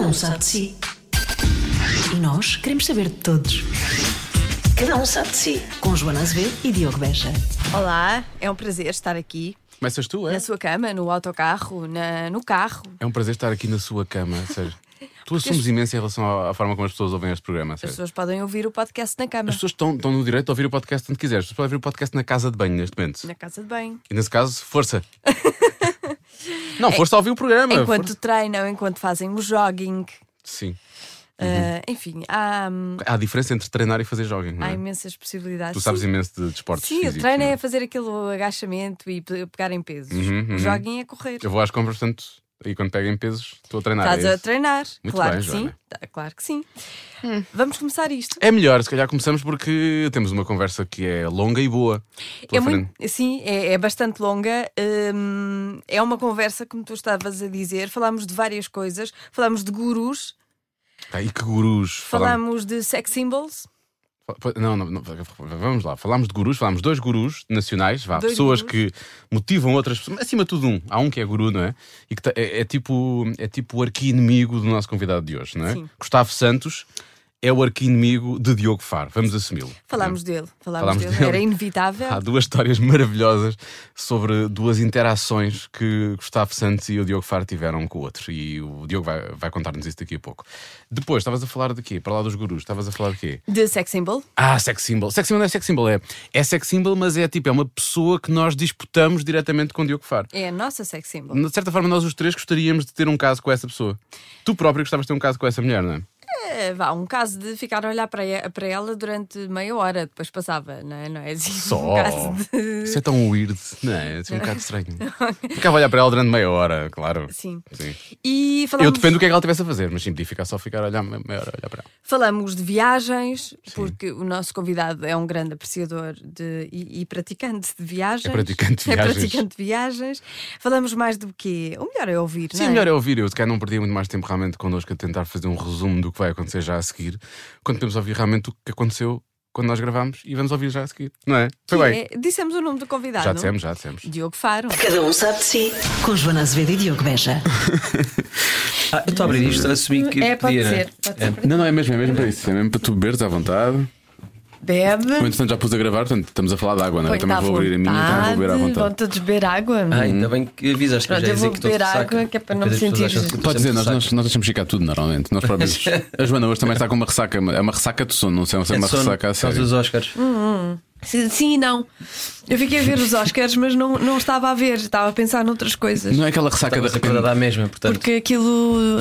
um sabe de si. E nós queremos saber de todos. Cada um sabe de si. Com Joana Azevedo e Diogo Beja. Olá, é um prazer estar aqui. Começas tu, é? Na sua cama, no autocarro, na- no carro. É um prazer estar aqui na sua cama, sério. Tu assumes imenso em relação à à forma como as pessoas ouvem este programa, As sério. pessoas podem ouvir o podcast na cama, É. As pessoas estão, estão no direito de ouvir o podcast onde quiseres. As pessoas podem ouvir o podcast na casa de banho neste momento. na casa de banho. E nesse caso, força. Não, força a ouvir o programa. É Enquanto força. treinam, enquanto fazem o jogging. Sim. Uhum. Ah, enfim, há, hum, Há diferença entre treinar e fazer jogging, não há é? imensas possibilidades. Tu sabes Sim, imenso de, de esportes Sim, físicos, o treino não é fazer aquele agachamento e pe- pegar em pesos. Uhum, O uhum. jogging é correr. Eu vou às compras, portanto, e quando pego em pesos, estou a treinar. Estás é a isso. treinar. Muito claro bem, que sim. Joana. Tá, Claro que sim. Vamos começar isto. É melhor, se calhar começamos porque temos uma conversa que é longa e boa. É pela frente. muito, sim, é, é bastante longa. hum, é uma conversa, como tu estavas a dizer. Falámos de várias coisas. Falámos de gurus, Pá, e que gurus. Falámos- falámos de sex symbols. Fa- Não, não, não, vamos lá. Falámos de gurus, falámos de dois gurus nacionais, vá, Dois pessoas gurus. que motivam outras pessoas, mas acima de tudo um. Há um que é guru, não é? E que tá- é, é tipo, é tipo o arqui-inimigo do nosso convidado de hoje, não é? Sim. Gustavo Santos é o arqui-inimigo de Diogo Faro, vamos assumi-lo. Falámos dele. Falámos, Uhum. Falámos dele. dele. Era inevitável. Há duas histórias maravilhosas sobre duas interações que Gustavo Santos e o Diogo Faro tiveram um com o outro. E o Diogo vai, vai contar-nos isso daqui a pouco. Depois, estavas a falar de quê? Para lá dos gurus, estavas a falar de quê? De sex symbol. Ah, sex symbol. Sex symbol não é sex symbol, é, é sex symbol, mas é tipo, é uma pessoa que nós disputamos diretamente com o Diogo Faro. É a nossa sex symbol. De certa forma, nós os três gostaríamos de ter um caso com essa pessoa. Tu próprio gostavas de ter um caso com essa mulher, não é? É, vá, um caso de ficar a olhar para e- para ela durante meia hora, depois passava, não é? Não é assim, Um Só. caso de... Isso é tão weird, não é? Isso é um bocado estranho. Ficava a olhar para ela durante meia hora, claro. Sim. Sim. E Eu falámos, dependo do que é que ela estivesse a fazer, mas sim, podia ficar só a ficar a olhar meia hora, a olhar para ela. falámos de viagens, porque o nosso convidado é um grande apreciador de, e, e praticante de viagens. É praticante de É viagens. praticante de viagens. Falamos mais do que. O melhor é ouvir, Sim, não é? melhor é ouvir. Eu, se calhar, não perdia muito mais tempo realmente connosco a tentar fazer um resumo do que vai acontecer já a seguir, quando podemos ouvir realmente o que aconteceu quando nós gravámos e vamos ouvir já a seguir, não é? Foi Que bem. é- Dissemos o nome do convidado. é? Já dissemos, já dissemos. Diogo Faro. Cada um sabe de si. Com Joana Azevedo e Diogo Beja. Ah, eu estou a abrir isto, assumi que É, pode podia, ser, né? pode ser. Não, não, é mesmo, é mesmo para isso. É mesmo para tu beberes à vontade. Bebe. No entanto, já pus a gravar, portanto, estamos a falar de água, não é? Eu Põe-te Também tá à vou abrir a minha, também vou beber à vontade, vontade. Vão todos beber água. é? Ah, ainda bem que avisaste que Pronto, já eu ia vou dizer que estou de beber ressaca. água, que é para não Depois as me pessoas sentir- acham que eu Pode dizer, sempre nós, de nós, ressaca. nós deixamos ficar tudo normalmente. Nós próprios. A Joana hoje também está com uma ressaca, é uma ressaca de sono, não sei, não sei É uma de sono, ressaca a por causa sério. dos Oscars. Hum. Sim sim e não. Eu fiquei a ver os Oscars, mas não, não estava a ver, estava a pensar noutras coisas. Não é aquela ressaca Estava da sempre a dar repente. a mesma, portanto. Porque aquilo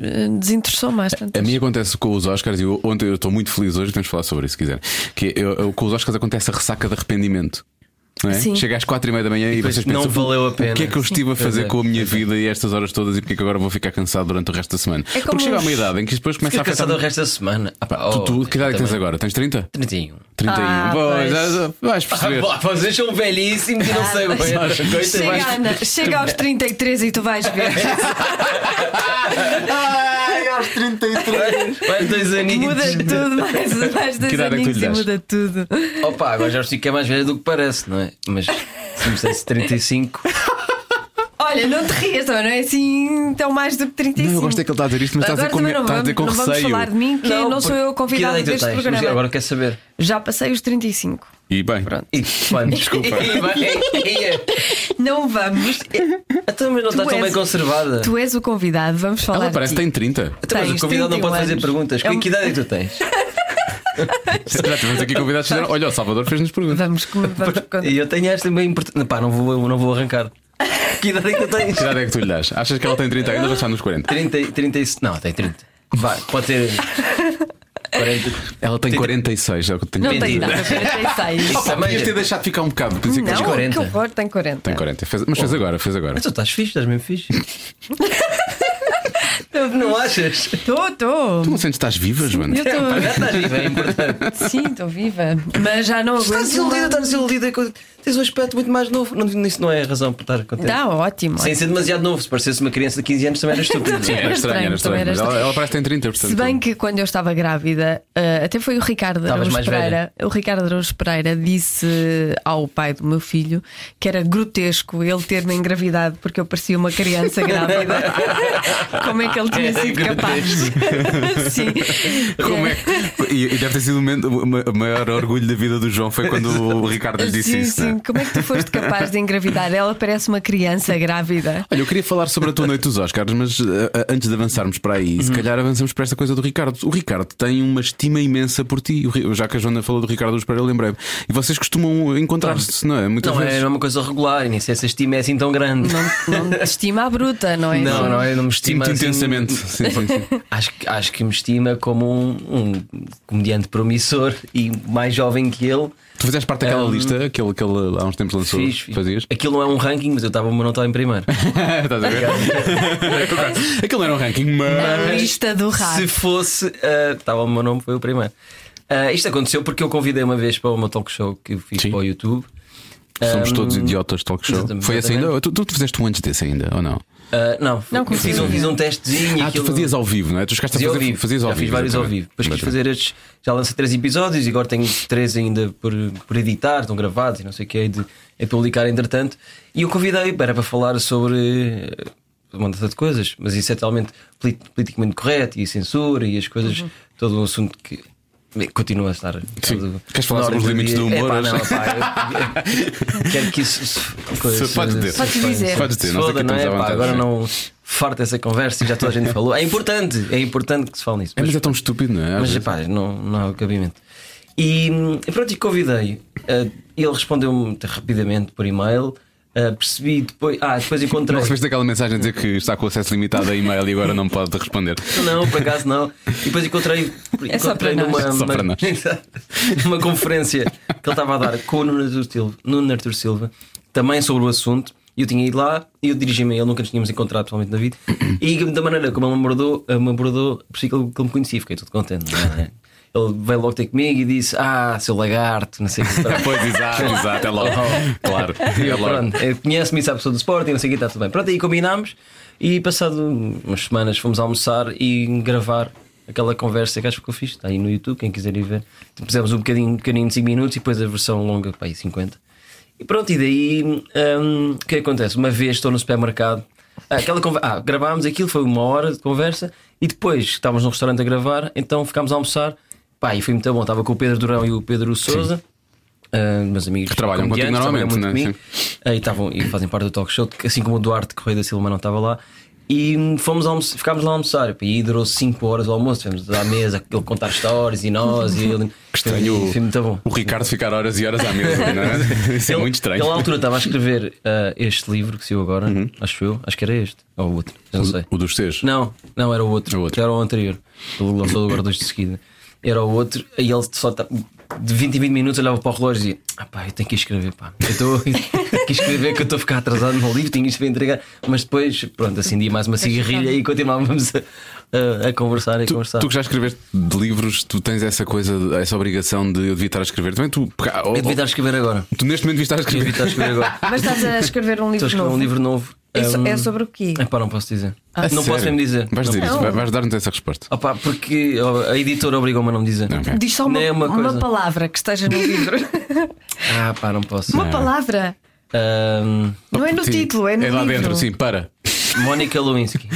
eh, desinteressou mais. tanto. A mim acontece com os Oscars, e eu- ontem eu estou muito feliz hoje, vamos falar sobre isso se quiser. Que é, eu- eu- com os Oscars acontece a ressaca de arrependimento. Não é? Sim. Chega às quatro e meia da manhã e, depois vocês pensam não valeu a o pena." que é que eu estive a Sim. fazer Pois é. com a minha vida e estas horas todas e porque é que agora vou ficar cansado durante o resto da semana. É como Porque chega a uma os- idade em que isto depois começa a Fiquei afetar. cansado o resto da semana. Ah, pá, um- Pá, tu, oh, tu, que idade é que tens também. agora? Tens 30? 31. 31. Ah, Pois, pois. um. já- já- vais perceber. Ah, pá, Vocês são velhíssimos e não sei bem. Coitas, vais- Ah, Chega, Ana, chega aos 33 e tu vais ver. Mais dois Muda aninhos. tudo, mais, mais Que dois idade é que tu lhe aninhos e das? muda tudo. Opa, agora já estou que é mais velha do que parece, não é? Mas se me dissesse 35. Olha, não te rias, não é assim tão mais do que 35. Não, eu gosto é que ele está a dizer isto, mas está a dizer Agora com, também não está a dizer com vamos, não vamos receio. falar de mim, que não, sou eu a porque- que convidada idade é que tu deste tens? Mas programa. Agora quer saber. Já passei os 35. E bem, E quando? Desculpa. E vai- e- é. e- Não vamos. Então, mas não estás tão és- bem conservada. Tu és o convidado, vamos falar. ela parece de ti. que tem 30. Então, mas Tens o convidado não 31 pode fazer anos. perguntas. É um- Que idade é que tu tens? então- Já tivemos aqui convidados que fizeram. Olha, o Salvador fez-nos perguntas. Vamos, com- vamos com- E eu tenho esta bem importante. Pá, não vou, não vou arrancar. Que idade é que tu tens? Que idade é que tu lhe das? Achas que ela tem 30 ainda ou já está nos 40? 30, 30 e... Não, tem 30. Vai, pode ser. 40. Ela tem 46, é o que eu tenho Não que tem dizer. nada, 46. Opa, podias ter deixado ficar um bocado. para dizer que tens Não, 40. que 40. horror, tem 40. Tem 40, Fez- mas fez agora, fez agora. Mas tu estás fixe, estás mesmo fixe. não achas? Estou, estou. Tu não sentes que estás viva, Joana? Eu estou. Para já estás viva, é importante. Sim, estou viva. Mas já não aguento. Estás desiludida, estás desiludida. com- Tens um aspecto muito mais novo. Não, isso não é a razão para estar contente. Está Tá ótimo. Sem ser demasiado novo, se parecesse uma criança de 15 anos também era estúpido. não é? Era estranho, era estranho. também era Mas ela, ela parece que tem 30, portanto. Se bem que quando eu estava grávida, eh, até foi o Ricardo Estavas Araújo mais Pereira. O Ricardo Araújo Pereira disse ao pai do meu filho que era grotesco ele ter-me engravidado porque eu parecia uma criança grávida. Como é que que ele tinha sido capaz. Sim. Como é que- E e deve ter sido o momento- o ma- o maior orgulho da vida do João foi quando o Ricardo lhe disse sim, isso. sim. né? Como é que tu foste capaz de engravidar? Ela parece uma criança grávida. Olha, eu queria falar sobre a tua noite dos Oscars, mas eh, eh, antes de avançarmos para aí, se calhar avançamos para esta coisa do Ricardo. O Ricardo tem uma estima imensa por ti. O Ri- Já que a Joana falou do Ricardo dos Pereira, eu lembrei-me. E vocês costumam encontrar-se, não é? Muitas Não é, vezes. não é uma coisa regular, e nem sei se a estima é assim tão grande. Não, não te estima à bruta, não é? Não, não é? Não me estima. Sinto assim- intensamente. Sim, sim, sim. Acho, que- acho que me estima como um, um comediante promissor e mais jovem que ele. Tu fizeste parte daquela Um, lista que ele, que ele há uns tempos lançou? Fiz, fiz. Fazias? Aquilo não é um ranking, mas eu estava, não estava em primeiro. Estás a ver? Aquilo não era um ranking, mas. A lista do rabo. Se fosse. ah, Estava o meu nome, foi o primeiro. Ah, isto aconteceu porque eu convidei uma vez para uma talk show que eu fiz Sim. para o YouTube. Somos Um, todos idiotas de talk show. exatamente, Foi assim ainda? exatamente. Tu, tu fizeste um antes desse ainda, ou não? ah, não, Não, eu fiz, um, consegui. fiz um testezinho. Ah, tu aquilo- fazias ao vivo, não é? Tu chegaste a Fazia ao fazer. vivo. Fazias ao já vivo. fiz vários ao exatamente. vivo. Depois quis Exatamente. fazer estes. Já lancei três episódios e agora tenho três ainda por, por editar, estão gravados e não sei o que é de é publicar entretanto. E eu convidei para, para falar sobre eh, uma data de coisas, mas isso é totalmente polit- politicamente correto e censura e as coisas, todo um assunto que. eh, Continua a estar. todo- Queres falar na sobre os ordem limites dia. do humor Epá, não, hoje? pá, eu- Quero que isso. se- coisa- Se- Podes dizer. Podes dizer. Podes dizer. se Nós eh, foda, aqui não estamos é? à Pá, vontade. agora sim. não farta essa conversa e já toda a gente falou. É importante, é importante que se fale nisso. É, Mas, mas é tão estúpido, não é? Às mas vezes. pá, não, não há cabimento. E hum, pronto, e convidei. Ah, ele respondeu-me rapidamente por e-mail. Ah, percebi depois. Ah, depois encontrei. Não recebeste aquela mensagem a dizer que está com acesso limitado a e-mail e agora não pode responder. Não, por acaso não. E depois encontrei, É só encontrei para numa, nós. Só para numa, nós. numa conferência que ele estava a dar com o Nuno Artur Silva, Nuno Artur Silva, também sobre o assunto. E eu tinha ido lá e eu dirigi-me a ele, nunca nos tínhamos encontrado pessoalmente na vida. E da maneira como ele me abordou, me abordou por isso é que ele que ele me conhecia, fiquei todo contente. não é? Ele veio logo ter comigo e disse: Ah, seu lagarto, não sei o que. Pois, exato, exato, é logo. Claro, é logo. Pronto, eh, conhece-me e sabe pessoa do Sporting, não sei o que está tudo bem. Pronto, aí combinámos e passado umas semanas fomos almoçar e gravar aquela conversa que acho que eu fiz, está aí no YouTube, quem quiser ir ver. Pusemos um bocadinho, um bocadinho de 5 minutos e depois a versão longa, pá, aí 50. E pronto, e daí hum, o que acontece? Uma vez estou no supermercado, aquela conver- ah, gravámos aquilo, foi uma hora de conversa e depois estávamos num restaurante a gravar, então ficámos a almoçar. Pá, e foi muito bom, estava com o Pedro Durão e o Pedro Souza. ah, meus amigos Que trabalham contigo comediantes, trabalham normalmente, muito não é? comigo. Ah, e, estavam, e fazem parte do talk show, assim como o Duarte Correia da Silva não estava lá. E hum, fomos almoçar, ficámos lá a almoçar e aí durou 5 horas o almoço. Tivemos à mesa, ele contar histórias e nós. E ele, Estranho Foi muito bom. o Ricardo ficar horas e horas à mesa, não é? Isso é Ele- muito estranho. Uhum. Ele, um à altura, estava a escrever ah, este livro que saiu agora, acho eu, acho que era este, ou o outro, já não sei. O dos seus. Não, não, era o outro, O outro. era o anterior. Ele lançou agora dois de seguida. Era o outro, e ele só tá- de 20 em 20 minutos olhava para o relógio e dizia: Ah, pá, eu tenho que ir escrever, pá. Eu estou tenho que escrever que eu estou a ficar atrasado no livro, tenho isto para entregar. Mas depois, pronto, acendia mais uma cigarrilha e continuávamos a, a- a conversar e a Tu, conversar. tu que já escreveste de livros, tu tens essa coisa, essa obrigação de eu devia estar a escrever. Também tu, peca- ou- Eu devia estar a escrever agora. tu neste momento devias estar a Eu devia escrever. estar a escrever agora. Mas estás a escrever um livro Estou a escrever novo. um livro novo. Isso Hum, é sobre o quê? Ah, Epá, não posso dizer. A não sério? posso mesmo dizer. Vais Não dizer posso. isso, Não. vai- vais dar-nos essa resposta. Opá, porque ó, a editora obrigou-me a não dizer. Ok. Diz só uma, Nem é uma uma coisa. palavra que esteja no livro. Ah, pá, não posso. uma palavra. Hum, Não é no Oh, Sim. título, é no lá livro. dentro, sim, para. Mónica Lewinsky.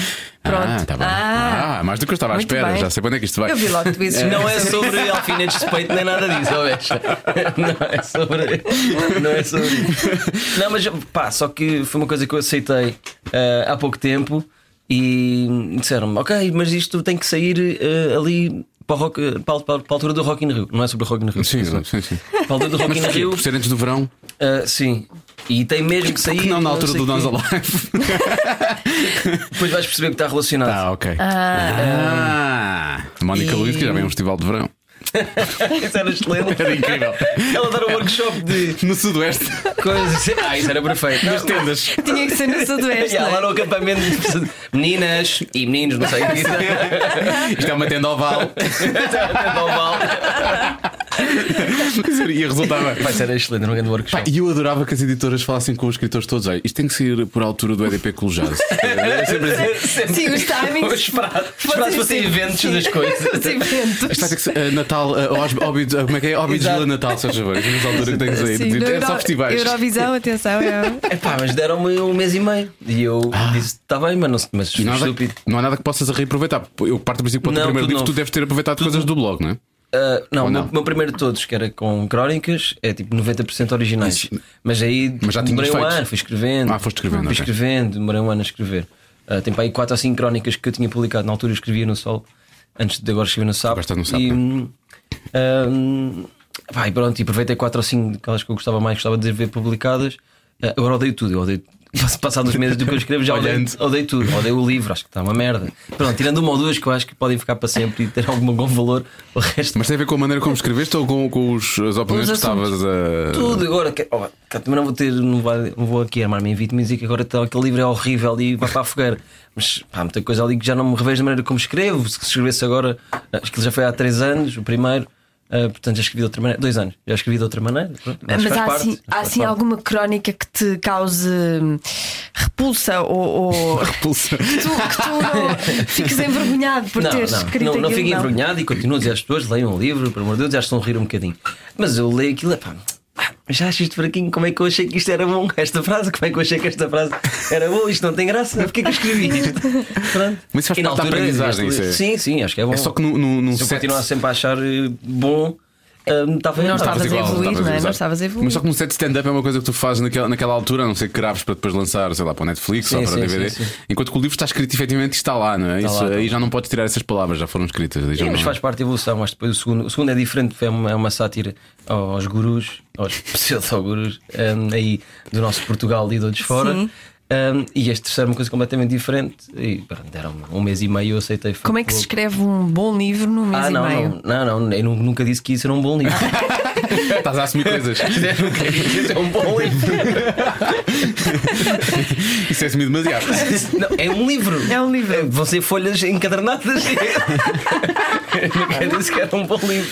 Ah, Pronto. tá bem. Ah. Ah, mais do que eu estava à Muito espera, bem. já sei quando é que isto vai. Eu vi logo que tu dizes. Não é sobre alfinetes de peito nem nada disso, ó, bicho. Não é sobre. Não é sobre. isso. Não, mas pá, só que foi uma coisa que eu aceitei ah, há pouco tempo e disseram-me: Ok, mas isto tem que sair ah, ali para, o rock- para, a- para a altura do Rock in Rio. Não é sobre o Rock in Rio. Sim, desculpa. sim, sim. Para a altura do Mas Rock in porquê? Rio. Por ser antes do verão? ah, sim. E tem mesmo que sair. Porque não na sei altura do quê. Nós Alive. Depois vais perceber que está relacionado. Ah, ok. Ah. Mónica E- Luís, que já vem a um festival de verão. Isso era excelente. Tá. Era incrível. Ela dar um workshop de No Sudoeste, coisas. Ah, isso era perfeito. nas tendas. Tinha que ser no sudoeste. E ela não é? lá no acampamento de meninas e meninos, não sei o que Isto é uma tenda oval. Até ao mal. Quer dizer, ia resultar bem. Vai ser excelente, era um grande Pá, workshop. E eu adorava que as editoras falassem com os escritores todos. Olha, isto tem que sair por altura do EDP Colojás. É sempre assim. Sim, os timings. Vou esperar, esperar se fossem sim, eventos sim. das coisas. Sim, eventos. Isto vai ter que ser eh, Natal, uh, óbitos, como é que é? Óbidos Exato. Vila Natal, seja bem. Vamos à é altura que tens aí. Sim, no É só Euro- festivais. Eurovisão, atenção, é. Epá, mas deram-me um mês e meio. E eu disse: está bem, mas, não, se- mas Ah. E não há nada- estúpido. não há nada que possas reaproveitar. Eu parto do princípio que para o teu Não, primeiro tudo livro tu novo. deves ter aproveitado coisas do blog, não é? Ah, não, Ou o meu, não? meu primeiro de todos, que era com crónicas, é tipo 90% originais. Mas, aí Mas já tinhas demorei um feito? ano, fui escrevendo. Ah, foste escrevendo, Fui ok. escrevendo, demorei um ano a escrever. Ah, tem para aí 4 ou 5 crónicas que eu tinha publicado. Na altura eu escrevia no Sol, antes de agora escrever no Agora Sapo. está no Sapo, E, né? hum, hum, pá, e pronto, e aproveitei 4 ou 5 daquelas que eu gostava mais, gostava de ver publicadas. Ah, agora odeio tudo, eu odeio. Passado os meses do que eu escrevo, já odeio, Olhando. odeio tudo. Odeio o livro, acho que está uma merda. Pronto, tirando uma ou duas que eu acho que podem ficar para sempre e ter algum bom valor, o resto Mas tem a ver com a maneira como escreveste ou com, com os, as opiniões que Os assuntos. estavas a. Tudo agora. que- oh, cá, também não vou ter, não, vai- não vou aqui armar-me em vítimas e que agora tá, aquele livro é horrível e vai para a fogueira. Mas pá, há muita coisa ali que já não me revejo da maneira como escrevo. Se escrevesse agora, acho que ele já foi há 3 anos, o primeiro. ah, portanto, já escrevi de outra maneira. Dois anos, já escrevi de outra maneira. Pronto, Mas faz há parte, assim, há faz assim parte. alguma crónica que te cause hum, repulsa ou, ou que Repulsa. tu, que tu não fiques envergonhado por não, teres não, escrito não, aquilo? não fiquem envergonhado e continuo a dizer às pessoas: leiam o livro, pelo amor de Deus, já estão a rir um bocadinho. Mas eu leio aquilo, pá, já acho isto fraquinho, como é que eu achei que isto era bom? Esta frase, como é que eu achei que esta frase era boa? Isto não tem graça, porque é que eu escrevi isto? Pronto. Mas isso faz E na parte da altura, aprendizagem, este- isso é- Sim, sim, acho que é bom. É só que num- num num se eu set- continuar sempre a achar eh, bom, hum, talvez Não estava- não. Estavas a igual, evoluir, não é? exato. Não estavas a evoluir. Mas só que um set de stand-up é uma coisa que tu fazes naquela, naquela altura, a não ser que graves para depois lançar, sei lá, para o Netflix Sim, ou para o sim, DVD. sim, sim. Enquanto que o livro está escrito efetivamente e está lá, não é? Isso, lá, está aí lá. já não podes tirar essas palavras, já foram escritas. aí já Sim, mas não- faz parte da evolução. Acho que depois o segundo, o segundo é diferente, é uma, é uma sátira aos gurus, aos pseudo-gurus hum, aí do nosso Portugal e de outros fora. Sim. Hum, e este terceiro é uma coisa completamente diferente. E pronto, deram um mês e meio, eu aceitei. foi Como é que se pouco. escreve um bom livro num mês Ah, e não, meio? não, não, não, eu nu- nunca disse que isso era um bom livro. Estás a assumir coisas. nunca disse que isso é um bom livro. Isso é assumir demasiado. Não, é um livro. É um livro. Vão ser folhas encadernadas. Eu nunca disse que era um bom livro.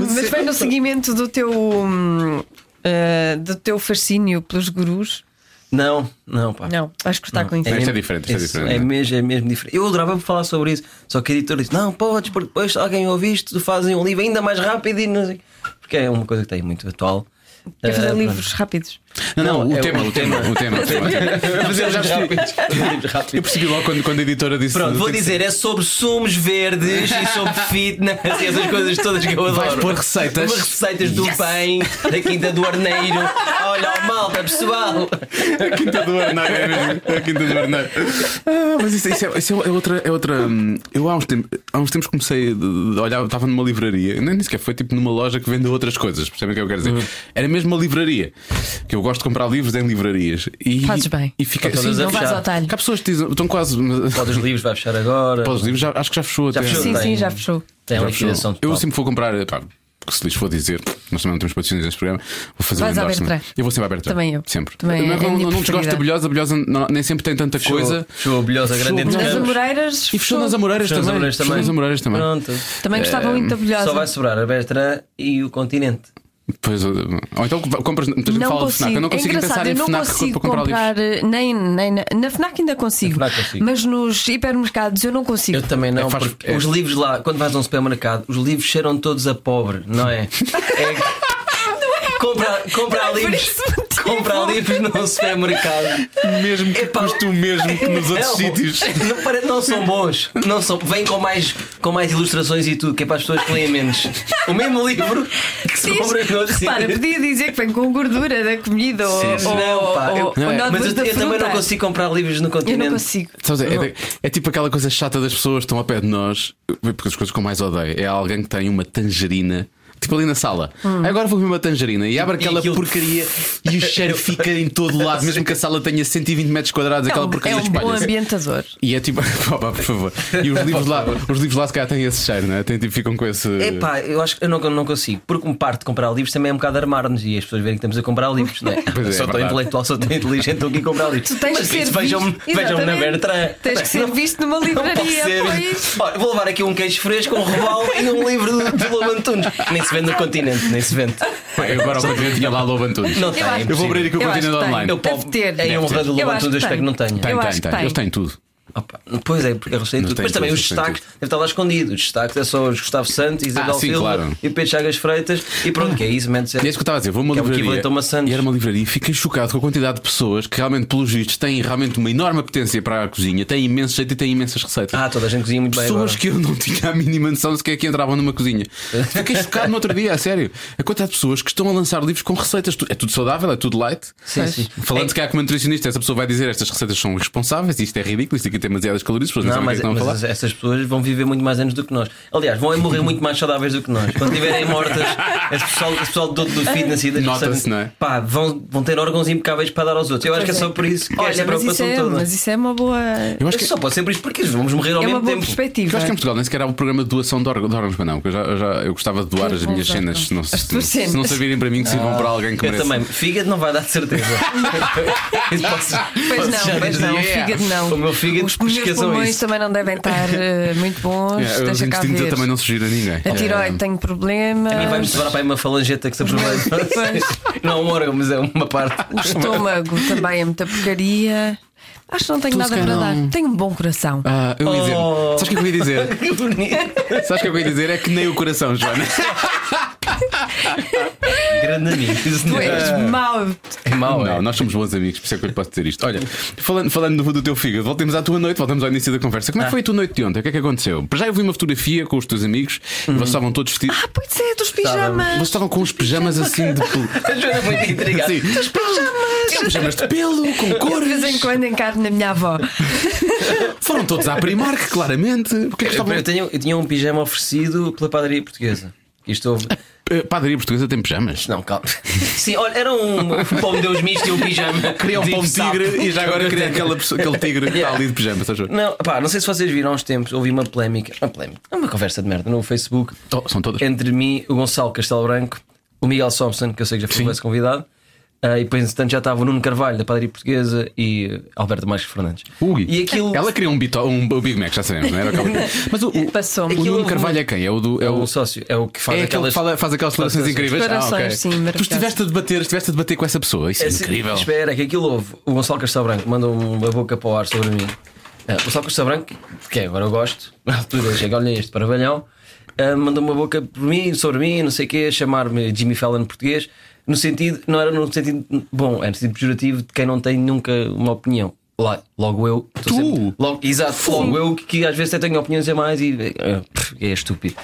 Mas bem no seguimento do teu, hum, eh, do teu fascínio pelos gurus. Não, não, pá. Não, vais cortar com isso. É. Isto mesmo- diferente, isto é isso diferente, É não é? mesmo, é mesmo diferente. Eu adorava falar sobre isso, só que a editora disse: Não, podes, porque depois se alguém ouvir isto, tu fazem um livro ainda mais rápido e não sei. Porque é uma coisa que tem muito atual. Quer fazer Ah, livros rápidos. Não, não, Não, o, é tema, o o tema, o tema, o tema. Mas eu já percebi. Livros Eu rápidos. percebi logo quando, quando a editora disse Pronto, vou tem que dizer, é sobre sumos verdes e sobre fitness e essas coisas todas que eu adoro. Vais pôr receitas? Umas receitas do bem, da quinta do arneiro. Olha, ó, malta, pessoal. A quinta do Arneiro, é mesmo. A quinta do Arneiro. Ah, mas isso, isso é, isso é outra. É outra hum, eu há uns, tempos, há uns tempos comecei de- de olhar, estava numa livraria, nem sequer foi tipo numa loja que vende outras coisas, percebem o que eu quero dizer? Era mesmo uma livraria, que eu gosto de comprar livros em livrarias. E, Fazes bem. E fica, Estão sim, todas a Não vais fechar. ao talho. que há pessoas que dizem, estão quase. Então Pode os livros, vai fechar agora. Pós os livros, já, acho que já fechou Já até. fechou. Sim, Tem- sim, já fechou. Tem um Já É liquidação fechou. Eu total. sempre vou comprar. Pá, que se lhes for dizer, nós também não temos patrocínios neste programa, vou fazer Vais um à endorsement. Bertrand. Eu vou sempre à Bertrand. Também eu. Sempre. Também é- Mas é a não, minha não desgosto preferida. da Bilhosa, a Bilhosa não- nem sempre tem tanta coisa. Fechou a Bilhosa Grande entre Nas ambos. Amoreiras. E fechou nas Amoreiras Fechou nas também. Amoreiras Fechou nas Amoreiras também. Pronto. Também gostava muito da Eh, Só Bolhosa. vai sobrar a Bertrand e o continente. Pois, ou ou então compras. Muita gente Não fala de consigo. Fnac. Eu não é consigo engraçado, pensar eu em não Fnac consigo para comprar, livros. comprar, eh, nem, nem na, na Fnac ainda consigo, Na Fnac consigo. mas nos hipermercados eu não consigo. Eu também não, É, faz- porque é. os livros lá, quando vais a um supermercado, os livros cheiram todos a pobre, não é? É que- Compra, compra Não é por livros. esse motivo. Compra livros num supermercado. Mesmo que Epá. custe o mesmo que É nos outros Não, sítios. Não, pare- não são bons. Não são, vêm com mais, com mais ilustrações e tudo, que é para as pessoas que leem menos. O mesmo livro que se Diz- compra noutro Repara, sítio. podia dizer que vem com gordura da comida ou, Sim, ou, não, pá, ou, eu- ou não é. nódoas Mas eu, da eu também não fruta. consigo comprar livros no Eu continente. não consigo. Sabes, é, é- é tipo aquela coisa chata das pessoas que estão ao pé de nós, porque as coisas que eu mais odeio é alguém que tem uma tangerina. Tipo ali na sala, Hum. agora vou comer uma tangerina e abre aquela aquilo- porcaria e o cheiro fica em todo lado, mesmo que a sala tenha 120 metros quadrados, É aquela um, é porcaria um bom espalha-se. ambientador. E é tipo, pá, pá, por favor. E os livros lá, os livros lá se calhar têm esse cheiro, não é? Tem, tipo, ficam com esse. Epá, eu acho que eu não, não consigo. Porque um parte de comprar livros também é um bocado armar-nos e as pessoas verem que estamos a comprar livros, não é? Pois é, só é estou verdade. intelectual, só estou inteligente, estou aqui a comprar livros. Tu tens Mas que ser isso, vejam-me visto. vejam na Exatamente. Bertrand. Tens que ser Não- visto numa não livraria, pode ser. pois. Olha, vou levar aqui um queijo fresco, um robalo e um livro do, do Lobo Antunes. Nem se vende no continente, nem se vende. Eu agora ao continente tinha lá Lobo Antunes. Não tem. Eu acho é que Eu vou abrir aqui o Eu acho continente que tem. online. Eu Deve posso ter, deve Em honra ter. do Eu Lobo acho Antunes, que espero que não tenha. Eu acho tem, que tem. tem. Eles têm tudo. Opa, pois é, porque arrocei Não tudo. tem Mas também tudo, os não tem Ah, destaques deve estar lá escondido. Os destaques é só os Gustavo Santos, Isabel sim, Silva claro. e o Pedro Chagas Freitas. E pronto, que é isso, man, É isso que eu estava a dizer, vou a uma Que é o livraria. equivalente a uma Santos. e era uma livraria e fiquei chocado com a quantidade de pessoas que realmente, pelos vistos, têm realmente uma enorme apetência para a cozinha, têm imenso jeito e têm imensas receitas. Ah, toda a gente cozinha muito bem. Pessoas Agora. que eu não tinha a mínima noção de sequer que entravam numa cozinha. Fiquei chocado no outro dia, a sério. A quantidade de pessoas que estão a lançar livros com receitas. Tu- É tudo saudável, é tudo light. Sim, É- Mas, sim. Falando se calhar como nutricionista, essa pessoa vai dizer estas receitas são irresponsáveis, isto é ridículo, isto aqui tem demasiadas calorias, as pessoas não, Não, sabem o mas, que é que estão a mas falar. essas pessoas vão viver muito mais anos do que nós. Aliás, vão morrer muito mais saudáveis do que nós. Quando estiverem mortas, esse pessoal, esse pessoal do, do fitness e das Nota-se, pessoas- não é? pá, vão, vão ter órgãos impecáveis para dar aos outros. Eu acho que é só por isso que é esta Olha, mas isso preocupação é, toda. mas isso é uma boa. É Eu acho que Só pode ser por isso, porque vamos morrer ao uma mesmo boa tempo. Eu perspectiva. acho que em Portugal nem sequer há um programa de doação de órgãos, de órgãos mas não, porque eu, já, eu, já- eu gostava de doar as bom, minhas já, cenas, não. se não, As se, tuas se não cenas. servirem para mim, que sirvam para alguém que Ah. Eu merece. também. Fígado não vai dar de certeza. Isso posso- Pois posso já não, pois dizer. não, o Yeah. fígado não. O meu fígado, Os meus esqueçam pulmões isso. também não devem estar eh, muito bons. Yeah, É, os deixa cá intestinos eu ver. também não sugiro a ninguém. A tiroide Eh, tem problemas. E É. vai-me sobrar para aí uma falangeta que se aproveita. não é um órgão, mas é uma parte. O estômago também é muita porcaria. Acho que não tenho Tu, se nada para dar. calhar, não. Tenho um bom coração. Ah, eu ia dizer. Oh. Sabes o que é que eu ia dizer? Que bonito. Sabes o que é que eu ia dizer? É que nem o coração, Joana. Grande amigo. Tu és mau. É mau, é? Não, nós somos bons amigos, por isso é que eu lhe posso dizer isto. Olha, falando, falando do, do teu fígado, voltemos à tua noite, voltamos ao início da conversa. Ah. Como é que foi a tua noite de ontem? O que é que aconteceu? Para já eu vi uma fotografia com os teus amigos Uhum. e vocês estavam todos vestidos. Ah, pois é, dos Tá pijamas. Vocês estavam com os pijamas assim de pelo. A Joana é muito intrigada. Sim. Dos pijamas. Tinham pijamas de pelo, com Eu de cores. vez em quando encarno na minha avó. Foram todos à Primark, claramente. O que é que Eu, estavam. eu tenho, eu tinha um pijama oferecido pela padaria portuguesa. Isto houve. Eh, Padaria portuguesa tem pijamas. Não, calma. Sim, olha, era um pão de Deus misto e um pijama. Queria um de pão de sapo. tigre e já agora queria aquela pessoa- aquele tigre que está ali de pijamas, estás a ver? Não, pá, não sei se vocês viram há uns tempos, houve uma polémica, uma polémica, uma conversa de merda no Facebook Oh, são todas. entre mim, o Gonçalo Castelo Branco, o Miguel Thompson, que eu sei que já foi o vosso convidado, ah, e depois, entretanto, já estava o Nuno Carvalho, da Padaria Portuguesa, e ah, Alberto Marques Fernandes. Ui. E aquilo. Ela queria um, bito, um Big Mac, já sabemos, não era? Mas o, o, Passou-me. o Nuno Aquilo- Carvalho é quem? É o do. É É o, o sócio, é o que faz é aquele que aquelas. fala- faz aquelas celebrações incríveis. Ah, Declarações, sim, tu maravilhoso. estiveste a debater, estiveste a debater com essa pessoa, isso é, É assim, incrível. Espera, que aquilo houve. O Gonçalo Castelo Branco mandou um- uma boca para o ar sobre mim. Ah, o Gonçalo Castelo Branco, de quem agora eu gosto, na altura chega, olha este parabalhão, ah, mandou uma boca por mim, sobre mim, não sei o quê, chamar-me Jimmy Fallon português, no sentido, não era no sentido bom, era no sentido pejorativo de quem não tem nunca uma opinião. Lá, logo eu. estou Tu? logo, exato, logo eu que, que às vezes até tenho opiniões a mais e ah, pff, é estúpido.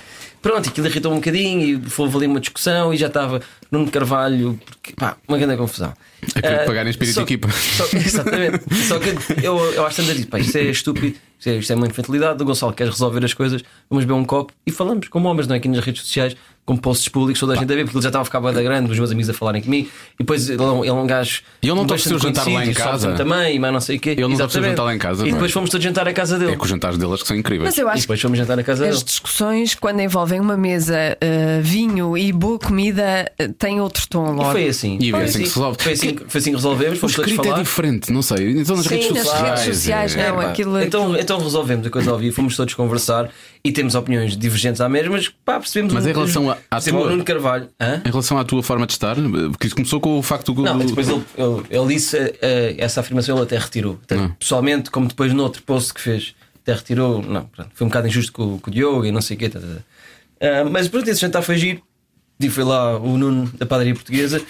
Pronto, aquilo irritou um bocadinho e houve ali uma discussão e já estava Nuno Carvalho, porque, pá, uma grande confusão. É que Ah, pagar em espírito só- de equipa. só- exatamente. Só que eu, eu acho tantas pá, isto é estúpido, isto é, isto é uma infantilidade. O Gonçalo quer resolver as coisas, vamos beber um copo e falamos como homens, não é? Aqui nas redes sociais, com posts públicos, toda a gente a ver, porque ele já estava a ficar bué da grande, os meus amigos a falarem comigo. E depois ele é um, ele é um gajo. E ele não te bastante ofereceu jantar lá em conhecido, casa? sabe Também, mas não sei o quê. Ele não te ofereceu jantar lá em casa, E depois pois. fomos todos jantar à casa dele. É com os jantares delas que são incríveis. Mas eu E acho que depois fomos jantar à casa as dele. discussões, quando envolvem uma mesa, eh, vinho e boa comida, eh, têm outro tom E logo. foi assim. E é foi assim que se resolve. Foi assim, que- foi assim que resolvemos, O fomos todos escrito é falar. diferente, não sei. Então nas Sim, redes nas sociais. redes sociais, é. não, Pá, aquilo- Então, então resolvemos a coisa ao vivo, fomos todos conversar e temos opiniões divergentes à mesma, mas pá, percebemos Mas um- em relação à- à percebemos tua- o Nuno Carvalho. Hã? Em relação à tua forma de estar, porque isso começou com o facto do. Não, do- depois ele, ele, ele disse eh, eh, essa afirmação, ele até retirou. Tanto pessoalmente, como depois no outro post que fez, até retirou. Não, pronto, foi um bocado injusto com, com o Diogo e não sei o quê. tá, tá, tá. Ah, mas pronto, esse jantar foi giro. E foi lá o Nuno da padaria portuguesa,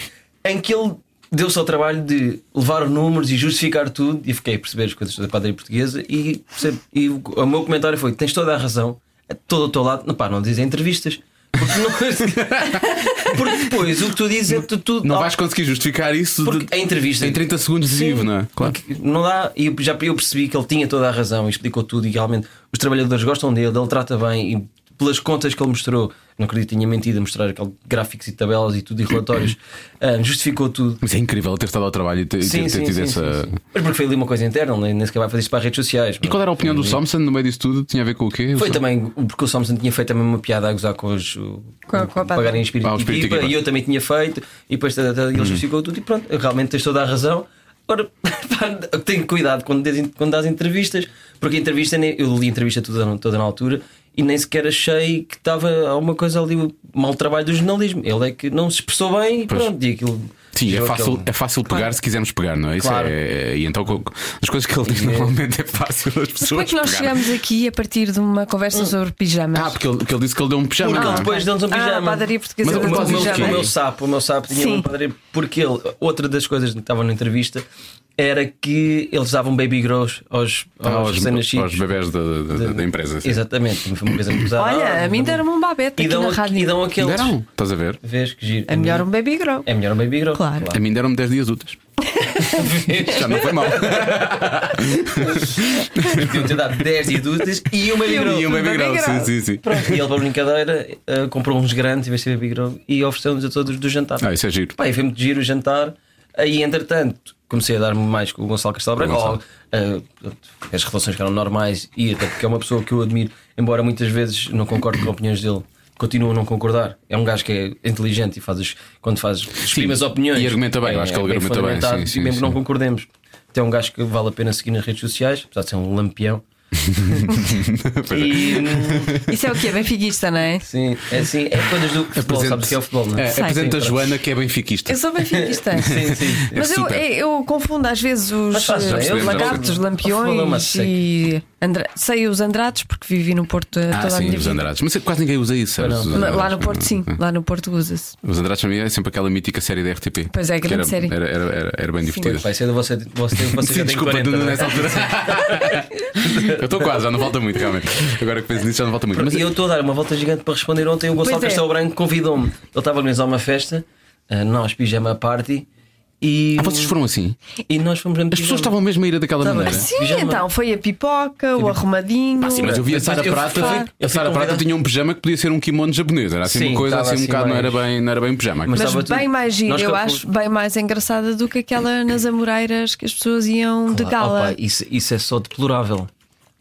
em que ele deu-se ao trabalho de levar os números e justificar tudo. E fiquei a perceber as coisas da padaria portuguesa. E, percebo- e o, o meu comentário foi: tens toda a razão, é todo o teu lado. Não, pá, não dizem entrevistas. Porque, não- porque depois o que tu dizes é tu, tu Não vais conseguir justificar isso porque é de- a entrevista em 30 segundos de vivo, não é? Claro. porque não dá, e eu já eu percebi que ele tinha toda a razão e explicou tudo. E realmente os trabalhadores gostam dele, ele trata bem. E pelas contas que ele mostrou, não acredito que tinha mentido a mostrar aquele gráficos e tabelas e tudo e relatórios, ah, justificou tudo. Mas é incrível ter estado ao trabalho e ter, ter- ter tido essa. sim. Mas porque foi ali uma coisa interna, nem nem sequer vai fazer isso para as redes sociais. E qual é era a opinião do Thompson no meio disso tudo? Tinha a ver com o quê? Foi também porque o Samson tinha feito também uma piada a gozar com os o- Com a- com a pagarem em espírito, Ah, o de espírito de equipa, equipa. e eu também tinha feito, e depois tá, tá, tá, ele justificou tudo e pronto, realmente tens toda a razão. Ora, pá, tenho cuidado quando, dês- quando dás entrevistas, porque a entrevista, nem- eu li a entrevista toda, toda na altura e nem sequer achei que estava alguma coisa ali, o mau trabalho do jornalismo. Ele é que não se expressou bem e Pois. pronto, e aquilo. Sim, é gerou fácil, aquele- é fácil pegar se quisermos pegar, não é? Isso Claro. é, e então co- as coisas que ele diz normalmente é fácil as pessoas. Mas como é que nós pegarem. chegamos aqui a partir de uma Hum. conversa sobre pijamas? Ah, porque ele, porque ele disse que ele deu um pijama. Porque não é? ele depois deu-nos um Ah, pijama. a padaria portuguesa Mas do o O Mas meu, o quê? o pijama. meu sapo, o meu sapo tinha Sim. uma padaria porque ele, outra das coisas que estava na entrevista era que eles davam baby grows aos, Ah, aos, aos, recém-nascidos. aos bebés da, da- da- da empresa. sim. Exatamente, foi uma coisa muito pesada. Olha, a mim deram-me um babete Ah, e aqui dão, na rádio. e dão aqueles. Deram? Estás a ver? Vês que giro. É melhor um baby grow. É melhor um baby grow. Claro. A mim deram-me 10 dias úteis. Já não foi mal. Deviam ter dado 10 dias de úteis e um baby grow. E um baby grow. Sim, sim, sim. Pronto, e ele, para brincadeira, eh, comprou uns grandes em vez de ser baby grow e ofereceu-nos a todos do jantar. Ah, isso é giro. Pá, e foi muito giro o jantar. Aí, entretanto, comecei a dar-me mais com o Gonçalo Castelo Branco. Gonçalo. Oh, ah, as relações que eram normais e até porque é uma pessoa que eu admiro, embora muitas vezes não concorde com opiniões dele. Continuo a não concordar. É um gajo que é inteligente e faz os- quando faz exprime as opiniões. e argumenta bem, é- eu acho que ele é bem argumenta bem, fundamentado, sim, e sim, mesmo que não sim. concordemos. Até é um gajo que vale a pena seguir nas redes sociais, apesar de ser um lampião. e, hum, Isso é o quê? Benfiquista, não é? sim, é assim, é coisas do futebol, Apresente- sabes o que é o futebol, não É, Sei. apresenta a Sim, Joana, que é benfiquista. Eu sou benfiquista. Sim, sim. Mas eu, é, super. eu confundo às vezes os faz, eh, já percebemos, já lagartos, percebemos. Afinal, é uma lampiões seca. e Andra... sei os Andrados porque vivi no Porto eh, Ah, toda a sim, minha os vida. Andrades. Mas quase ninguém usa isso, sabes? os Andrades. Lá no Porto, Hum, sim, lá no Porto usa-se. Os Andrades para mim é sempre aquela mítica série da RTP. Pois é, que grande era, série. Era, era, era, era bem divertida. Pois, Vai ser do você, você, você já Sim, tem desculpa, 40, não- não é? nessa altura. eu estou quase, já não falta muito, realmente. Agora que penso nisso, já não falta muito. Mas é, E eu estou a dar uma volta gigante para responder ontem. O Gonçalo Pois é. Castelo Branco convidou-me. Ele estava a organizar uma festa, ah, nós pijama party e, Ah, vocês foram assim? e nós fomos As pessoas estavam mesmo a ir daquela Estavam. maneira. Sim. Sim, Pijama. então foi a pipoca, o arrumadinho. Ah, sim, mas eu vi a Mas Sara eu fui- Prata. eu A fui Sara Prata convidado. tinha um pijama que podia ser um kimono japonês. Era assim Sim, uma coisa estava assim um assim bocado, não era mais- bem, não era bem um pijama. Mas Mas estava tudo. bem mais gira, Nós eu calcul- acho bem mais engraçada do que aquela nas Amoreiras que as pessoas iam de gala. isso, isso é só deplorável.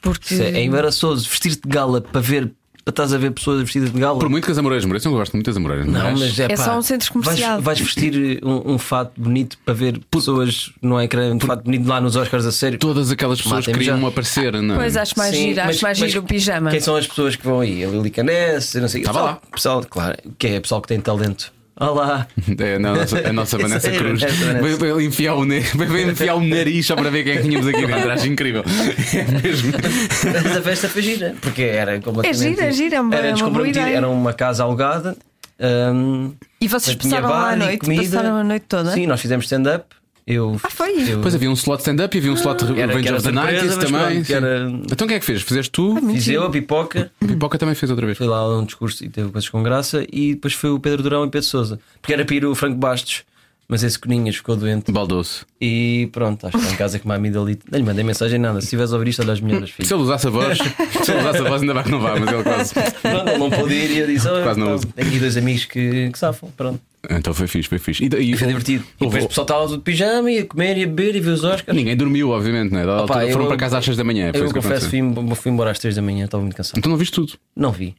porque Isso é, Hum. é embaraçoso. Vestir-te de gala para ver, para estás a ver pessoas vestidas de gala. Por muito que as amoreiras mereçam, eu gosto muito das amoreiras. Não, mas é, É pá, só um centro comercial. Vais, vais vestir eh, um, um fato bonito para ver pessoas no ecrã, um fato bonito lá nos Oscars a sério. todas aquelas pessoas Matem-me queriam já. aparecer, não Pois acho mais Sim, giro, acho mas- mais mas giro o pijama. Quem são as pessoas que vão aí? A Lili Canesse, não sei o quê. Tava Pessoal- lá. Pessoal, claro, que é pessoal que tem talento. Olá! É, não, a nossa, a nossa Essa Vanessa é a Cruz. Vanessa, Vanessa. Vai- vai enfiar o ne- vai enfiar o nariz só para ver quem é que tínhamos aqui dentro. Acho incrível. É mesmo. Essa festa foi gira, porque era completamente. É gira, é gira, é uma- era é uma boa descomprometida, ideia. Era uma casa alugada. hum, E vocês mas tinha passaram lá bar a e noite, passaram a noite toda. Sim, nós fizemos stand-up. Eu, Ah, foi? eu Pois havia um slot stand-up e havia um slot que Ah, era Revenge of the surpresa, Nights mas também. pronto, que era- sim. Então quem é que fez? Fizeste tu? fiz eu, a pipoca. Pipoca também fez outra vez. Foi lá um discurso e teve coisas com graça. E depois foi o Pedro Durão e Pedro Souza. Porque era para ir o Franco Bastos, mas esse Coninhas ficou doente. Baldoso. e E pronto, acho que está em casa com uma amiga ali. Não lhe mandei mensagem nada. Se tiveres a ouvir isto, olha as melhores filhas. Se ele usasse a voz, se ele usasse a voz, ainda vai que não vá, mas ele quase. Pronto, ele não pôde ir e eu disse: olha, Quase não pá, uso. tenho aqui dois amigos que, que safam. Pronto, Então foi fixe, foi fixe. E, e, foi divertido. E depois o pessoal estava tudo de pijama e a comer e a beber e ver os Oscars. Ninguém dormiu, obviamente, não é? Da Opa, altura, foram eu- para casa às 6 da manhã. é, foi Eu isso que confesso, aconteceu. fui, fui embora às 3 da manhã, estava muito cansado. Então não viste tudo. Não vi.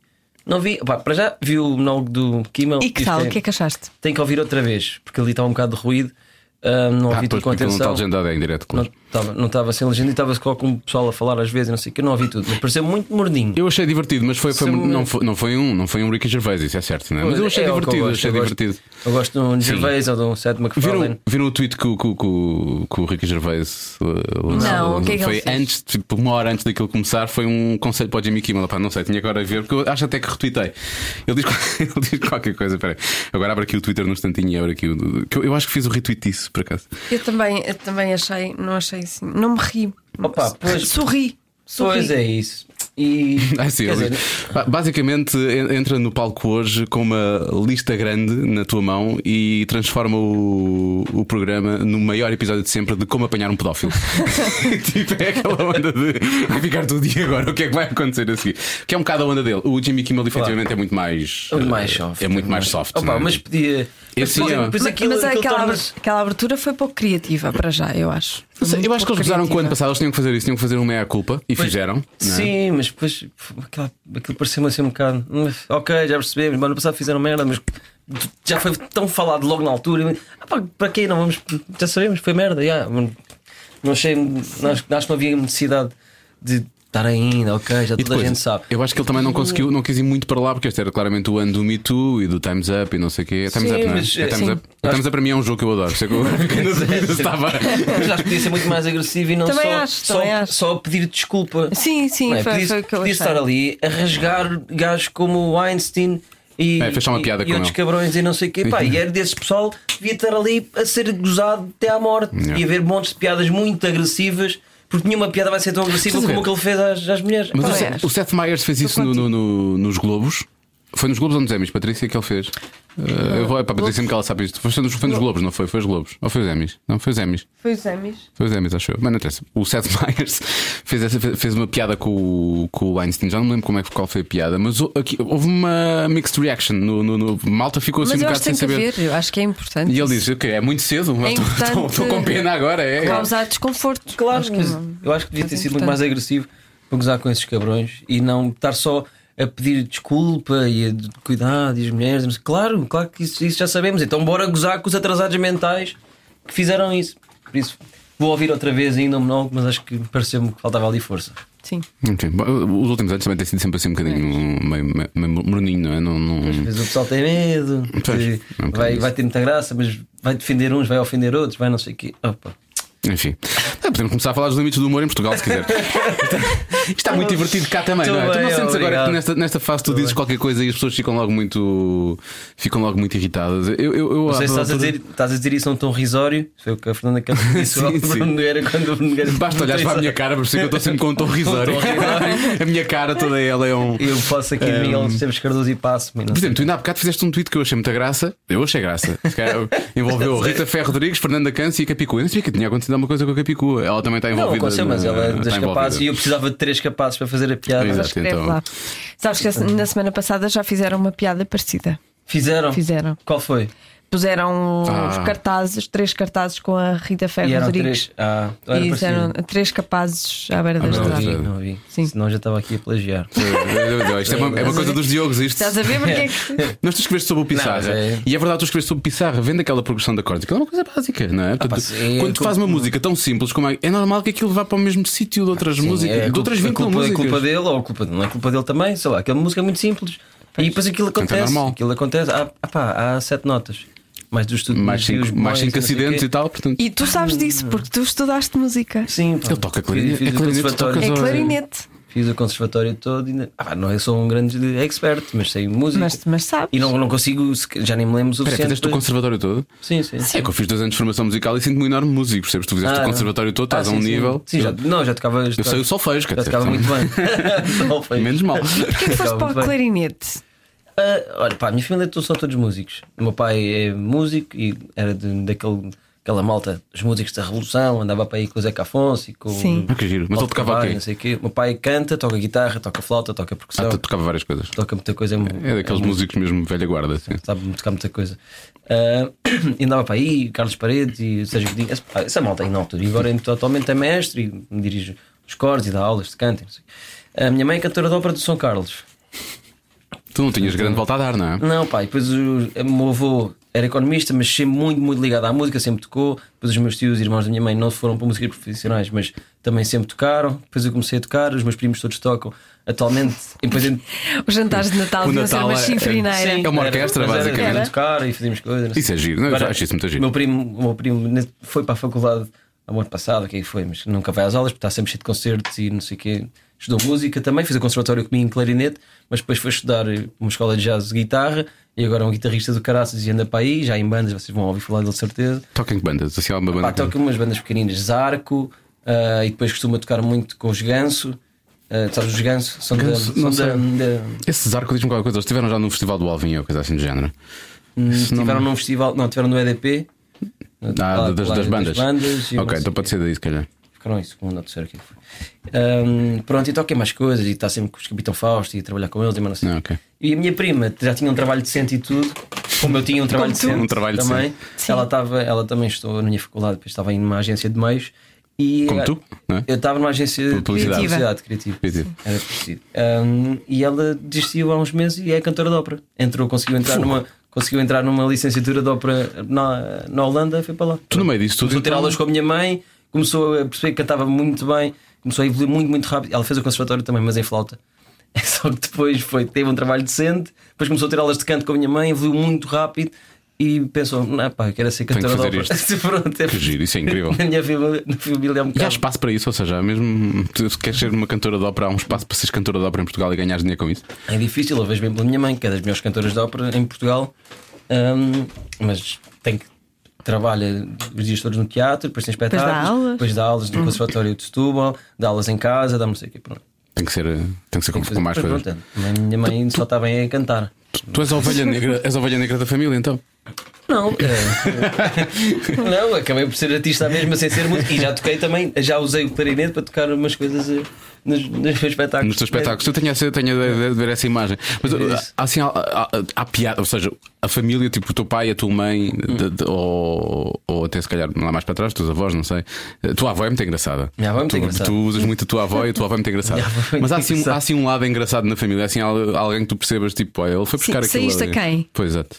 Não vi. Pá, para já vi o monólogo do Kimmel. E que Diz tal? O que é que achaste? Tem que ouvir outra vez, porque ali estava um bocado de ruído. ah, não ouvi tudo pois, com porque não está atenção. legendado é em direto, Não claro. estava não estava sem legenda e estava só com o pessoal a falar às vezes, e não sei o que, eu não ouvi tudo, mas pareceu muito morninho. Eu achei divertido, mas foi, foi- Sim. não, foi, não foi um, não foi um Ricky Gervais, isso é certo, não é? Mas eu achei é É o que divertido, gosto, achei eu gosto. divertido. Eu gosto de um Gervais ou de um Seth Viram, MacFarlane. viram o tweet que, o- que o- que o- que o Ricky Gervais uh, lançou? o que é que ele foi fez? antes, tipo, uma hora antes daquilo começar, foi um conselho para o Jimmy Kimmel. Pá, não sei, tinha agora a ver, porque eu acho até que retuitei. Ele diz, ele diz qualquer coisa, peraí. Agora abre aqui o Twitter num instantinho e abre aqui o. que eu, eu acho que fiz o retweet disso, por acaso. Eu também, eu também achei, não achei assim. Não me ri. Opa, pois- Sorri. Sorri. Pois é isso. E Ah, sim, quer ele- dizer, Ba- Basicamente, en- entra no palco hoje com uma lista grande na tua mão e transforma o, o programa no maior episódio de sempre de como apanhar um pedófilo. tipo, é aquela onda de vai ficar todo dia agora, o que é que vai acontecer a seguir? Que é um bocado a onda dele. O Jimmy Kimmel, efetivamente, é muito mais. é muito mais eh, soft. É muito mais soft. Opa, não é? mas podia. Esse pois- é- pois Mas, aquilo- mas aquilo aquela, torna-se- aquela abertura foi pouco criativa para já, eu acho. Não sei, muito eu acho que eles pouco gozaram com o ano criativa. passado, eles tinham que fazer isso, tinham que fazer um meia-culpa e Pois, fizeram. não é? Sim, mas depois pô, aquela, aquilo pareceu-me assim um bocado. "Hum, Ok, já percebemos, mas no passado fizeram merda, mas já foi tão falado logo na altura. e, "Ah, pá, para quê? Não vamos. Já sabemos, foi merda. já, hum, não achei. não acho, acho que não havia necessidade de estar ainda, ok, já E toda a depois, gente sabe. Eu acho que ele também não Uhum. conseguiu, não quis ir muito para lá, porque este era claramente o ano do Me Too e do Time's Up e não sei o quê. Time's Sim, Up, não é? mas, é Time's sim. Up. O Time's Up para mim é um jogo que eu adoro. Sei que eu fiquei na dúvida se estava. Mas acho que podia ser muito mais agressivo e não Também só, acho, só, também acho. só pedir desculpa. Sim, sim, Não é? foi, Podia- foi o que eu podia achei. estar ali a rasgar gajos como o Einstein e, É, fez só uma e- piada e com outros ele. cabrões e não sei o quê. Pá, e era desse pessoal que devia estar ali a ser gozado até à morte Yeah. e haver montes de piadas muito agressivas. Porque nenhuma piada vai ser tão agressiva Estás a como ver? que ele fez às, às mulheres. Mas Pá, o é. Seth, o Seth Meyers fez isso no- no- no- nos Globos. Foi nos Globos ou nos Emmys, Patrícia, que ele fez? Uh, eu vou, é para Patrícia, me que ela sabe isto. Foi, nos- foi nos Globos, não foi? Foi os Globos. Ou foi os Emmys? Não, foi os Emmys. Foi os é, Emmys. Foi os Emmys, acho eu. é, Mas não interessa. O Seth Meyers fez, essa- fez uma piada com, o- com o Einstein. Já não me lembro como é, que- qual foi a piada, mas o- aqui- houve uma mixed reaction. No, no- no- Malta ficou assim Mas um eu bocado acho que tem sem que saber. haver, eu acho que é importante. E ele isso. disse: Ok, é muito cedo, mas estou- importante- estou estou com pena agora. É, é. Causar desconforto. Claro, Acho que mas não. eu acho que devia ter Mas é sido muito mais agressivo para gozar com esses cabrões e não estar só a pedir desculpa e a de- cuidado e as mulheres. não sei- Claro, claro que isso, isso já sabemos. Então bora gozar com os atrasados mentais que fizeram isso. Por isso, vou ouvir outra vez ainda o monólogo, mas acho que pareceu-me que faltava ali força. Sim. Enfim, bom, os últimos anos também tem sido sempre assim um bocadinho meio, meio, meio morninho, não é? Não, Às não... vezes o pessoal tem medo, Pois, que é um bocado vai, isso. vai ter muita graça, mas vai defender uns, vai ofender outros, vai não sei o quê. Opa. Enfim, Ah, podemos começar a falar dos limites do humor em Portugal, se quiser. Isto está muito divertido cá também, Estou não é? tu não bem, sentes agora obrigado. que nesta, nesta fase tu dizes qualquer coisa e as pessoas ficam logo muito, ficam logo muito irritadas. Eu, eu, eu, Não sei se à estás a, altura- dizer, estás a dizer isso a um tom risório. Foi o que a Fernanda Campos disse ao Sim, sim. Bruno Nogueira quando o Bruno Nogueira Basta olhares para a minha cara para perceber que eu estou sempre com um tom risório. a minha cara toda ela é um. Eu faço aqui Miguel Esteves Cardoso e passo-me. Por exemplo, tu ainda há bocado fizeste um tweet que eu achei muita graça. Eu achei graça. Se calhar Envolveu Rita Ferro Rodrigues, Fernanda Câncio e a Capicua. Eu não sabia que tinha acontecido alguma coisa com a Capicua. Ela também está Não, envolvida. aconteceu, mas ela é está das envolvida. capazes e eu precisava de três capazes para fazer a piada. Exato, Escreve então. lá. Sabes que Então. na semana passada já fizeram uma piada parecida. Fizeram? Fizeram. Qual foi? Puseram Ah. os cartazes, três cartazes com a Rita E Ferro eram Rodrigues. três. Ah, É, E era fizeram parecido. três capazes à beira da beira da Não estrada. vi, estrada. não vi. Sim. Senão já estava aqui a plagiar. Isto é uma, é uma coisa dos Diogos, isto. Estás a ver porque é que. Nós tu escreveste sobre o Pissarra. Não, mas é- E é verdade, tu escreveste sobre o Pissarra, vendo aquela progressão de acordes, aquilo é uma coisa básica, não é? Portanto, sim, é quando tu culpa- fazes uma música tão simples como é, é normal que aquilo vá para o mesmo sítio de outras músicas, É de outras culpa, 20 é culpa, é músicas. culpa dele ou culpa, não é culpa dele também, sei lá, aquela música é muito simples. E depois aquilo Portanto, é acontece. normal. aquilo acontece. Há, ah, pá, há sete notas. Mais dos estudos. Mais e os cinco, mais boys, cinco não sei o acidentes quê. e tal, portanto. E tu sabes disso porque tu estudaste música. Sim, pá. Ele toca Fiz- clarinete, fiz é o clarinete, conservatório. tocas É Mas, clarinete. Fiz o conservatório todo e ainda- ah, não eu sou um grande expert, mas sei música. Mas, mas sabes. E não, não consigo, se- já nem me lembro o Espera, suficiente. fizeste o para- conservatório todo? Sim, sim. É que eu fiz dois anos de formação musical e sinto-me um enorme músico, percebes? Tu fizeste Ah, o conservatório todo, estás ah, a um sim, sim. nível. Sim, já, eu, não, já tocava. eu sei o solfejo, quer Já dizer, tocava muito bem. Solfejo. menos mal. Porquê que foste para Tocava o muito bem. clarinete? Ah, olha, pá, a minha família to- são todos músicos. O meu pai é músico e era de, daquele, aquela malta, os músicos da Revolução, andava para aí com o Zeca Afonso e com Sim. Ah, que giro. Mas Paulo ele tocava Carvalho, aqui. Não sei o quê. O meu pai canta, toca guitarra, toca flauta, toca Ah, percussão, tu tocava várias coisas. toca muita coisa. É daqueles músicos mesmo velha guarda. Assim. sabe tocar muita coisa. Ah, e andava para aí, Carlos Paredes e Sérgio Godinho, essa, pá, essa malta aí na altura. E agora ainda totalmente é mestre e me dirige os cores e dá aulas de canto. e não sei o quê. A minha mãe é cantora de ópera de São Carlos. Tu não Uhum. tinhas grande volta a dar, não é? Não, pá, e depois o, o meu avô era economista, mas sempre muito, muito ligado à música, sempre tocou. Depois os meus tios e irmãos da minha mãe não foram para músicas profissionais, mas também sempre tocaram. Depois eu comecei a tocar, os meus primos todos tocam. Atualmente, e depois en- Os jantares de Natal O deviam ser Natal uma é- chinfrineira. É uma era- orquestra, mas era- basicamente. era tocar e fazíamos coisas. não Isso sei. é giro. Não, eu Agora, acho isso muito o giro. Meu primo, o meu primo ne- foi para a faculdade há ano passado, que aí foi, mas nunca vai às aulas, porque está sempre cheio de concertos e não sei o quê. Estudou música também, fez o conservatório comigo em clarinete, mas depois foi estudar eh, uma escola de jazz de guitarra e agora é um guitarrista do Caraças e anda para aí, já em bandas, vocês vão ouvir falar dele de certeza. Toquem que bandas, assim há uma Pá, banda. toca umas bandas pequeninas, Zarco, ah, e depois costuma tocar muito com os Ganso. Ah, sabes, os Ganso são da- Ganso, são não da. da- Esse Zarco diz-me qualquer coisa. Eles estiveram já no Festival do Alvin ou coisa assim do género. Esse nome- Tiveram num festival, não, tiveram no EDP. Ah, Lá- das, lá das bandas. e não ok, sei então o pode quê. ser daí, se calhar. Ficaram em segundo ou terceiro, o que é que foi. Ahm, pronto, e toquei mais coisas, e está sempre com os Capitão Fausto e a trabalhar com eles, e mais não sei. Ah, ok. E a minha prima já tinha um trabalho decente e tudo, como eu tinha um trabalho tu. decente Um trabalho também. decente. Ela, estava, ela também estou na minha faculdade, depois estava em uma agência de meios. E Como tu, não é? Eu estava numa agência de Publicidade. publicidade criativa. Criativa. Era preciso. Ahm, e ela desistiu há uns meses e é cantora de ópera. Entrou, conseguiu entrar, numa, conseguiu entrar numa licenciatura de ópera na, na Holanda foi para lá. Tu no meio disso tudo. Começou a ter então, aulas com a minha mãe, começou a perceber que cantava muito bem, começou a evoluir muito, muito rápido. Ela fez o conservatório também, mas em flauta. Só que depois foi, teve um trabalho decente, depois começou a ter aulas de canto com a minha mãe, evoluiu muito rápido e pensou: não, pá, eu quero ser que cantora de fazer ópera. Pronto, é- Que giro, isso é incrível. Na minha família, na família é um E há bocado. espaço para isso, ou seja, mesmo tu- se queres ser uma cantora de ópera, há um espaço para seres cantora de ópera em Portugal e ganhares dinheiro com isso. É difícil, eu vejo bem pela minha mãe, que é das melhores cantoras de ópera em Portugal, Ahm, mas tem que. Trabalha os dias todos no teatro, depois tem dá espetáculos, aulas. Uhum. depois dá aulas no Conservatório de Setúbal, dá aulas em casa, dá não sei o quê. Pronto. Tem que ser, tem que ser com, com mais Pois, coisas. pronto, a minha mãe só está bem a cantar. Tu és a ovelha negra, és a ovelha negra da família, então. Não, é- não, acabei por ser artista mesmo sem ser músico. E já toquei também, já usei o clarinete para tocar umas coisas eh, nos, nos meus espetáculos. Nos teus espetáculos, eu tenho, essa, tenho a ideia de ver essa imagem. Mas É. Isso. há, assim, há, há- há piada, ou seja, a família, tipo o teu pai, a tua mãe, Hum. de- de- ou, ou até se calhar lá mais para trás, os teus avós, não sei. A tua avó é muito engraçada. Minha avó é muito tu, engraçada. tu usas muito a tua avó e a tua avó é muito engraçada. Minha avó é muito Mas há assim, engraçada. há assim um lado engraçado na família, há assim al- alguém que tu percebas, tipo, olha, ele foi Sim, buscar aquilo. é saíste ali. a quem? Pois é. exato.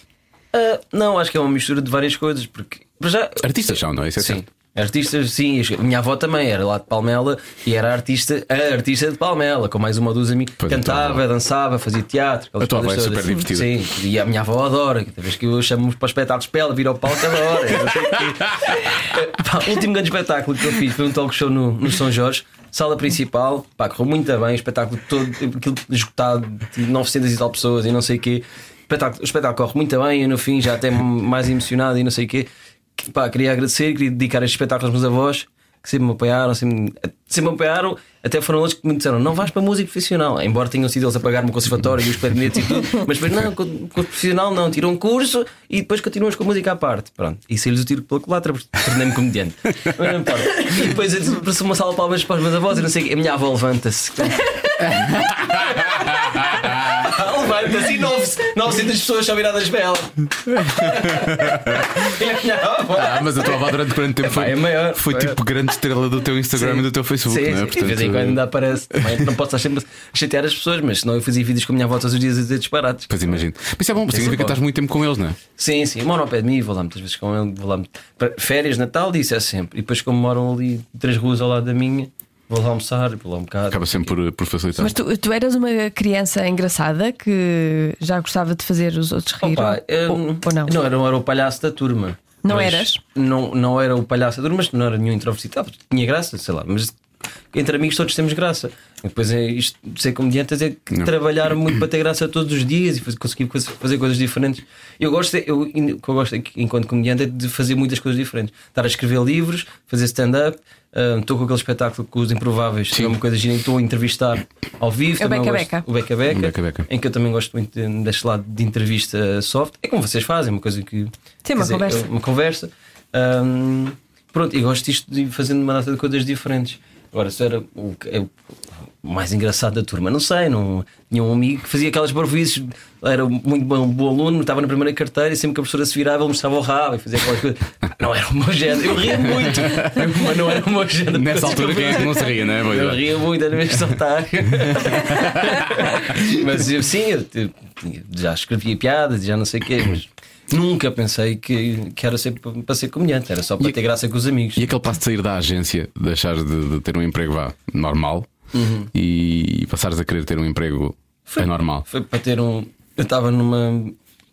Ah, não, acho que é uma mistura de várias coisas, porque para já. Artistas são, não é? Isso é Sim. certo. Artistas, sim, a minha avó também era lá de Palmela e era artista, a artista de Palmela, com mais uma dúzia de amigos. Pois, então. a tua Cantava, avó. dançava, fazia teatro. aquelas A tua avó coisas é todas. assim, super divertida. Sim, e a minha avó adora, cada vez que eu chamo para espetáculos para ela, vira ao palco, ela adora. eu não sei o quê. Pá, o último grande espetáculo que eu fiz foi um talk show no, no São Jorge, sala principal, pá, correu muito bem, o espetáculo todo aquilo esgotado de 900 e tal pessoas e não sei o quê. O espetáculo, o espetáculo corre muito bem e no fim já até mais emocionado e não sei o quê. Que, Pá, queria agradecer, queria dedicar este espetáculo aos meus avós. Que sempre me apoiaram, sempre, me- sempre me apoiaram, até foram eles que me disseram: não vais para a música profissional. Embora tenham sido eles a pagar-me o conservatório e os clarinetes e tudo, mas depois, não, com com o profissional não, tiram um curso e depois continuas com a música à parte. Pronto, e se lhes o tiro pela culatra, porque tornei-me comediante. Mas não importa. E depois eu trouxe uma sala de palmas para os meus avós e não sei o quê. A minha avó levanta-se. levanta-se e 900 pessoas são viradas para ela. E a minha avó. Ah, mas a tua avó durante grande tempo foi, Epá, é maior, foi maior. tipo grande estrela do teu Instagram Sim. e do teu Facebook, Sim, não é? sim. de vez em quando ainda aparece. Também não posso estar sempre a chatear as pessoas, mas senão eu fazia vídeos com a minha avó todos os dias a dizer disparates. Pois imagino. Mas isso é bom, significa que bom. estás muito tempo com eles, não é? Sim, sim. Moram ao pé de mim, vou lá muitas vezes com ele, vou lá. muito- para- Férias, Natal, isso é sempre. E depois, como moram ali três ruas ao lado da minha, vou lá almoçar, vou lá um bocado. Acaba sempre por, por facilitar. Mas tu, tu eras uma criança engraçada que já gostava de fazer os outros rir? Opa, eu- ou, ou não? Não era, não era o palhaço da turma. Não Mas eras? Não, não era o palhaço da turma, mas não era nenhum introvertido. Ah, tinha graça, sei lá, mas entre amigos todos temos graça. E Depois é isto de ser comediante é ter que Não. trabalhar muito para ter graça todos os dias e faz- conseguir coisa- fazer coisas diferentes. Eu gosto, é- eu, o que eu gosto é que, enquanto comediante é de fazer muitas coisas diferentes. Estar a escrever livros, fazer stand-up. ah, Estou com aquele espetáculo com os improváveis, que é uma coisa gira em que estou a entrevistar ao vivo. É o também Beca gosto- Beca. O Beca Beca, O Beca Beca. em que eu também gosto muito de- deste lado de entrevista soft. É como vocês fazem, uma coisa que. quer uma conversa. é Uma conversa. Ahm, pronto, e gosto disto de ir fazendo uma data de coisas diferentes. Agora, se era o, que- é o mais engraçado da turma, não sei. Não, tinha um amigo que fazia aquelas barbices, era muito bom, um bom aluno, estava na primeira carteira e sempre que a professora se virava, ele mostrava o rabo e fazia aquelas coisas. Não era o meu género, eu ria muito, mas não era o meu género. Nessa altura, quem é que não se ria, não é? Pois Eu é. ria muito, era mesmo saltar. mas eu, sim, eu, eu já escrevia piadas e já não sei o quê, mas nunca pensei que, que era sempre para- para ser comediante, era só para ter graça com os amigos. E aquele passo de sair da agência, deixares de, de ter um emprego vá, normal e, passares a querer ter um emprego é anormal. Uhum. Foi para ter um. Eu estava numa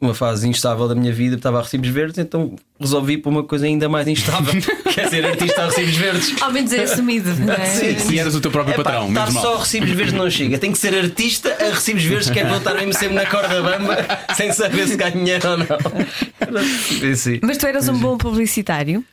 uma fase instável da minha vida, estava a recibos verdes, então resolvi ir para uma coisa ainda mais instável, quer ser artista a recibos verdes. Ao menos é assumido. não é? Sim. E eras o teu próprio Epá, patrão, estar menos mal. só a recibos verdes não chega. Tem que ser artista a recibos verdes, que é para eu estar mesmo sempre na corda bamba, sem saber se ganho dinheiro ou não. Sim, sim. Mas tu eras um bom publicitário?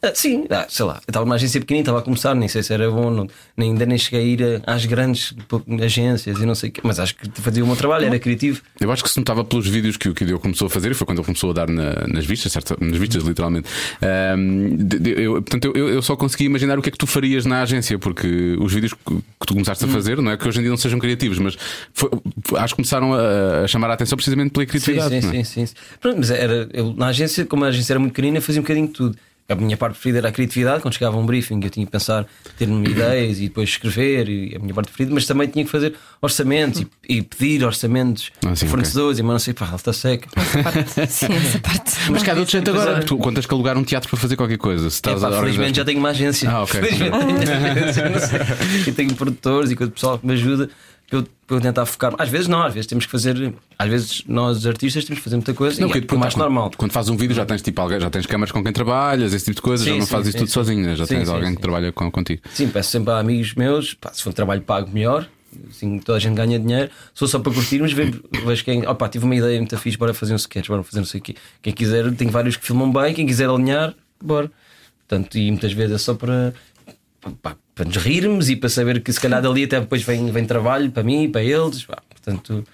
Ah, Sim, ah, sei lá, eu estava numa agência pequenina, estava a começar, nem sei se era bom, não, nem, ainda nem cheguei a ir a- às grandes pu- agências e não sei o quê, mas acho que fazia o meu trabalho, era criativo. Eu acho que se notava pelos vídeos que o que o Diogo começou a fazer, e foi quando ele começou a dar na- nas vistas, certo? Nas vistas, literalmente. Ahm, de- de- eu- portanto, eu, eu só conseguia imaginar o que é que tu farias na agência, porque os vídeos que que tu começaste Uhum. a fazer, não é que hoje em dia não sejam criativos, mas foi- acho que começaram a, a chamar a atenção precisamente pela Sim, criatividade. sim, não é? sim, sim. sim. Pronto, mas era, eu, na agência, como a agência era muito pequenina, eu fazia um bocadinho de tudo. A minha parte preferida era a criatividade, quando chegava um briefing eu tinha que pensar, ter-me ideias e depois escrever, e a minha parte preferida, mas também tinha que fazer orçamentos e, e pedir orçamentos Ah, a sim, ok. fornecedores, e mas não sei, pá, ele está seco. Sim, essa parte. Mas cá de outro jeito agora, Pois é. tu, quando tens que alugar um teatro para fazer qualquer coisa, se estás a Epá, organizar- felizmente já tenho uma agência. Ah, ok. Felizmente tenho uma agência, não sei. E tenho produtores e coisa pessoal que me ajuda para eu, para eu tentar focar. Às vezes não, às vezes temos que fazer. Às vezes nós artistas temos que fazer muita coisa. Não, e que é depois mais quando, normal. Quando fazes um vídeo já tens tipo alguém, já tens câmaras com quem trabalhas, esse tipo de coisas, Sim, já não sim, fazes isso sim, tudo sim. sozinho, né? já Sim, tens sim, alguém sim. que trabalha com, contigo. Sim, peço sempre a amigos meus, pá, se for trabalho pago melhor, assim toda a gente ganha dinheiro, sou só para curtir, mas vejo, vejo quem, opá, tive uma ideia muito fixe, bora fazer um sketch, bora fazer não sei o quê. Quem quiser, tem vários que filmam bem, quem quiser alinhar, bora. Portanto, e muitas vezes é só para, pá, para nos rirmos e para saber que se calhar dali até depois vem, vem trabalho para mim, para eles, pá. portanto,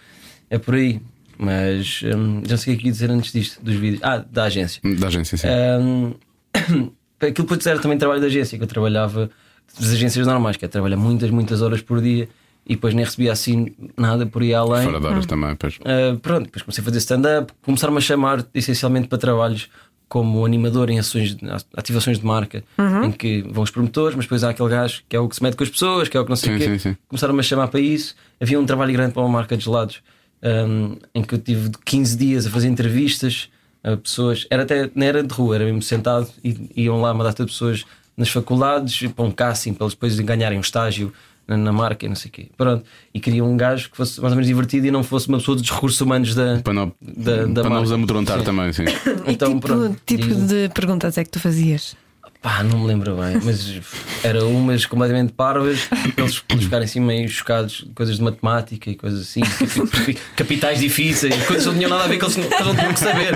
é por aí. Mas hum, já sei o que ia dizer antes disto, dos vídeos. Ah, da agência. Da agência, É. sim. Ahm, aquilo que eu era também trabalho da agência, que eu trabalhava das agências normais, que é trabalhar muitas, muitas horas por dia e depois nem recebia assim nada por aí além. Fora de horas também, pois. Ah, pronto, depois comecei a fazer stand-up, começaram-me a chamar essencialmente para trabalhos como animador em ações, de- ativações de marca, em que vão os promotores, mas depois há aquele gajo que é o que se mete com as pessoas, que é o que não sei o Sim, quê. sim, sim. Começaram-me a chamar para isso. Havia um trabalho grande para uma marca de gelados, hum, em que eu tive 15 dias a fazer entrevistas a pessoas. Era até, não era de rua, era mesmo sentado e iam lá uma data de pessoas nas faculdades para um casting, para eles depois ganharem um estágio na, na marca e não sei o quê. Pronto. E queria um gajo que fosse mais ou menos divertido e não fosse uma pessoa dos recursos humanos da. Para não, da, da para não os marca. amedrontar Sim. também, sim. Então, e pronto, tipo, tipo de diz-me. perguntas é que tu fazias? Pá, não me lembro bem, mas era umas completamente parvas, eles, eles ficarem assim meio chocados, coisas de matemática e coisas assim, capi- capitais difíceis, coisas que não tinham nada a ver que eles não, que eles não tinham que saber.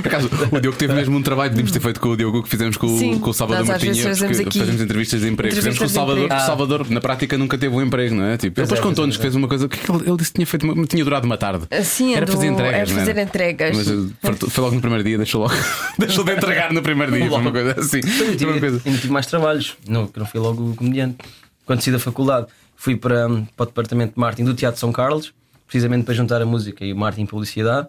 Por acaso, o Diogo teve mesmo um trabalho, devíamos ter feito com o Diogo, que fizemos com, o- Sim, com o Salvador nós às Martinha. vezes fazemos porque aqui fazemos entrevistas de emprego. fizemos com o entrevistas de emprego. Salvador, porque o Salvador, na prática, nunca teve um emprego, não é? Tipo, ele depois é, contou-nos pois é, que fez uma coisa. O que é que ele, ele disse que tinha feito? Uma, tinha durado uma tarde. Assim, era do- fazer entregas. era não fazer entregas. Mas eh, fartou- foi logo no primeiro dia, deixou logo. deixou de entregar no primeiro dia. Foi uma coisa assim. Foi Eu uma tive, coisa. ainda tive mais trabalhos, não, que não fui logo comediante. Quando saí da faculdade, fui para, hum, para o departamento de marketing do Teatro São Carlos, precisamente para juntar a música e o marketing e publicidade.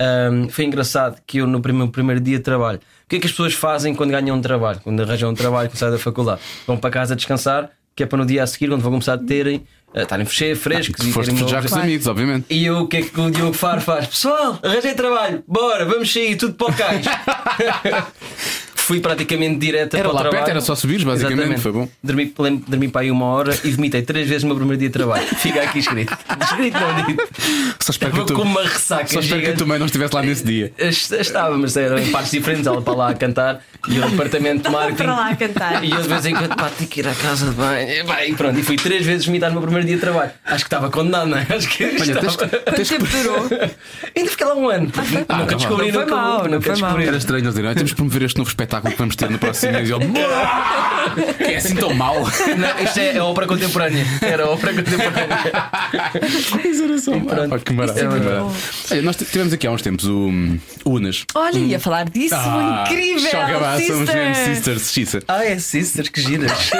Hum, foi engraçado que eu, no primeiro, primeiro dia de trabalho, o que é que as pessoas fazem quando ganham um trabalho, quando arranjam um trabalho, quando saem da faculdade? Vão para casa descansar, que é para no dia a seguir, quando vão começar a terem, a estarem frescos, frescos Se e foste terem uma festejar com os objeção. amigos, obviamente. E eu, o que é que o Diogo Faro faz? Pessoal, arranjei trabalho, bora, vamos sair, tudo para o cais. Fui praticamente direto Era para o lá perto, trabalho. era só subires, basicamente, Exatamente. foi bom. Dormi, lem- dormi para aí uma hora e vomitei três vezes no meu primeiro dia de trabalho. Fica aqui escrito. Escrito, não dito. Só espero que Estava tu- com uma ressaca. Só espero que a gigante. tua mãe não estivesse lá nesse dia. Est- Estava, mas eram em partes diferentes, ela para lá a cantar e eu no departamento de marketing. Para lá a cantar. E eu de vez em quando, pá, tenho que ir à casa de banho. E, pá, e pronto, e fui três vezes vomitar no meu primeiro dia de trabalho. Acho que estava condenado, não é? Acho que estava... Quanto tens- tempo durou? Ainda fiquei lá um ano. Ah, nunca não, descobri, não foi nunca, mal, nunca não foi mal. descobri. Era estranho eles dizerem, "Ah, temos de promover este novo espetáculo que vamos ter no próximo mês. E ele, "Buah, que é assim tão mal. Não, isto é, é ópera contemporânea. Era ópera contemporânea. E pronto. que maravilha. que Isso é muito maravilha. Olha, nós t- tivemos aqui há uns tempos o hum, Unas. Olha, ia falar disso, Ah, incrível! Choca abaixo, somos sister. mesmo sisters, xisa. Ah, é sisters, que giras.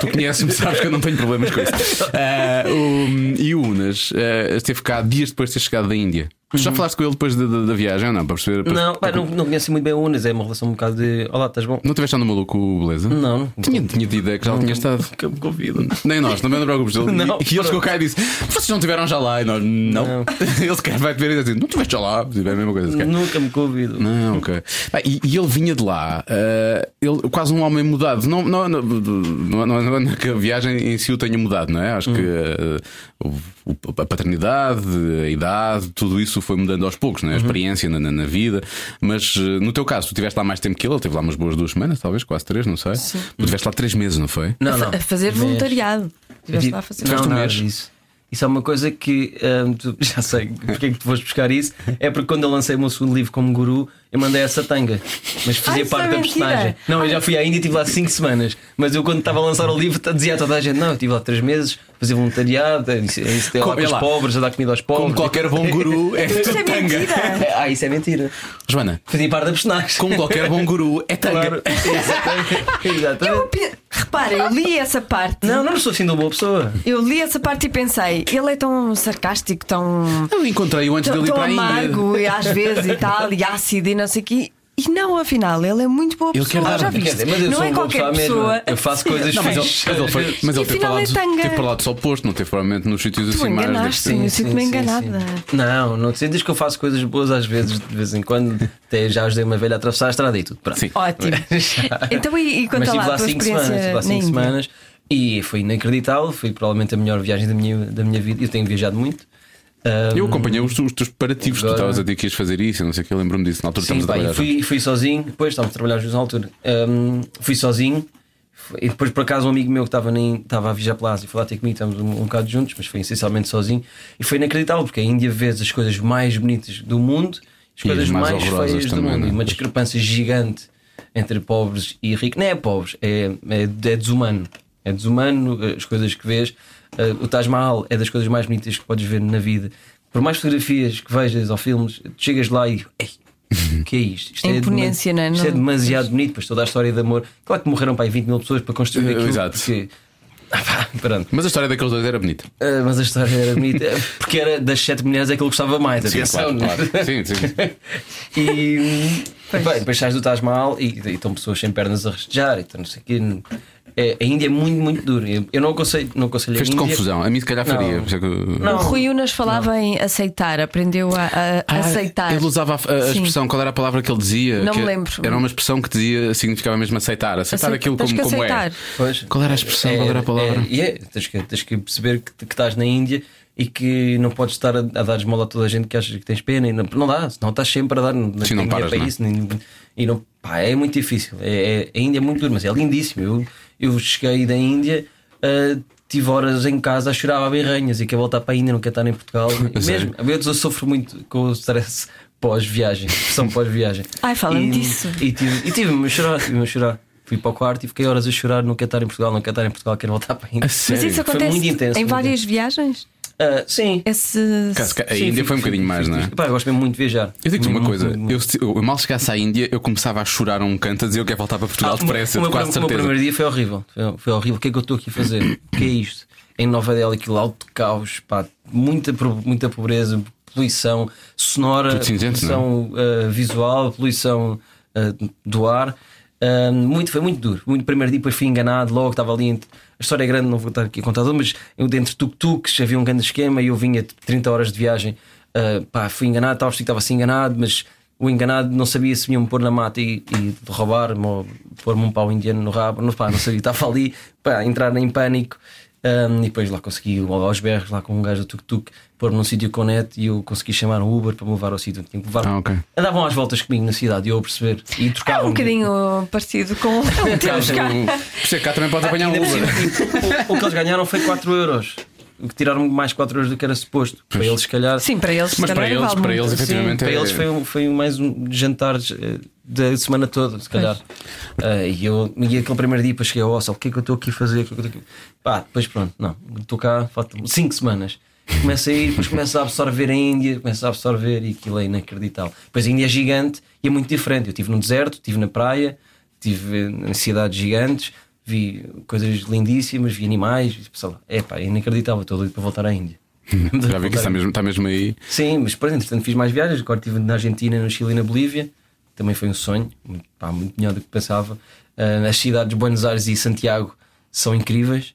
Tu conheces-me, sabes que eu não tenho problemas com isso. Ah, o- e o Unas ah, esteve cá dias depois de ter chegado da Índia. Tu já falaste com ele depois da, da- da viagem ou Uhum. não? Para perceber. para- Não, pá, não, não conheço muito bem a Unas, é uma relação um bocado de. Olá, estás bom? Não tiveste no maluco, beleza? Não, não. Tinha, tinha de ideia que já lá tinha estado. Nunca me convido. Nem nós, não me preocupes. Ele, Não, e, e ele pronto. chegou cá e disse: Vocês não tiveram já lá? E nós, não. Ele sequer vai te ver e diz assim: Não tiveste já lá? É a mesma coisa. sequer. Nunca me convido. Não, ok. Bem, e, e ele vinha de lá, eh, ele, quase um homem mudado. Não, não, não, não, não- não é que a viagem em si o tenha mudado, não é? Acho que eh, o- o- a paternidade, a idade, tudo isso foi mudando aos poucos, não é? A experiência na, na- na vida. Mas eh, no teu caso, tu estiveste lá mais tempo que ele, ele teve lá umas boas duas semanas, talvez, quase três, não sei. Sim. Tu estiveste lá três meses, não foi? Não, não. A fazer Mas- voluntariado. Estiveste lá a fazer Não, nada um mês. disso. Isso é uma coisa que hum, tu- já sei porque é que tu foste buscar isso. É porque quando eu lancei o meu segundo livro como guru, eu mandei essa tanga, mas fazia Ai, isso parte é da mentira. personagem. Não, eu já fui à Índia e estive lá 5 semanas. Mas eu, quando estava a lançar o livro, dizia a toda a gente: Não, eu estive lá 3 meses, fazia voluntariado, a ensinar Como- lá com é os lá. pobres, a dar comida aos pobres. Como qualquer bom guru, é tudo tanga. É, Ah, isso é mentira. Joana, Fazia parte da personagem. como qualquer bom guru, é tanga. Claro. Exatamente. Eu pe- Repara, eu li essa parte. Não, não sou assim de uma boa pessoa. Eu li essa parte e pensei, ele é tão sarcástico, tão. Eu encontrei-o antes tão, dele ir tão para a Índia. amargo e às vezes e tal, e ácido e não sei o quê. E não, afinal, ele é muito boa Ele pessoa. quer dar- Ah, já Quer viste? um- dizer, mas eu não sou é uma boa qualquer pessoa mesmo. pessoa. Eu faço coisas Não, mas- fixas. Mas ele foi, mas E ele teve para, afinal lá é dos, tanga. teve para lá do seu posto, não teve provavelmente nos sítios Tu assim mais. enganaste, eu sinto-me enganada. sim. Não, não sei. Diz que eu faço coisas boas às vezes, de vez em quando. Até já ajudei uma velha a atravessar a estrada e tudo. Pronto. tipo. Sim. Ótimo. Então, e, e Mas conta estive lá a lá tua 5 semanas, experiência estive lá na cinco Índia. semanas e foi inacreditável. Foi provavelmente a melhor viagem da minha, da minha vida. Eu tenho viajado muito. Ahm, Eu acompanhei os, os teus preparativos, tu Agora- estavas a dizer que ias fazer isso, eu não sei o que, eu lembro-me disso, na altura Sim, estamos a pá, trabalhar. e fui, fui sozinho, depois estávamos a trabalhar juntos na altura. Hum, fui sozinho, foi- e depois por acaso um amigo meu que estava, nem, estava a viajar pela Ásia foi lá ter comigo, estávamos um, um bocado juntos, mas foi essencialmente sozinho. E foi inacreditável, porque é a Índia vês as coisas mais bonitas do mundo, as E as coisas mais mais, horrorosas feias do também, mundo, não é? e uma discrepância gigante entre pobres e ricos. Não é pobres, é, é, é desumano. É desumano eh, as coisas que vês. Eh, o Taj Mahal é das coisas mais bonitas que podes ver na vida. Por mais fotografias que vejas ou filmes, tu chegas lá e. Ei, o que é isto? Isto, A é, imponência, deman- não é? isto é Não- demasiado bonito, pois toda a história de amor. Claro que morreram para aí 20 mil pessoas para construir Eh, aquilo. exato. porque- Ah, pá, pronto. Mas a história daqueles dois era bonita. Eh, mas a história era bonita porque era das sete mulheres é que ele gostava mais. claro, atenção, não é? claro. Sim, sim. E bem, depois sais do Taj Mahal e, e estão pessoas sem pernas a rastejar e então não sei o quê. É, a Índia é muito, muito dura. Eu eu não aconselho, não aconselho a Fez-te Índia. confusão, a mim se calhar faria. Não. por isso é que eu- Não. O Rui Unas falava em aceitar, aprendeu a, a- a Ah, aceitar. Ele usava a, a Sim. expressão, qual era a palavra que ele dizia? Não Que me lembro. Era uma expressão que dizia, significava mesmo aceitar, aceitar Aceita- aquilo tens como, que como é. aceitar. Pois. Qual era a expressão, qual era a palavra? é- e é, tens, que, tens que perceber que, que estás na Índia e que não podes estar a, a dar esmola a toda a gente que achas que tens pena. E não, não dá, senão estás sempre a dar. Não, Sim, não tem dinheiro paras, para não é? isso. nem- e não, pá, é muito difícil. É, é, a Índia é muito duro, mas é lindíssimo. Eu, eu cheguei da Índia. ah, Tive horas em casa a chorar a berranhas e quer voltar para a Índia, não quer estar em Portugal. Mesmo, eu sofro muito com o stress pós-viagem, pressão pós-viagem. Ai, fala-me E- disso. e tive- e tive-me a chorar, tive-me a chorar. Fui para o quarto e fiquei horas a chorar, não quero estar em Portugal, não quero estar em Portugal, quero voltar para a Índia. A sério? Mas isso é- Foi acontece muito intenso, em muito várias viagens? Ah, sim. Esse. é Caso que A Sim, Índia fui- foi um fui- bocadinho mais, fui- não é? fui- Pá, eu gosto mesmo muito de viajar. Eu digo-te uma Muito, coisa, muito, muito. eu, se- eu mal chegasse à Índia, eu começava a chorar a um canto a dizer eu quero voltar para Portugal Ah, depressa, o meu, de quase o meu certeza. primeiro dia foi horrível. Foi, foi horrível. O que é que eu estou aqui a fazer? O que é isto? Em Nova Delhi, aquilo alto de caos, pá, muita, pro- muita pobreza, poluição sonora, Tudo cinzento, é? poluição ah, visual, poluição ah, do ar. Ah, muito, foi muito duro. Muito primeiro dia, depois fui enganado, logo estava ali. entre- A história é grande, não vou estar aqui a contar tudo, mas eu dentro de tuk-tuks havia um grande esquema e eu vinha de 30 horas de viagem. Ah, pá, fui enganado, estava, estava assim enganado, mas o enganado não sabia se me iam pôr na mata e, e roubar-me ou pôr-me um pau indiano no rabo, não, pá, não sabia, estava ali para entrar em pânico. Ahm, e depois lá consegui logo aos berros, lá com um gajo do tuk-tuk, pôr-me num sítio com net e eu consegui chamar um Uber para me levar ao sítio. onde tinha que levar. Ah, ok. Andavam às voltas comigo na cidade e eu a perceber. E É trocavam um bocadinho parecido com o teu cá. Então, por isso é que cá também podes apanhar um Ainda por Uber. cima, tipo, o, o que eles ganharam foi 4 euros. O que tiraram mais 4 euros do que era suposto. Para eles, se calhar. Sim, para eles Mas para também eles, vale para muito. eles, efetivamente Para é. eles foi, um- foi mais um jantar eh, da semana toda, se calhar. Ah, e, eu, e aquele primeiro dia, depois cheguei ao hostel, o que é que eu estou aqui a fazer? O que é que eu estou aqui... Pá, depois pronto, não, estou cá, faltam 5 semanas. Começo a ir, depois começo a absorver a Índia, começo a absorver e aquilo é inacreditável. Pois a Índia é gigante e é muito diferente. Eu estive no deserto, estive na praia, estive em cidades gigantes, vi coisas lindíssimas, vi animais, e, pessoal, é pá, é inacreditável, estou doido para voltar à Índia. Já vi que isso é está mesmo, está mesmo aí. Sim, mas por exemplo, entretanto, fiz mais viagens. Agora estive na Argentina, no Chile e na Bolívia. Também foi um sonho, muito, pá, muito melhor do que pensava. Ah, as cidades de Buenos Aires e Santiago são incríveis.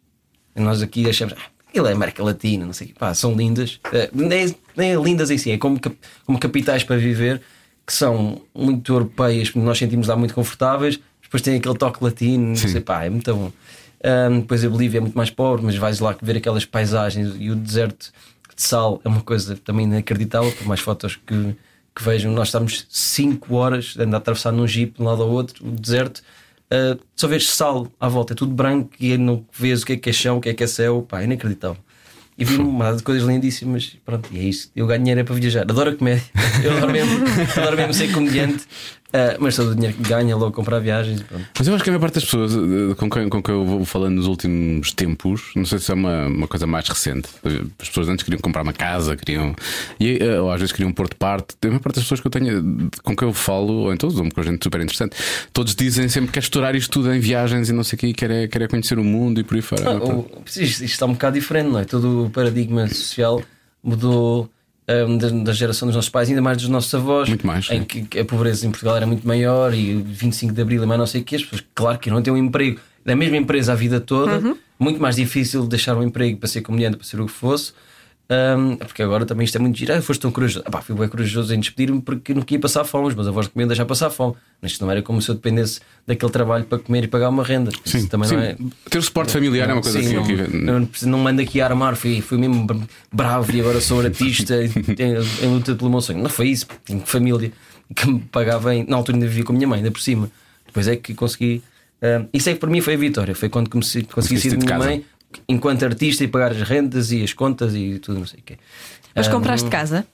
E nós aqui achamos, ah, aquilo é América Latina, não sei o quê. Pá, são lindas. Ah, nem, nem é lindas em si, é como, cap- como capitais para viver, que são muito europeias, nós sentimos lá muito confortáveis. Depois tem aquele toque latino, não sei, pá, é muito bom. Ah, depois a Bolívia é muito mais pobre, mas vais lá ver aquelas paisagens e o deserto de sal é uma coisa também inacreditável, por mais fotos que, que vejam, nós estamos 5 horas a andar a atravessar num jeep de um lado ao outro, o deserto, ah, só vês sal à volta, é tudo branco e não vês o que é que é chão, o que é que é céu, pá, é inacreditável. E vi uma data de coisas lindíssimas, pronto, e é isso. Eu ganho dinheiro é para viajar, adoro a comédia, eu adoro mesmo, adoro mesmo ser comediante, ah, mas todo o dinheiro que ganha logo comprar viagens, pronto. Mas eu acho que a maior parte das pessoas eh, com quem, com quem eu vou falando nos últimos tempos, não sei se é uma, uma coisa mais recente. As pessoas antes queriam comprar uma casa, queriam. E, eh, ou às vezes queriam pôr de parte. A maior parte das pessoas que eu tenho, eh, com quem eu falo, ou em todos, uma coisa gente super interessante, todos dizem sempre que quer estourar isto tudo em viagens e não sei o quê, quer, é- quer é conhecer o mundo e por aí fora. Ah, o- isto, isto está um bocado diferente, não é? Todo o paradigma social mudou. eh, hum, da, da geração dos nossos pais, ainda mais dos nossos avós, Muito mais, em sim. que a pobreza em Portugal era muito maior e 25 de Abril e mais não sei o que, as pessoas, claro que não têm um emprego da mesma empresa a vida toda, muito mais difícil deixar um emprego para ser comediante, para ser o que fosse. hum, porque agora também isto é muito giro. Ah, foste tão corajoso. Ah, pá, fui bem corajoso em despedir-me porque não queria passar fome. Os meus avós comiam deixar passar fome. Mas isto não era como se eu dependesse daquele trabalho para comer e pagar uma renda. Sim, Isso também sim. não é. Ter suporte familiar é uma coisa Sim, assim. não, que- não, não manda aqui a armar, fui, fui mesmo br- bravo e agora sou artista em, em luta pelo meu sonho. Não foi isso, porque tinha família que me pagava. em- na altura ainda vivia com a minha mãe, ainda por cima. Depois é que consegui. ah, isso é que para mim foi a vitória. Foi quando comecei, consegui Conseguiste ser de ir de minha casa. mãe enquanto artista e pagar as rendas e as contas e tudo, não sei o quê. Mas eh, Ah, compraste casa?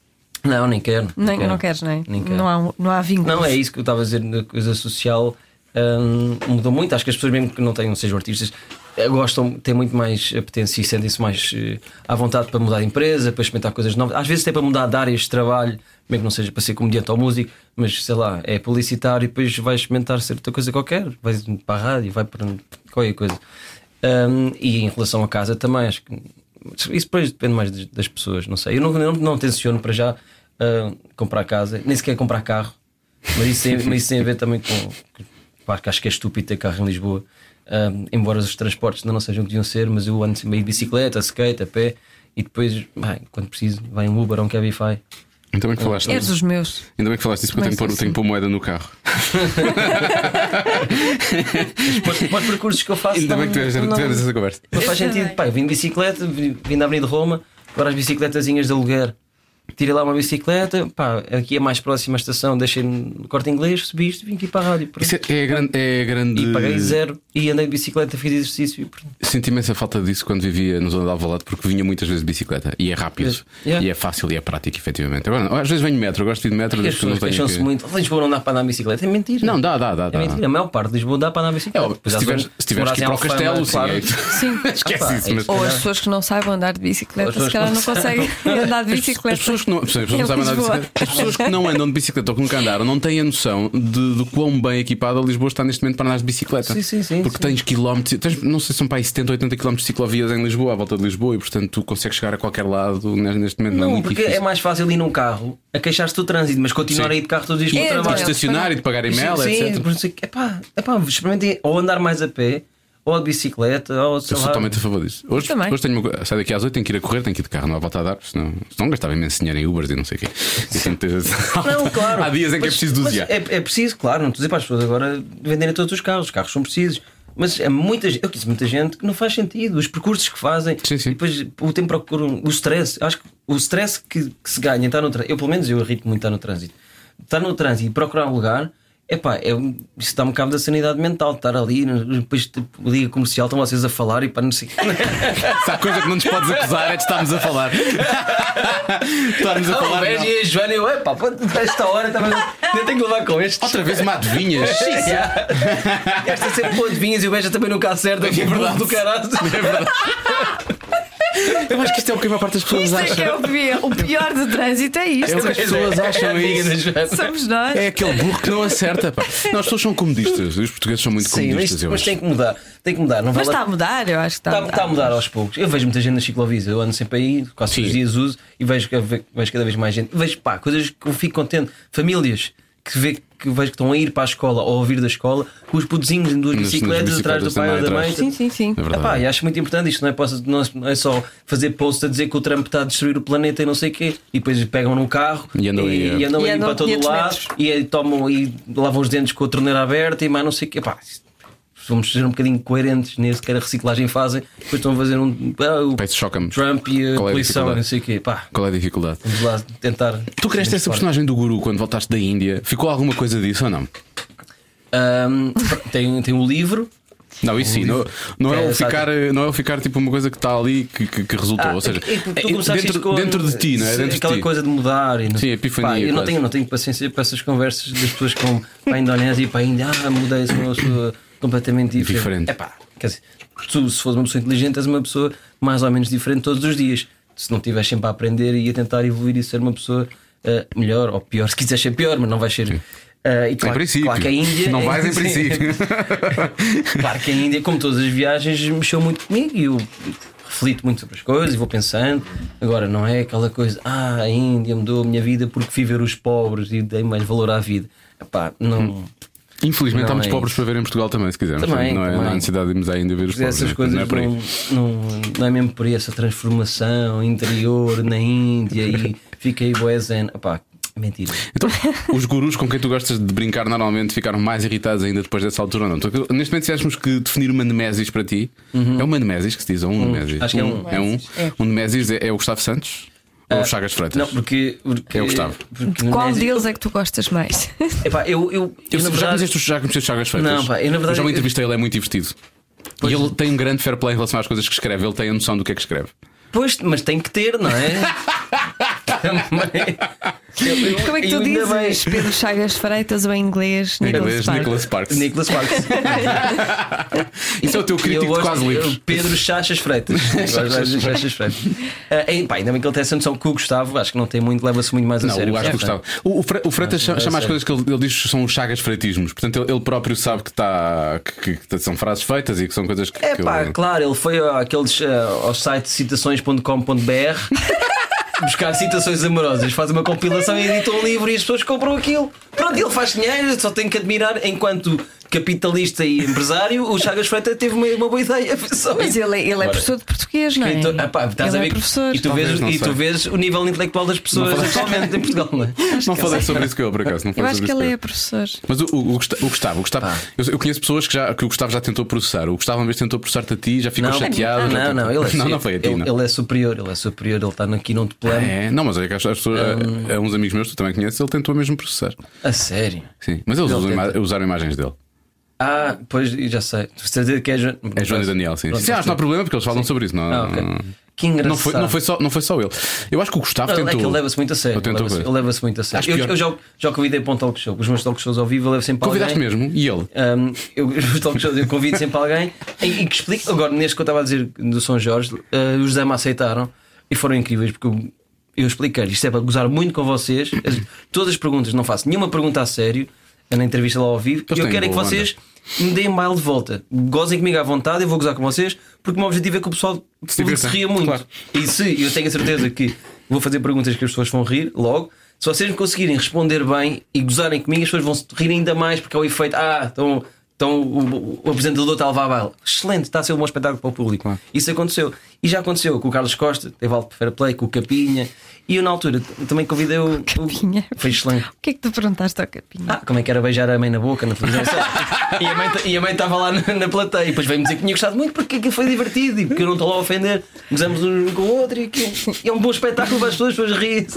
Não, nem quero. Nem, não queres, nem? Nem quero. não, há, um, não há vínculos. Não, é isso que eu estava a dizer na coisa social. hum, mudou muito. Acho que as pessoas, mesmo que não tenham, sejam artistas, eh, gostam, têm muito mais apetência e sentem-se mais eh, à vontade para mudar de empresa, para experimentar coisas novas. Às vezes, até para mudar de áreas de trabalho, mesmo que não seja para ser comediante ou músico, mas sei lá, é publicitário e depois vais experimentar ser outra coisa qualquer. Vais para a rádio, vai para qualquer coisa. Hum, e em relação à casa também, acho que isso depois depende mais das- das pessoas, não sei. Eu não, não, não tenciono para já ah, comprar casa, nem sequer comprar carro, mas isso tem, mas isso tem a ver também com. Claro que acho que é estúpido ter carro em Lisboa, Ah, embora os transportes ainda não sejam o que deviam ser, mas eu ando meio de bicicleta, skate, a pé e depois, bem, quando preciso, vai um Uber ou um Cabify. Ainda bem que É falaste Eres disso. os meus. Ainda bem que falaste disso porque eu tenho que pôr- tenho que pôr moeda no carro. Mas para os- para os percursos que eu faço, Ainda bem não- que tivemos não- tivemos essa conversa. Não faz sentido. Pá, eu vim de bicicleta, vim vim da Avenida Roma, agora as bicicletazinhas de aluguer. Tirei lá uma bicicleta, pá, aqui é mais próxima à estação, deixei no corte inglês, subi isto, vim aqui para a rádio. pronto. Isso é, é a grande. É a grande E paguei zero e andei de bicicleta, fiz exercício e pronto. Senti imensa falta disso quando vivia na zona de Alvalade porque vinha muitas vezes de bicicleta e é rápido Yeah. e é fácil e é prático, efetivamente. Agora, não, às vezes venho de metro, eu gosto de ir de metro, E as desde que não pessoas tenho queixam-se que- muito. Lisboa não dá para andar de bicicleta. É mentira. Não, dá, dá, dá. É dá. mentira. A maior parte de Lisboa dá para andar de É bicicleta. óbvio, Pois se há tiveres, zonas- se tiveres que ir morassem para o em Alfama, castelo, assim claro. sim. é- Sim. Esquece Ah, pá, isso, é mas. isso. Ou calhar. as pessoas que não saibam andar de bicicleta, As pessoas se calhar que não não conseguem andar de As bicicleta. pessoas que não, as pessoas que não Em sabem andar de Lisboa. bicicleta, as pessoas que não andam de bicicleta ou que nunca andaram não têm a noção de, de quão bem equipada Lisboa está neste momento para andar de bicicleta. Sim, sim, sim, Porque sim. tens quilómetros, tens, não sei se são para aí 70 ou 80 quilómetros de ciclovias em Lisboa, à volta de Lisboa, e portanto tu consegues chegar a qualquer lado né, neste momento. não é Não, muito porque é difícil. mais fácil ir num carro a queixar-se do trânsito, mas continuar Sim. a ir de carro todos os dias É, para o de trabalho. estacionar e de pagar e-mail, sim, etc. por não sei o quê. Epá, epá, experimentem ou andar mais a pé, ou de bicicleta, ou sei Eu sou lá. totalmente a favor disso. Hoje, Também. hoje tenho uma, co- saio daqui às 8, tenho que ir a correr, tenho que ir de carro, não há volta a dar, senão, senão gastava imenso dinheiro em Ubers e não sei o quê. E tenho que ter- Não, claro. Há dias em que Mas- é preciso mas dosear. É, é preciso, claro, não estou a dizer para as pessoas agora venderem todos os carros, os carros são precisos. Mas há muita gente, eu conheço muita gente que não faz sentido, os percursos que fazem, Sim, sim. e depois o tempo procuram, o stress, acho que o stress que, que se ganha, está no trânsito, eu pelo menos eu irrito muito estar no trânsito, estar no trânsito e procurar um lugar, epá, é, um- isso dá-me cabo da sanidade mental, estar ali, depois tipo, liga comercial, estão vocês a falar e para não sei. Se há coisa que não nos podes acusar é de estarmos a falar. estarmos a Não, o falar. Beja não. e é a Joana, eu, epá, pô, esta hora também nem tenho que levar com este. Outra vez uma adivinhas. Esta sempre com adivinhas e o Beja também nunca acerta. É verdade. do caralho. Eu acho que isto é o que a maior parte das pessoas Isto é que acha. é o pior, o pior do trânsito, é isto. É o que as pessoas acham isso. Somos nós. É aquele burro que não acerta. Pá. Não, as pessoas são comodistas. Os portugueses são muito Sim, mas comodistas. isto eu depois acho. tem que mudar. Tem que mudar. Não Mas tá vale está a mudar, eu acho que está a Está, está tá a mudar. mudar aos poucos. Eu vejo muita gente nas ciclovias, eu ando sempre aí, quase todos os Sim. dias uso e vejo, que- vejo cada vez mais gente. Vejo pá, coisas que eu fico contente. Famílias que, vê, que vejo que estão a ir para a escola ou a vir da escola, com os pudezinhos em duas Nas- nas bicicletas atrás do bicicletas pai ou da também mãe. atrás. Sim, sim, sim. É verdade. Epá, e acho muito importante isto, não é, posso- não é- não é só fazer post a dizer que o Trump está a destruir o planeta e não sei o quê, e depois pegam no carro E andam aí, é. e andam E aí andam para todo 500 lado metros. e aí tomam e lavam os dentes com a torneira aberta e mais não sei o quê. Epá, vamos ser um bocadinho coerentes nesse que a reciclagem fazem, depois estão a fazer um. ah, o Pá, isso choca-me. Trump e a Qual é a poluição, dificuldade? não sei o quê. Pá, Qual é a dificuldade? vamos lá tentar. Tu cresceste essa personagem do guru quando voltaste da Índia. Ficou alguma coisa disso ou não? Ahm, tem, tem um livro. Não, isso sim. Não, não é, É, o sabe? ficar, não é o ficar tipo uma coisa que está ali que, que, que resultou. Ah, Ou seja, é que- é que tu é começaste dentro, isto com- dentro de ti, não é? se- Dentro aquela de ti. coisa de mudar. E não- Sim, a epifania, Pá, eu não quase. tenho, não tenho paciência para essas conversas das pessoas com para a Indonésia e para a Índia. Ah, mudei-se uma pessoa completamente diferente. Diferente. É pá, quer dizer, tu, se fores uma pessoa inteligente, és uma pessoa mais ou menos diferente todos os dias. Se não estiveres sempre a aprender e a tentar evoluir e ser uma pessoa ah, melhor ou pior, se quiseres ser pior, mas não vais ser. Ah, e Em claro, princípio. claro que a Índia é Não vais em Sim. princípio. Claro que a Índia, como todas as viagens, mexeu muito comigo e eu reflito muito sobre as coisas e vou pensando. Agora, não é aquela coisa, ah, a Índia mudou a minha vida porque fui ver os pobres e dei mais valor à vida. Epá, Hum. não. Infelizmente há Não muitos é pobres isso. para ver em Portugal também, se quisermos. Também, não, é, não há também. necessidade de irmos ainda ver os pobres. Essas né? coisas não é não, por aí. não- não é mesmo por essa transformação interior na Índia e fiquei boé zen. Epá, mentira. Então, os gurus com quem tu gostas de brincar normalmente ficaram mais irritados ainda depois dessa altura ou não? Então, neste momento, se achamos que definir uma nemesis para ti, é uma nemesis que se diz, ou um, nemesis? acho que é Uhum. um. Ah, É um, um nemesis é, é o Gustavo Santos ou o Chagas Freitas? Não, porque. porque É o Gustavo. porque Qual Nézio- deles é que tu gostas mais? Epá, Eu eu. Eu, eu, na já verdade- conheceste o- já conheceste o Chagas Freitas? Não, pá, eu na verdade- já o entrevistei, ele é muito divertido. E ele tem um grande fair play em relação às coisas que escreve, ele tem a noção do que é que escreve. Pois, mas tem que ter, não é? Também. Eu- eu- Como é que eu tu ainda bem- dizes? Pedro Chagas Freitas ou em inglês? Em Nicholas inglês, Sparks? Nicholas Sparks. Nicholas Sparks. Isso é o teu Eu crítico de gosto- quase livros. eu- Pedro Chachas Freitas. Chachas, Chachas Freitas. Ah, e, pá, ainda bem que ele tem essa noção que o Gustavo, acho que não tem muito, leva-se muito mais a Não, sério. o acho que Gustavo. gostava. O, o, Fre o Freitas Não, chama, é chama as sério. coisas que ele, ele diz que são os chagas freitismos. Portanto, ele, ele próprio sabe que, tá, que, que são frases feitas e que são coisas que. É que pá, ele- claro, ele foi àqueles, ah, ao site citações.com.br buscar citações amorosas, faz uma compilação e edita um livro e as pessoas compram aquilo. Pronto, ele faz dinheiro, só tenho que admirar. Enquanto capitalista e empresário, o Chagas Freitas teve uma, uma boa ideia. foi só Mas isso. ele, é- ele é Agora, professor de português, não é? escritor- ah pá, estás ele a ver é que- professor. E tu, Talvez, vês, não e sei. tu vês o nível intelectual das pessoas atualmente em Portugal, não é? Não falei sobre isso que eu, por acaso. Não Eu falei acho sobre que isso ele é eu. professor. Mas o, o, Gusta- o Gustavo, o Gustavo eu, eu conheço pessoas que, já, que o Gustavo já tentou processar. O Gustavo, uma vez, tentou processar-te a ti, já ficou chateado. já Não, tentou- não, ele é não, não foi a ti. ele, não. ele é superior, ele é superior, ele está aqui num plano. É, não, mas é que as as pessoas, um- a- a uns amigos meus, tu também conheces, ele tentou mesmo processar. A sério. Sim, mas eles Ele usam tenta. ima- usaram imagens dele. Ah, pois já sei. Estou a dizer que é, jo... É Joana e Daniel, sim. Pronto, Sim, acho que não há problema porque eles falam sobre isso. Não, Ah, ok. Que engraçado. não, foi, não, foi só, não foi só ele. Eu acho que o Gustavo Não, tentou. É que ele leva-se muito a sério. Ele tentou leva-se- coisa. Ele leva-se muito a sério. Acho Eu, pior. eu já, já o convidei para um talk show. Os meus talk shows ao vivo eu levo sempre Convidaste alguém. mesmo? E ele? Ahm, eu, os talk shows eu convido sempre alguém e, e que explico. Agora, neste que eu estava a dizer do São Jorge, ah, os Zé me aceitaram e foram incríveis porque eu, eu expliquei isto é para gozar muito com vocês. As- todas as perguntas, não faço nenhuma pergunta a sério é na entrevista lá ao vivo. Eles eu têm quero é que boa vocês me deem mail de volta, gozem comigo à vontade. Eu vou gozar com vocês porque o meu objetivo é que o pessoal Se divirta, se ria muito. claro. E se eu tenho a certeza que vou fazer perguntas que as pessoas vão rir logo, se vocês me conseguirem responder bem e gozarem comigo, as pessoas vão se rir ainda mais porque é o efeito. Ah, então, então o, o apresentador está a levar a baile. Excelente, está a ser um bom espetáculo para o público. Isso aconteceu. E já aconteceu com o Carlos Costa, teve alto Fair Play, com o Capinha. E eu, na altura, t- também convidei o. o- Capinha. Foi excelente. O que é que tu perguntaste ao Capinha? Ah, como é que era beijar a mãe na boca na televisão? sei lá. e a mãe t- e a mãe estava lá na, na plateia e depois veio-me dizer que tinha gostado muito porque aquilo foi divertido e porque eu não estou lá a ofender. Gozamos um com o outro e que é um bom espetáculo para as pessoas, as pessoas riem.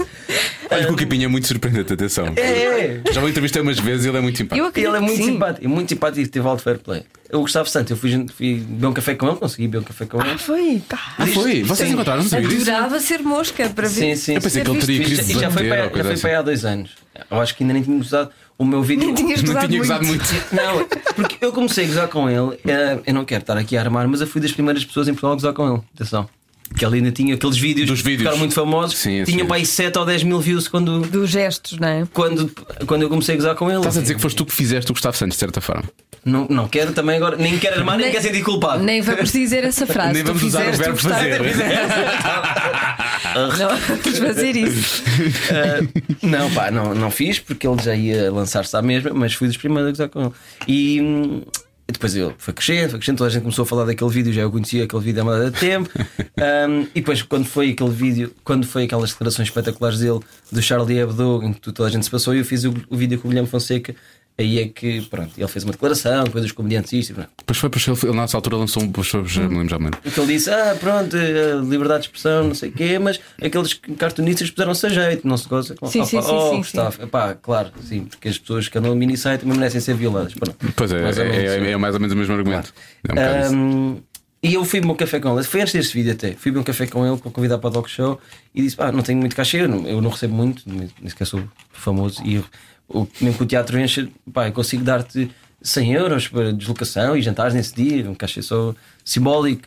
Olha que o Capinha é muito surpreendente, atenção. É, Já o entrevistei umas vezes e ele é muito Eu simpático. e acredito ele é muito que sim. simpático, é muito simpático e teve alto fair play. O Gustavo Santos, eu fui, fui beber um café com ele, consegui beber um café com ele. Ah, foi. Ah, foi? Vocês Sim. encontraram, não sabia disso? Adorava ser mosca para ver. Sim, sim. Eu pensei sim. que ele teria Isto- crise isto de já foi, desanteira para, ou já coisa foi assim. para aí há dois anos. Eu acho que ainda nem tinha usado o meu vídeo. Nem tinhas Não gozado tinha gozado muito. muito. Não, porque eu comecei a gozar com ele. eh, Eu não quero estar aqui a armar, mas eu fui das primeiras pessoas em Portugal a gozar com ele. Atenção. Que ele ainda tinha aqueles vídeos, Dos vídeos. que ficaram muito famosos. Sim, sim. tinha para aí 7 ou 10 mil views quando, Dos gestos, não é? quando, quando eu comecei a gozar com ele. Estás a dizer que foste tu que fizeste o Gustavo Santos, de certa forma. Não, não quero também agora, nem quero armar, nem, Nem- quero sentir culpado. Nem vamos dizer essa frase. Nem Tu vamos usar o fizeste, verbo tu gostaste. fazer. Não vamos fazer isso. Ah, Não, pá, não, não fiz porque ele já ia lançar-se à mesma, mas fui dos primeiros a gozar com ele. E hum, depois ele foi crescendo, foi crescendo, toda a gente começou a falar daquele vídeo, já eu conhecia aquele vídeo há uma data de tempo. Hum, e depois, quando foi aquele vídeo, quando foi aquelas declarações espetaculares dele, do Charlie Hebdo, em que tu- toda a gente se passou, e eu fiz o, o vídeo com o Guilherme Fonseca. Aí é que, pronto, ele fez uma declaração, depois os comediantes, isto e pronto. Pois foi, pois ele, ele nessa altura lançou um. Pois foi, já me lembro, já me lembro. Porque ele disse, ah, pronto, eh, liberdade de expressão, não sei o quê, mas aqueles cartunistas puseram-se a jeito, não se goza com Sim, Opa, sim, sim, oh, sim, Gustavo, Epá, claro, sim, porque as pessoas que andam no mini site também merecem ser violadas. Pronto. Pois é, Mais ou menos, é, é- é mais ou menos o mesmo argumento. É um bocado isso. Ahm, e eu fui beber um café com ele, foi antes deste vídeo até. Fui beber um café com ele para o convidar para o talk show e disse: Ah, não tenho muito cachê, eu não, eu não recebo muito, nem nem sequer sou famoso. E eu, o- mesmo que o teatro enche, pá, eu consigo dar-te 100 euros para deslocação e jantares nesse dia, um cachê só simbólico.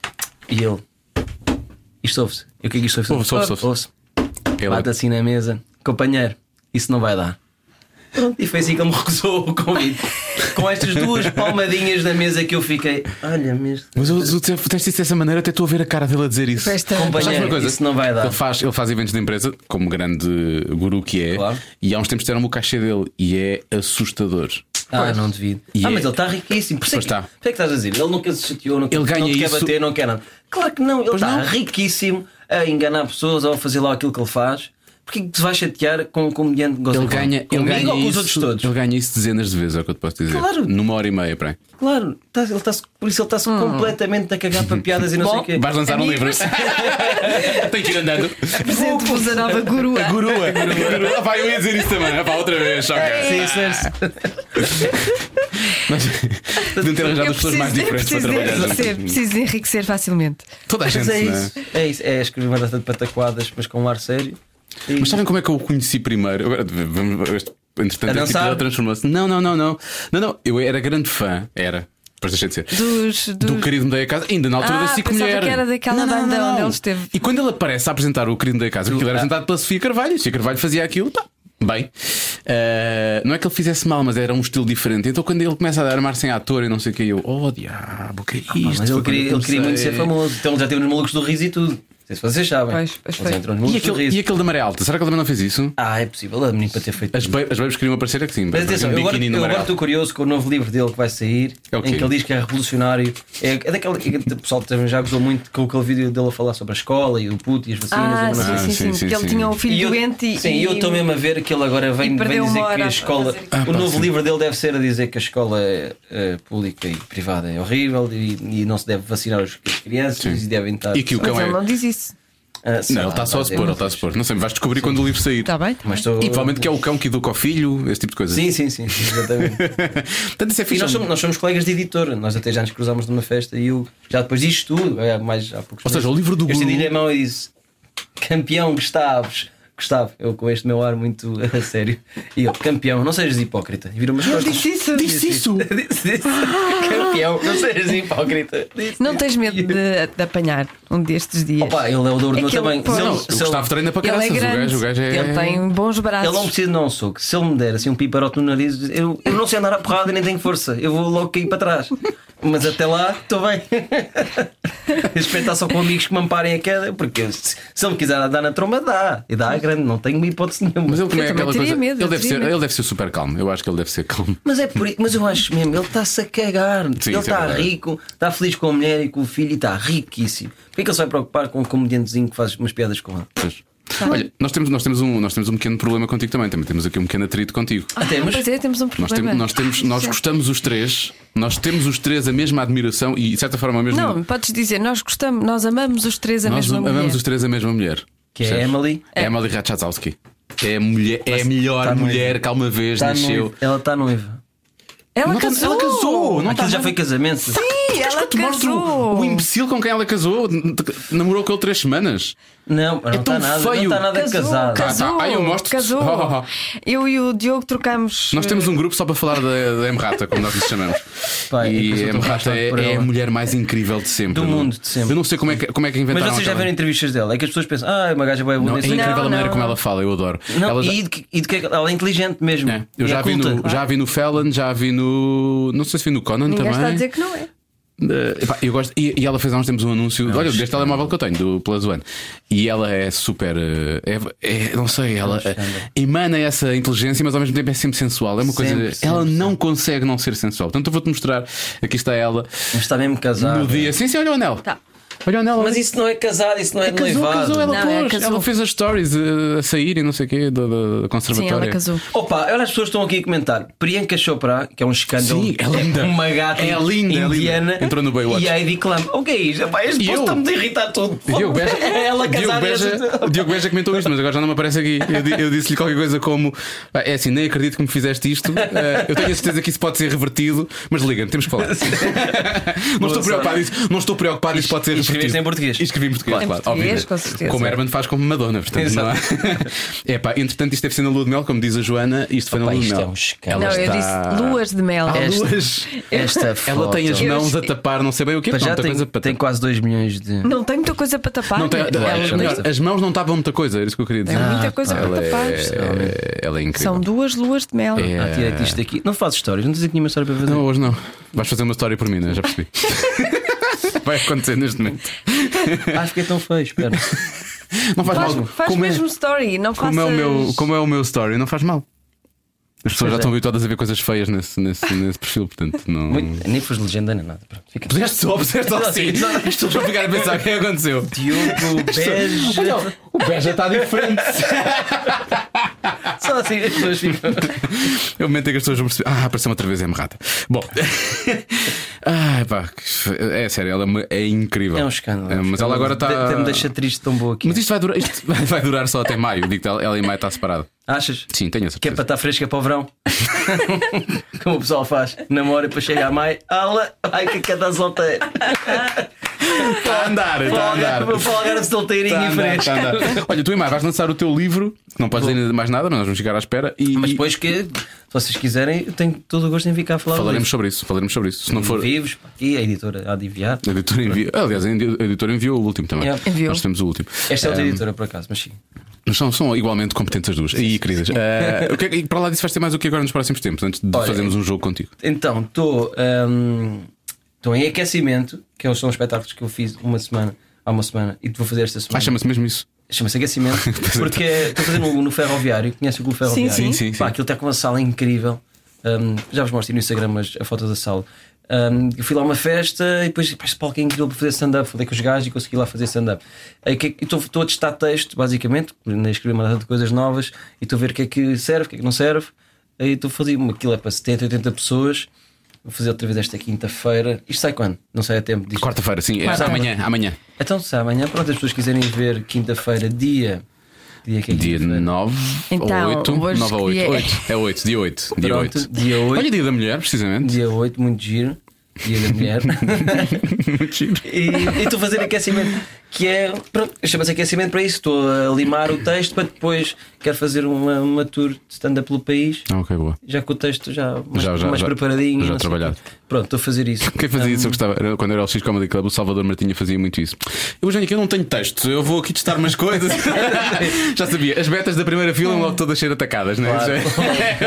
E ele: Isto ouve-se. E o que é que isto ouve-se? Ouve-se, ouve-se, ouve-se. Ele- é- Bate assim na mesa: Companheiro, isso não vai dar. Pronto, e foi assim que ele me recusou o convite. com estas duas palmadinhas da mesa que eu fiquei. Olha mesmo. Mas eu, eu te- tens dito dessa maneira, até estou a ver a cara dele a dizer isso. Festa. Então, Sabes uma Companheiro, coisa? isso não vai dar. Ele faz, ele faz eventos de empresa, como grande guru que é, Claro. e há uns tempos deram-me o cachê dele e é assustador. Ah, não devido. E ah, é- mas ele está riquíssimo. Por isso é Pois que, está. por isso é que estás a dizer? Ele nunca se chateou, nunca, Ele ganha não te quer isso- bater, não quer nada. Claro que não, ele está riquíssimo a enganar pessoas ou a fazer lá aquilo que ele faz. Porquê que te vais chatear com o comediante que gosta Ele de ganha, comigo ele ou ganha com os isso, outros todos? Ele ganha isso dezenas de vezes, é o que eu te posso dizer. Claro. Numa hora e meia, peraí. Claro, tá- ele tá por isso ele está-se Hum. completamente a cagar para piadas e não sei o quê. Vais lançar um livro. Tem que ir andando. Apresento-vos a nova gurua. Gurua. Gurua. Ah, pá, eu ia dizer isso também. Ah, pá, outra vez. ok. Sim, sim, sim. Mas deviam ter arranjado Eu as pessoas preciso, mais eu diferentes para preciso de trabalhar. enriquecer, junto. preciso de enriquecer facilmente. Toda a gente. Mas é não é? isso. É isso. É escrever uma data de pataquadas, mas com um ar sério. E- Ah, Mas sabem como é que eu o conheci primeiro? Agora vamos. este- Entretanto, A a dançar? episódio transformou-se. Não, não, não, não. Não, não. Eu era grande fã. Era. Depois deixei de ser. Dos, dos... Do querido me dei a casa, ainda na altura Ah, da Cico pensava Mulher. que era daquela banda onde ele esteve. E quando ele aparece a apresentar o querido me dei a casa, porque ele Ah. era apresentado pela Sofia Carvalho, e a Sofia Carvalho fazia aquilo, tá. Bem, Eh, não é que ele fizesse mal, mas era um estilo diferente. Então, quando ele começa a armar sem ator e não sei o que, eu, oh diabo, o que é isto? Ah, mas Foi ele quando queria, eu ele queria muito comecei. ser famoso. Então ele já teve nos malucos do riso e tudo. Não sei se vocês sabem. Pois, pois Eles foi. entram E nos malucos do aquele, riso. e aquele da Maré Alta, será que ele também não fez isso? Ah, é possível, a menina para ter feito. As, ba as babes queriam aparecer aqui sim. Mas atenção, eu agora, um no eu Maré agora Alta. estou curioso com o novo livro dele que vai sair, É o em quê? que ele diz que é revolucionário. É, é daquela que o pessoal também já gozou muito com aquele vídeo dele a falar sobre a escola e o puto e as vacinas. e Ah, o sim, não- sim, sim, sim, sim, Que ele sim. tinha um filho E eu- doente e. Sim, eu estou mesmo a ver que ele agora vem, vem perdeu uma dizer que hora a a escola. fazer aquilo. o Ah, pá, novo sim. livro dele deve ser a dizer que a escola eh, pública e privada é horrível e, e não se deve vacinar os- as crianças Sim. e devem estar. E que o Mas cão é. ele não diz isso. Ah, sei Não, ele lá, está só a vai supor, dizer ele uma está a vez. supor. Não sei, vais descobrir quando o livro sair. Está bem? tá Mas estou- E provavelmente que é o cão que educa o filho, esse tipo de coisa. Sim, sim, sim, sim, exatamente. Portanto, isso é E fixe. nós somos, nós somos colegas de editora, nós até já nos cruzámos numa festa e eu já depois disto tudo, é, mais há poucos Ou seja, o meses, livro do eu estendi-lhe a Guru. mão e disse: Campeão Gustavos, Gustavo, eu com este meu ar muito a sério, e eu, campeão, não sejas hipócrita. E virou umas costas. Disse isso. Disse isso! Disse, disse, campeão, não sejas hipócrita. Ah. Disse, Não disse. tens medo de, de apanhar um destes dias. Opa, ele é o douro do meu Aquele tamanho. pó- Se ele- Não, O o se ele- Gustavo treina para ele caraças, é o grande. gajo, o gajo é. Ele tem bons braços. Ele não precisa de não soco. Se ele me der assim um piparote no nariz, eu, eu não sei andar a porrada e nem tenho força. Eu vou logo cair para trás. Mas até lá, estou bem. Respeitar só com amigos que me amparem a queda, porque se, se ele me quiser dar na tromba, dá. E dá à grande, não tenho hipótese nenhuma. Mas ele Eu também é também aquela teria coisa. medo, ele, eu deve teria ser, medo. ele deve ser super calmo. Eu acho que ele deve ser calmo. Mas é por isso, mas eu acho mesmo, ele está-se a cagar. ele isso é está verdade. rico, está feliz com a mulher e com o filho e está riquíssimo. Porquê é que ele se vai preocupar com um comediantezinho que faz umas piadas com ele? Pois. Tá Olha, nós temos, nós, temos um, nós temos um pequeno problema contigo também. Também temos aqui um pequeno atrito contigo. Até, mas Pois é, temos um Nós, temos, problema. é nós, temos, nós gostamos os três, nós temos os três a mesma admiração e, de certa forma, a mesma. Não, podes dizer, nós gostamos, nós amamos os três a nós mesma amamos mulher. os três a mesma mulher. que é a Percebes? Emily. É Emily Ratajkowski. É a, mulher, é a melhor tá mulher noiva. que alguma vez Tá nasceu. noiva. Ela está noiva. Ela Não tá- casou. Ela casou! Não Aquilo tá já noiva. foi casamento. Sim, ela Tu mostras casou. o, o imbecil com quem ela casou. n- t- Namorou com ele três semanas. Não, não É tão está nada, feio. não está nada casado. Casou. Ah, eu mostro-te. casou. Oh, oh, Eu e o Diogo trocamos. Nós temos um grupo só para falar da, da M. Rata, como nós lhe chamamos. Pá, é que eu e sou a M. tão Rata apaixonado é, por é a ela. mulher mais incrível de sempre. Do Eu não- mundo de sempre. Eu não sei como é que, como é que Mas inventaram vocês já aquela- viram entrevistas dela, é que as pessoas pensam, ah, é uma gaja bem Não, é bonita. assim. incrível a maneira não. como ela fala, eu adoro. Não, ela e, de que- e de que ela é inteligente mesmo. é, eu E já, vi culta. no, já vi no Fallon, já vi no. Não sei se vi no Conan Ninguém também. está a dizer que não é. Eh, epá, eu gosto, e, e ela fez há uns tempos um anúncio olha, deste telemóvel que eu tenho, do Plus One. E ela é super. eh, É, é- não sei, ela eh, emana essa inteligência, mas ao mesmo tempo é sempre sensual. É uma coisa. Sempre, sempre, ela não consegue não ser sensual. Portanto, eu vou-te mostrar. Aqui está ela Mas está mesmo casada. no dia. Sim, sim, olha o anel. Tá. Olha o anel. Ah, Mas isso não é casado, isso não é, casou, noivado. casou, ela Não, é pôs. casou. Ela fez as stories eh, a sair e não sei o quê, da, da Sim, conservatória. ela casou. Opa, olha as pessoas estão aqui a comentar. Priyanka Chopra, que é um escândalo. Sim, é linda. Uma gata É linda, é linda. indiana. Entrou no Baywatch. E a Heidi Klum. O que é isto? Epá, este E posto eu? está-me a irritar todo. Diogo Beja, Ela Diogo, casada. e a Beja, gente- Diogo Beja comentou isto, mas agora já não me aparece aqui. Eu, di- eu disse-lhe qualquer coisa como: "Pá, É assim, nem acredito que me fizeste isto. Eh, eu tenho a certeza que isso pode ser revertido, mas liga-me, temos que falar. não, estou preocupado, isso, não estou preocupado, isso pode ser Isto escreveste em português. E escrevi em português, claro. Claro. Em português, obviamente. com certeza. Como Herman faz como Madonna, portanto. Não é? Epá, entretanto, isto deve ser na lua de mel, como diz a Joana. Isto foi na Opa, lua de isto mel. é um escândalo. Ela Não, eu está- disse luas de mel. É Há Esta- luas. Esta foto. Ela tem as Eu- mãos a tapar, não sei bem o que Para já muita tem, coisa para tem quase 2 milhões de. Não tenho muita coisa para tapar. Não tem, né? eu elas- acho melhor, desta- as mãos não tapam muita coisa, era isso que eu queria dizer. Tem muita coisa ela, para tapar. é, ela é incrível. São duas luas de mel. É. Ah, tirei isto daqui. Não fazes histórias, não tens aqui nenhuma história para fazer. Não, hoje não. Vais fazer uma história por mim, né? já percebi. Vai acontecer neste momento. Ah, fiquei tão feio, espera. Não faz, Faz, mal. faz como, mesmo é, story, não como, é o faças- meu, como é o meu story, não faz mal. As pessoas já é. estão habituadas a ver coisas feias nesse, nesse, nesse perfil, portanto não. Muito- Nem pus legenda nem nada. Pronto, fica. Puseste só, puseste só assim. As pessoas vão ficar a pensar o que é que aconteceu. Diogo Beja. O pé já está diferente. Só assim as pessoas ficam. Eu momento em que as pessoas vão perceber. Ah, apareceu outra vez é merrata. Bom. Ai, pá, que- é sério, ela é uma- é incrível. É um escândalo. É, mas ela agora está. Até me deixa triste tão boa aqui. Mas isto vai durar, isto vai- vai durar só até maio. Digo-te, ela ela em maio está separada. Achas? Sim, tenho a Que é para certeza. estar fresca para o verão. Como o pessoal faz. Namora para chegar a maio. Ala! Ai que cada solteiro. Está Tá a andar, está a andar. Vou folgar de solteirinho Tá a e andar, fresco. tá a andar. Olha, tu e mais vais lançar o teu livro, que não podes dizer ainda mais nada, mas nós vamos ficar à espera e Mas e depois que, se vocês quiserem, eu tenho todo o gosto em ficar a falar. falaremos disso. sobre isso. Falaremos sobre isso. Se não for. Vivos, pá, aqui a editora a adivinhar. A editora enviou. Aliás, a editora enviou o último também. Yeah. Enviou. Nós temos o último. Esta é outra editora, por acaso, mas sim. Mas são, são igualmente competentes as duas. Aí, queridas. eh, o que é que- e para lá disso vais ter mais o que agora nos próximos tempos, antes de Olha, fazermos um jogo contigo. Então, estou estou em aquecimento, que é- são os espetáculos que eu fiz uma semana, há uma semana, e te vou fazer esta Ah, semana. chama-se mesmo isso. Chama-se aquecimento, porque é, estou a fazer no, no ferroviário, conhece o clube ferroviário? é, então. sim. Sim, sim, Pá, sim. aquilo está com uma sala incrível. Hum, já vos mostrei no Instagram mas a foto da sala. Hum, eu fui lá a uma festa e depois, pá, este palco é incrível para fazer stand-up. Falei com os gajos e consegui lá fazer stand-up. Aí que- Estou estou a testar texto, basicamente, a escrever uma data de coisas novas e estou a ver o que é que serve, o que é que não serve. Aí estou a fazer aquilo é para 70, 80 pessoas. Vou fazer outra vez esta quinta-feira. Isto sai quando? Não sai a tempo disto. Quarta-feira, sim. É, Quarta-feira. amanhã, amanhã. Então, se amanhã, pronto, as pessoas quiserem ver quinta-feira, dia. Dia que é Dia quinta-feira. 9 Então, ou 8. hoje 9 ou 8. que dia é? 8. É 8, dia 8. Dia Pronto, 8. dia oito. Olha, dia da mulher, precisamente. Dia 8, muito giro. Dia da mulher. Muito giro. e e estou a fazer aquecimento, que é. Pronto, chama-se aquecimento para isso. Estou a limar o texto para depois. Quero fazer uma, uma tour de stand-up pelo país. Ah, ok, boa. Já com o texto já mais, Já- já- mais já- preparadinho. já não sei o quê. trabalhado. Pronto, estou a fazer isso. Quem é fazia isso eu gostava. Era- Quando era o X Comedy Club, o Salvador Martinha fazia muito isso. Eu hoje aqui eu não tenho texto, eu vou aqui testar umas coisas. Já sabia, as betas da primeira fila logo todas ser atacadas, não é? Claro.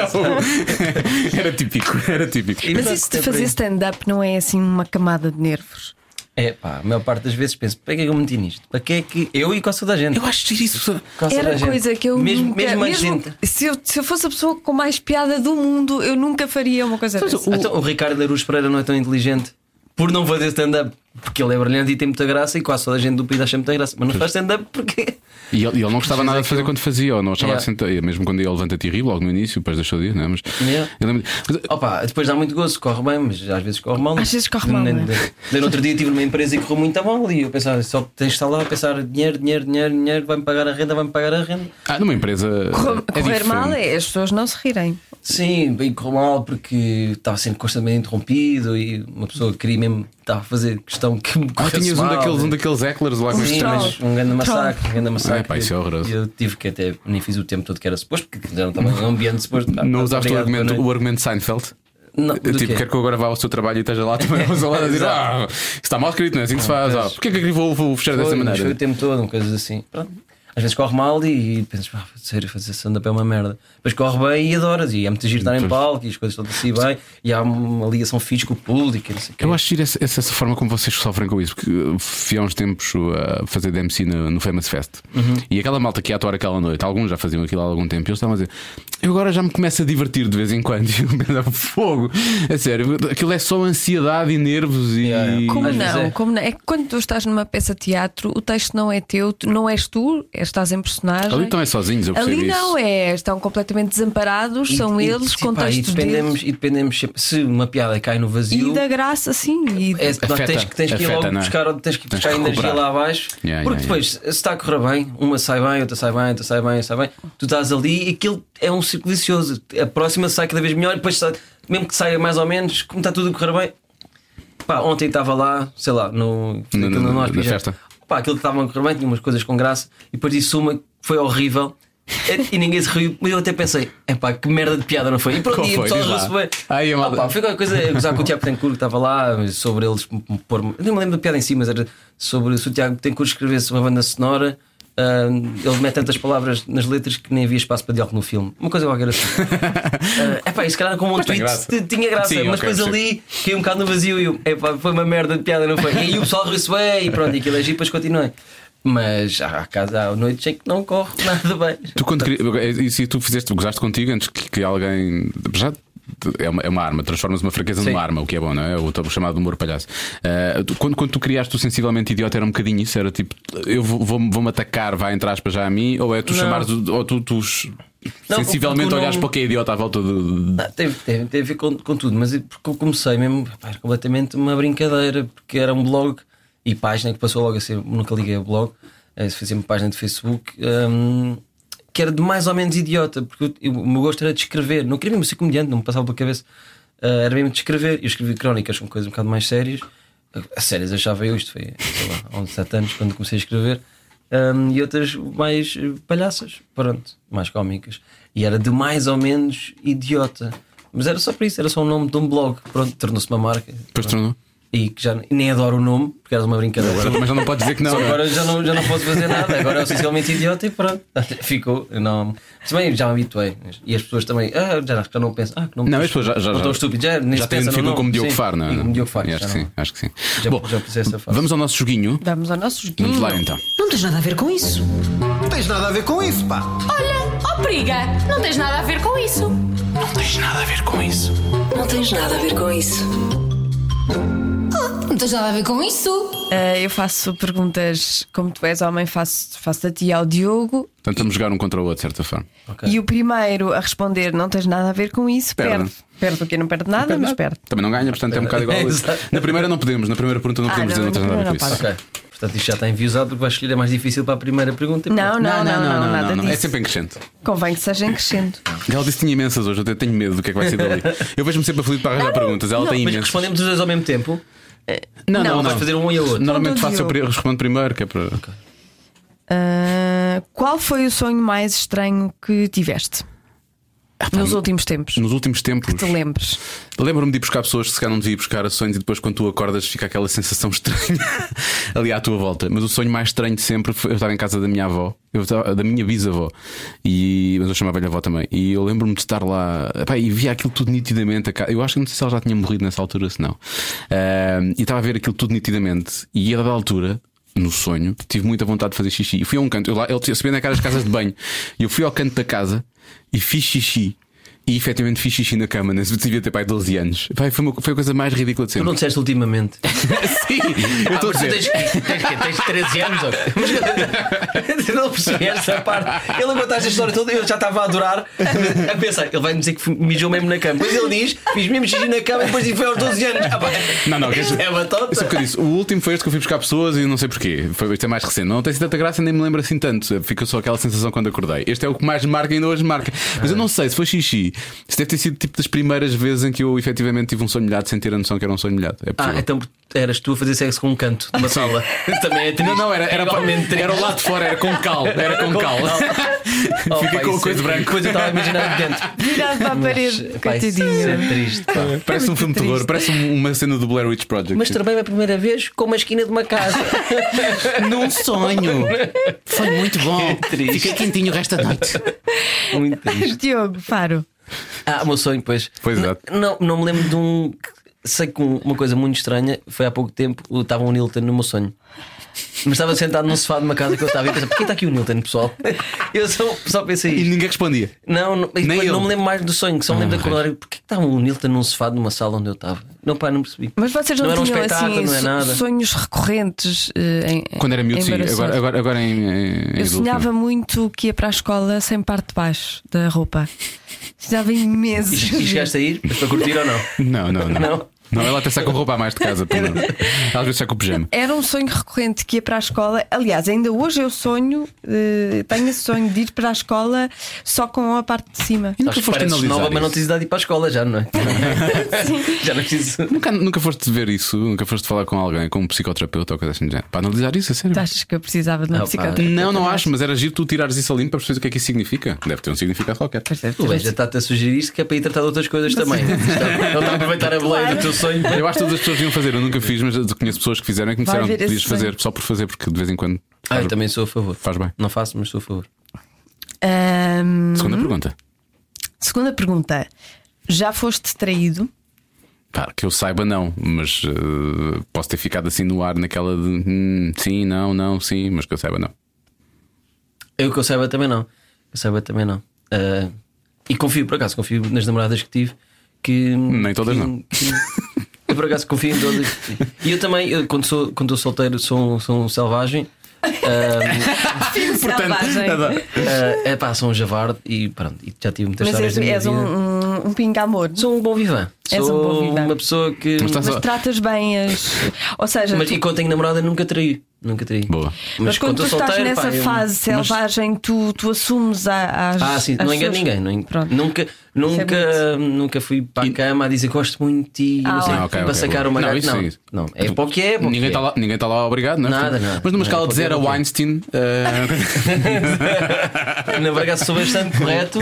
Isso é- era típico, era típico. E Mas pronto, isso de é por aí. fazer stand-up não é assim uma camada de nervos. É pá, a maior parte das vezes penso: para que é que eu me meti nisto? Para que é que. Eu e quase toda a gente. Eu acho que isso. Quase toda Era a gente. coisa que eu Mesmo, nunca, mesmo a gente. Se, eu, se eu fosse a pessoa com mais piada do mundo, eu nunca faria uma coisa dessa. Então, o Ricardo Aruz Pereira não é tão inteligente por não fazer stand-up, porque ele é brilhante e tem muita graça, e quase toda a gente do país acha muita graça, mas não faz stand-up porque. E ele, e ele não gostava nada de fazer quando fazia, ou não achava Yeah. de sentar- mesmo quando ia ao levanta-te e rir, logo no início, depois deixou de ir, não é? Mas. Yeah. eu lembro- mas- Opa, depois dá muito gozo, corre bem, mas às vezes corre mal. Às vezes corre mal, Nem- não é? nem- nem no outro dia tive numa empresa e correu muito a mal, e eu pensava, só tens de estar lá a pensar dinheiro, dinheiro, dinheiro, dinheiro, vai-me pagar a renda, vai-me pagar a renda. Ah, numa empresa. Correr, é correr diferente. mal é as pessoas não se rirem. Sim, bem correu mal porque estava sendo constantemente interrompido e uma pessoa queria mesmo, estava a fazer questão que me Ah, corresse tinhas um mal. é. né? daqueles, um daqueles hecklers lá com Sim, estes também. mas um grande massacre, um grande massacre. Ah, pá, isso é horroroso. E Eu tive que até nem fiz o tempo todo que era suposto, porque fizeram também um ambiente suposto. Ah, Não pá, usaste o obrigado, argumento, boa o noite. argumento Seinfeld? Não, Eu, do Tipo, quê? quero que eu agora vá ao seu trabalho e esteja lá também ao seu lado a dizer Exato. ah, isso está mal escrito, não é assim que se faz? Ah, porquê que eu vou, vou fechar dessa Foi, mas Foi o maneira? tempo todo, um coisas assim. Pronto. Às vezes corre mal e, e pensas, pá, sério, fazer stand-up é uma merda. Depois corre bem e adoras. E é muito giro estar em Pois. palco e as coisas estão assim bem. E há uma ligação fixe com o público. e não sei o quê. É. Eu acho giro essa, essa, essa forma como vocês sofrem com isso, porque uh, fui há uns tempos uh, a fazer DMC no, no Famous Fest Uhum. e aquela malta que ia atuar aquela noite, alguns já faziam aquilo há algum tempo, e eles estavam a dizer eu agora já me começo a divertir de vez em quando e eu pensava, fogo, é sério, aquilo é só ansiedade e nervos e. Yeah, yeah. Como Às vezes não? é. Como não? É que quando tu estás numa peça de teatro, o texto não é teu, tu- não és tu, estás em personagem. Ali estão é sozinhos, eu percebo Ali isso. não é, estão completamente desamparados, E- são e, eles, sim, com pá, e textos deles. dependemos, e dependemos sempre. Se uma piada cai no vazio. E da graça, sim. E É, nós Afeta, tens que, tens que ir afeta, logo não é? buscar, tens que Tens buscar que energia recuperar. lá abaixo. Yeah, yeah, porque depois, se está a correr bem, uma sai bem, outra sai bem, outra sai bem, sai bem, tu estás ali e aquilo é um círculo vicioso. A próxima sai cada vez melhor, e depois sai- mesmo que saia mais ou menos, como está tudo a correr bem, Pá, ontem estava lá, sei lá, no, Na- aquilo na- no na hospital. festa. Pá, aquilo estava a correr bem, tinha umas coisas com graça e depois disse uma que foi horrível. E- E ninguém se riu, mas eu até pensei, epá, que merda de piada não foi? E pronto, Qual e o foi? pessoal Diz lá. riu-se bem. Ai, a Ah, malta. pá, foi qualquer coisa a gozar com o Tiago Tencourt que estava lá, sobre eles me pôr. eu Nem me lembro da piada em si, mas era sobre se o Tiago Tencourt escrevesse uma banda sonora, ah, ele mete tantas palavras nas letras que nem havia espaço para diálogo no filme. Uma coisa qualquer assim. É pá, isso calhar com um tem tweet graça. t- tinha graça, Sim, mas ok, depois sim. ali caiu um bocado no vazio e eu, epá, foi uma merda de piada, não foi? E aí o pessoal riu-se bem e pronto, e aquilo é giro, depois continuei. Mas há há casa, há noites em que não corre nada bem. Tu quando queria- e se tu fizeste, gozaste contigo antes que, que alguém. Já é uma, é uma arma, transformas uma fraqueza Sim. numa arma, o que é bom, não é? O, o chamado humor palhaço. Ah, tu- quando, quando tu criaste o sensivelmente idiota, era um bocadinho isso, era tipo, eu vou- vou-me vou atacar, vai entre aspas já a mim, ou é tu Não. chamares, o- ou tu, tu s- Não, sensivelmente porque o olhares nome- para o que é idiota à volta de. Ah, Teve, teve, teve a ver com, com tudo, mas eu- porque eu comecei mesmo, pá, era completamente uma brincadeira, porque era um blog e página que passou logo a ser, nunca liguei a blog, eh, se fazia uma página de Facebook, hum, que era de mais ou menos idiota, porque eu- eu- o meu gosto era de escrever, não queria mesmo ser comediante, não me passava pela cabeça, ah, era mesmo de escrever, eu escrevi crónicas com coisas um bocado mais sérias, a sérias achava eu isto, foi sei lá, há uns 7 anos quando comecei a escrever. Hum, e outras mais eh, palhaças, pronto, mais cómicas. E era de mais ou menos idiota. Mas era só para isso, era só o nome de um blog. Pronto, tornou-se uma marca. Depois tornou. E que já nem adoro o nome, porque era uma brincadeira. Agora, mas já não podes dizer que não. Só não é? agora já não, já não posso fazer nada, agora é essencialmente idiota e pronto. Ficou. eu Não, também já me habituei. E as pessoas também, ah, já, já não pensam, ah, que não Não, as penso. pessoas já, já, não tão estúpido, já, nem já se têm pensa no identificado nome. como Diogo Sim, Far, não é? como Diogo Far, Acho já que não. sim, acho que sim. Já- Bom, já pusesse essa fase. vamos ao nosso joguinho. Vamos ao nosso Vamos joguinho. Hum. lá então. Não tens nada a ver com isso. Não tens nada a ver com isso, pá. Olha, ó periga, não tens nada a ver com isso. Não tens nada a ver com isso. Não tens nada a ver com isso. Ah, eu faço perguntas, como tu és homem, faço, faço a ti e ao Diogo. Portanto, vamos jogar um contra o outro, de certa forma. Ok. E o primeiro a responder não tens nada a ver com isso, Perde. perde. Perde o quê? Não perde nada, mas perde. Também não ganha, portanto é um bocado igual. a isso. Exato. na primeira não podemos, na primeira pergunta não Ah, podemos não, dizer, não, na tens nada a ver com primeira isso. não Ok. Portanto, isto já está enviosado porque vais escolher a é mais difícil para a primeira pergunta. e Não, pronto. não, não, não, nada disso. É sempre em crescente. Convém que seja em crescendo. Ela disse que tinha imensas hoje, eu até tenho medo do que é que vai ser dali. Eu vejo-me sempre aflito para arranjar perguntas. Ela tem Mas imensas. respondemos os dois ao mesmo tempo. Não, não, não. vais fazer um e a outro. Normalmente Não, faço eu Diogo. pri- respondo primeiro, que é para. Ah, qual foi o sonho mais estranho que tiveste Ah, nos últimos tempos? Nos últimos tempos, Te lembres? lembro-me de ir buscar pessoas que se calhar não devia ir buscar a sonhos e depois quando tu acordas fica aquela sensação estranha ali à tua volta. Mas o sonho mais estranho de sempre foi eu estava em casa da minha avó, eu estava, da minha bisavó, e, mas eu chamava-lhe avó também. E eu lembro-me de estar lá epá, e via aquilo tudo nitidamente. a ca- Eu acho que não sei se ela já tinha morrido nessa altura, se não. Ahm, e estava a ver aquilo tudo nitidamente. E a dada altura, no sonho, tive muita vontade de fazer xixi. E fui a um canto, eu lá, ele tinha- sabia naquelas casas de banho. E eu fui ao canto da casa e fiz xixi. E efetivamente fiz xixi na cama, né? devia ter pai 12 anos. Pai, foi, uma- foi a coisa mais ridícula de Tu sempre. não disseste ultimamente. Ah, Sim, eu estou a mas tu dizer. tens, tens, tens, tens 13 anos, ou quê? Mas tu não percebi essa parte. Ele a contar esta história toda e eu já estava a adorar, a pensar, ele vai me dizer que mijou mesmo na cama. Depois ele diz, fiz mesmo xixi na cama e depois diz, foi aos 12 anos. Ah, pá, Não, não, que isto este- é batota. Isso é porque eu disse. O último foi este que eu fui buscar pessoas e não sei porquê. Foi este é mais recente. Não tem assim tanta graça, nem me lembro assim tanto. Fica só aquela sensação quando acordei. Este é o que mais me marca e ainda hoje me marca. Mas eu não sei se foi xixi. Se deve ter sido tipo das primeiras vezes em que eu efetivamente tive um sonho molhado sem ter a noção que era um sonho molhado. É Ah, possível. então eras tu a fazer sexo com um canto numa sala. Também é triste. Não, não, era, era, É igualmente triste. era o lado de fora, era com cal. Era com cal. Oh, Fica pá, com isso a coisa é- branca. Depois eu estava a imaginar de dentro. Virado para a parede, Pá, isso é coitadinho. triste, pá. Parece um filme de terror, parece uma cena do Blair Witch Project. É Mas também a primeira vez com uma esquina de uma casa. num sonho. Foi muito bom. Triste. Fiquei quentinho o resto da noite. Muito triste. Diogo, Faro. Ah, o meu sonho, pois. Pois, N- exato. Não, não me lembro de um. Sei que um- uma coisa muito estranha foi há pouco tempo, eu- estava o Nilton no meu sonho. Mas estava sentado num sofá de uma casa que eu estava e pensava, porquê está aqui o Nilton, pessoal? Eu só, só pensei E isto. ninguém respondia. Não, não, e depois ele. não me lembro mais do sonho, que só me lembro de acordar. e, Porquê que estava o Nilton num sofá de uma sala onde eu estava? Não, pá, não percebi. Mas vocês não, era um tinham espetáculo, assim não é so- nada. sonhos recorrentes eh, em, Quando era miúdo, sim. embaraçosos? Agora, é agora, agora em, em Eu adulto, sonhava não. muito que ia para a escola sem parte de baixo da roupa. Sonhava E imenso. é- chegaste a ir, mas para curtir ou não? Não, não, não. Não? Não, ela até sai com roupa a mais de casa, pelo menos. Às vezes sai com pijama. Era um sonho recorrente que ia para a escola. Aliás, ainda hoje eu sonho, eh, tenho esse sonho de ir para a escola só com a parte de cima. E nunca Acho que foste pareces analisar. nova, mas não isso? tens idade de ir para a escola já, não é? já não é preciso. Nunca, nunca foste ver isso, nunca foste falar com alguém, com um psicoterapeuta ou coisa assim do género. Para analisar isso, a sério. Tu achas que eu precisava de uma Ah, pá. psicoterapia? Não, não acho, mas era giro tu tirares isso a limpo para perceber o que é que isso significa. Deve ter um significado qualquer. O Leia já está-te a sugerir isto que é para ir tratar de outras coisas também. Ele está a aproveitar a boleia do teu sonho. Eu acho que todas as pessoas deviam fazer, eu nunca fiz, mas conheço pessoas que fizeram e que me Vai disseram que ver esse podias sonho. fazer só por fazer, porque de vez em quando Ah, eu também sou a favor. faz bem. Não faço, mas sou a favor. Ahm, Segunda pergunta. segunda pergunta. Já foste traído? Claro, que eu saiba, não, mas eh, posso ter ficado assim no ar naquela de hum, sim, não, não, sim, mas que eu saiba, não. Eu que eu saiba também não. Que eu saiba também não. Ah, e confio, por acaso, confio nas namoradas que tive que. Nem todas que- não. que- eu por acaso confio em todas. E eu também, eu, quando estou quando sou solteiro, sou, um- sou um selvagem. é pá, sou um javarde e pronto. E já tive muitas Mas histórias és, da minha és um, vida. um, um pinga-amor. Sou um bom vivan. És um sou bom vivant. uma pessoa que. Mas estás Mas a- tratas bem as. Ou seja, Mas tu- e quando tenho namorada nunca traí. Nunca traí. Boa. mas quando tu estou estás solteiro, nessa pá, eu- fase mas- selvagem, tu, tu assumes a- as. Ah, sim, as não engano suas- ninguém. Não engano. Pronto. é Nunca, nunca, nunca fui para a cama a dizer gosto muito de ti, não sei, Ah, ok, para ok, sacar boa. uma Não, gata. isso não, sim. Então, não, é para o que é. para o que Ninguém é. está lá, ninguém tá lá obrigado, não é? Nada, nada. Mas numa escala Não, de 0 a qualquer um. Weinstein, eh, Na verdade, sou bastante correto.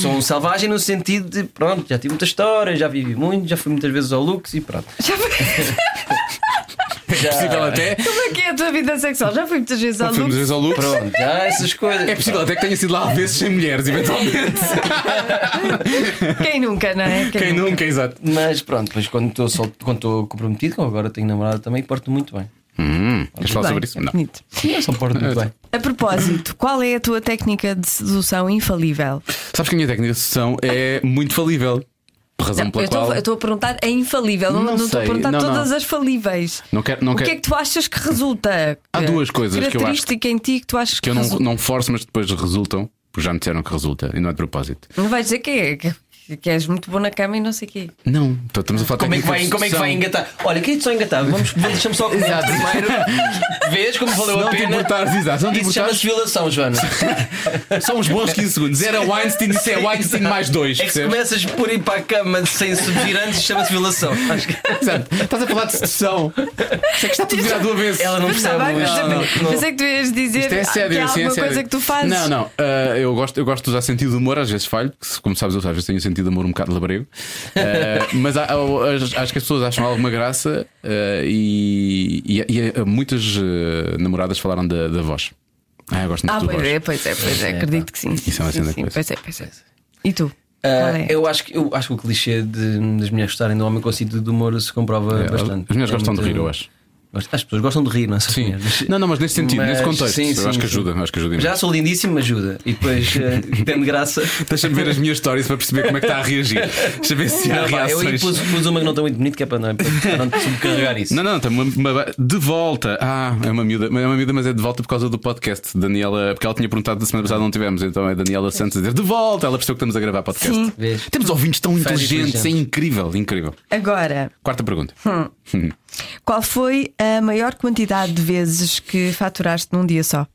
Sou um selvagem no sentido de, pronto, já tive muitas histórias, já vivi muito, já fui muitas vezes ao Lux e pronto. é possível até. Como é que é a tua vida sexual? Já fui muitas vezes ao Fomos Lux. vezes ao Lux. Pronto, já essas coisas. É possível até que tenha sido lá vezes sem mulheres, eventualmente. Quem nunca, não é? Quem nunca, exato. Mas pronto, mas quando estou sol- quando estou comprometido, como agora tenho namorada também, porto-me muito bem. Hum, queres falar Bem, sobre isso? é Não. bonito. Eu só porto muito bem. A propósito, qual é a tua técnica de sedução infalível? Sabes que a minha técnica de sedução é muito falível. Por razão Não, pela eu qual. estou- eu estou a perguntar a infalível. é Não, Não não estou sei, a perguntar não, todas não. as falíveis. Não quero. Não o que quero... é que tu achas que resulta? Há duas coisas que eu acho Característica em ti que tu achas que, que eu não, resulta. não forço, mas depois resultam. Porque já me disseram que resulta e não é de propósito. Não vais dizer que, é, que, que és muito bom na cama e não sei o quê. Não, então estamos a falar de Como é, que técnica vai, de como é que vai sedução. engatar? Olha, queria só engatar, vamos, vamos deixa-me só comer primeiro. Vês como valeu Se a não te pena? importares, exato, se não te Isso chama-se importares, violação, Joana. são uns bons 15 segundos. Era Weinstein, isso é Weinstein mais dois. É que se percebes? começas por ir para a cama sem subir antes, chama-se violação. Acho que Exato. Estás a falar de sedução. Isso é que está tudo virado do avesso. ela não percebe. Tá bem, mas, isto, também- não- mas é que tu ias dizer Isto é sério, que há sim, alguma é sério. coisa que tu fazes. Não, não. ah, eu, gosto, eu gosto de usar sentido de humor, às vezes falho, porque, como sabes, eu às vezes tenho sentido de humor um bocado labrego. Ah, mas há- há- as- acho que as pessoas acham alguma graça ah, e, e- e, ah, muitas ah, namoradas falaram da, da voz. Ah, eu gosto muito Ah, da pois voz. é, pois é, pois é, acredito que sim. Isso é uma sim, cena sim, coisa. Pois é, pois é. E tu? Qual Ah, é? eu, acho que, eu acho que o clichê de, das mulheres gostarem do homem com sentido de humor se comprova É, as- bastante. as mulheres É gostam de muito- rir, eu acho. Gosto- As pessoas gostam de rir, não é? só as Sim. mulheres, mas- Não, não, mas nesse sentido, nesse contexto, eu acho que ajuda, acho que ajuda imenso. Já sou lindíssimo, ajuda. E depois eh, tendo graça. Deixa-me ver as minhas stories para perceber como é que está a reagir. Deixa ver se há Não, pá, eu aí reações. pus, pus uma que não está muito bonita, que é para não, para não te subcarregar isso. Não, não, tá uma- uma- de volta. Ah, é uma miúda, é uma miúda, mas é de volta por causa do podcast. Daniela, porque ela tinha perguntado da semana passada, não tivemos, então é Daniela Santos a dizer de volta. Ela percebeu que estamos a gravar podcast. Sim. Vês? Temos ouvintes tão inteligentes, é inteligentes. incrível, incrível. Agora, Quarta pergunta. Hum. qual foi a maior quantidade de vezes que faturaste num dia só?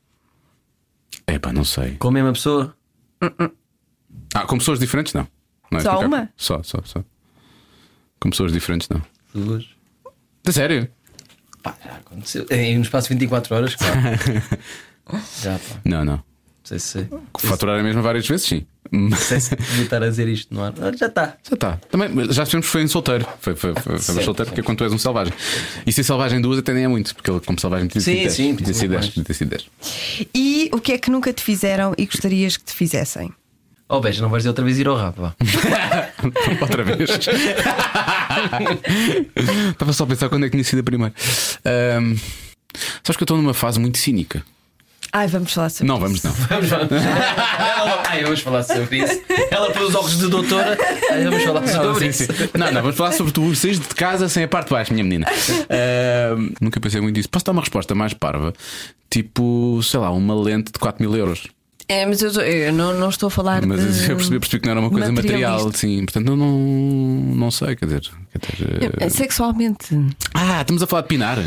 Epá, não sei. Com a mesma pessoa? Ah, com pessoas diferentes, não. Não é Só ficar- uma? Só, só, só. Com pessoas diferentes, não. Duas. De sério? Pá, já aconteceu. Em um espaço de 24 horas, claro. já, pá. Não, não. Não sei se. Faturar a mesma várias vezes, sim. Mas- Não sei se devia estar a dizer isto no ar. Ah, Já está. Já está. tá. Também, mas já sabemos que foi em solteiro. Foi, foi, foi, foi Certo, solteiro porque quando tu és um selvagem. E se selvagem duas até nem é muito, porque ele, como selvagem, tinha Sim, sido 10. sim, tinha sido muito 10. mais. tinha sido 10. E o que é que nunca te fizeram e gostarias que te fizessem? Oh, beijo, não vais dizer outra vez ir ao rabo, vá. Outra vez. Estava só a pensar quando é que tinha sido a primeira. Ahm, sabes que eu estou numa fase muito cínica. Ai, vamos falar sobre Não, vamos não. Vamos, vamos. Ela- Ai, vamos falar sobre isso. Ela pôs os óculos de doutora. Ai, vamos falar Não, sim, sobre isso. sim. não, não, vamos falar sobre tu saís de casa sem a parte de baixo, minha menina. Ahm, nunca pensei muito nisso. Posso dar uma resposta mais parva? Tipo, sei lá, uma lente de 4 mil euros. É, mas eu, tô- eu não, não estou a falar Mas de. eu percebi, percebi que não era uma coisa material, materialista. sim. Portanto, eu não, não sei, quer dizer. quer dizer, eh, É, Sexualmente. Ah, estamos a falar de Pinar.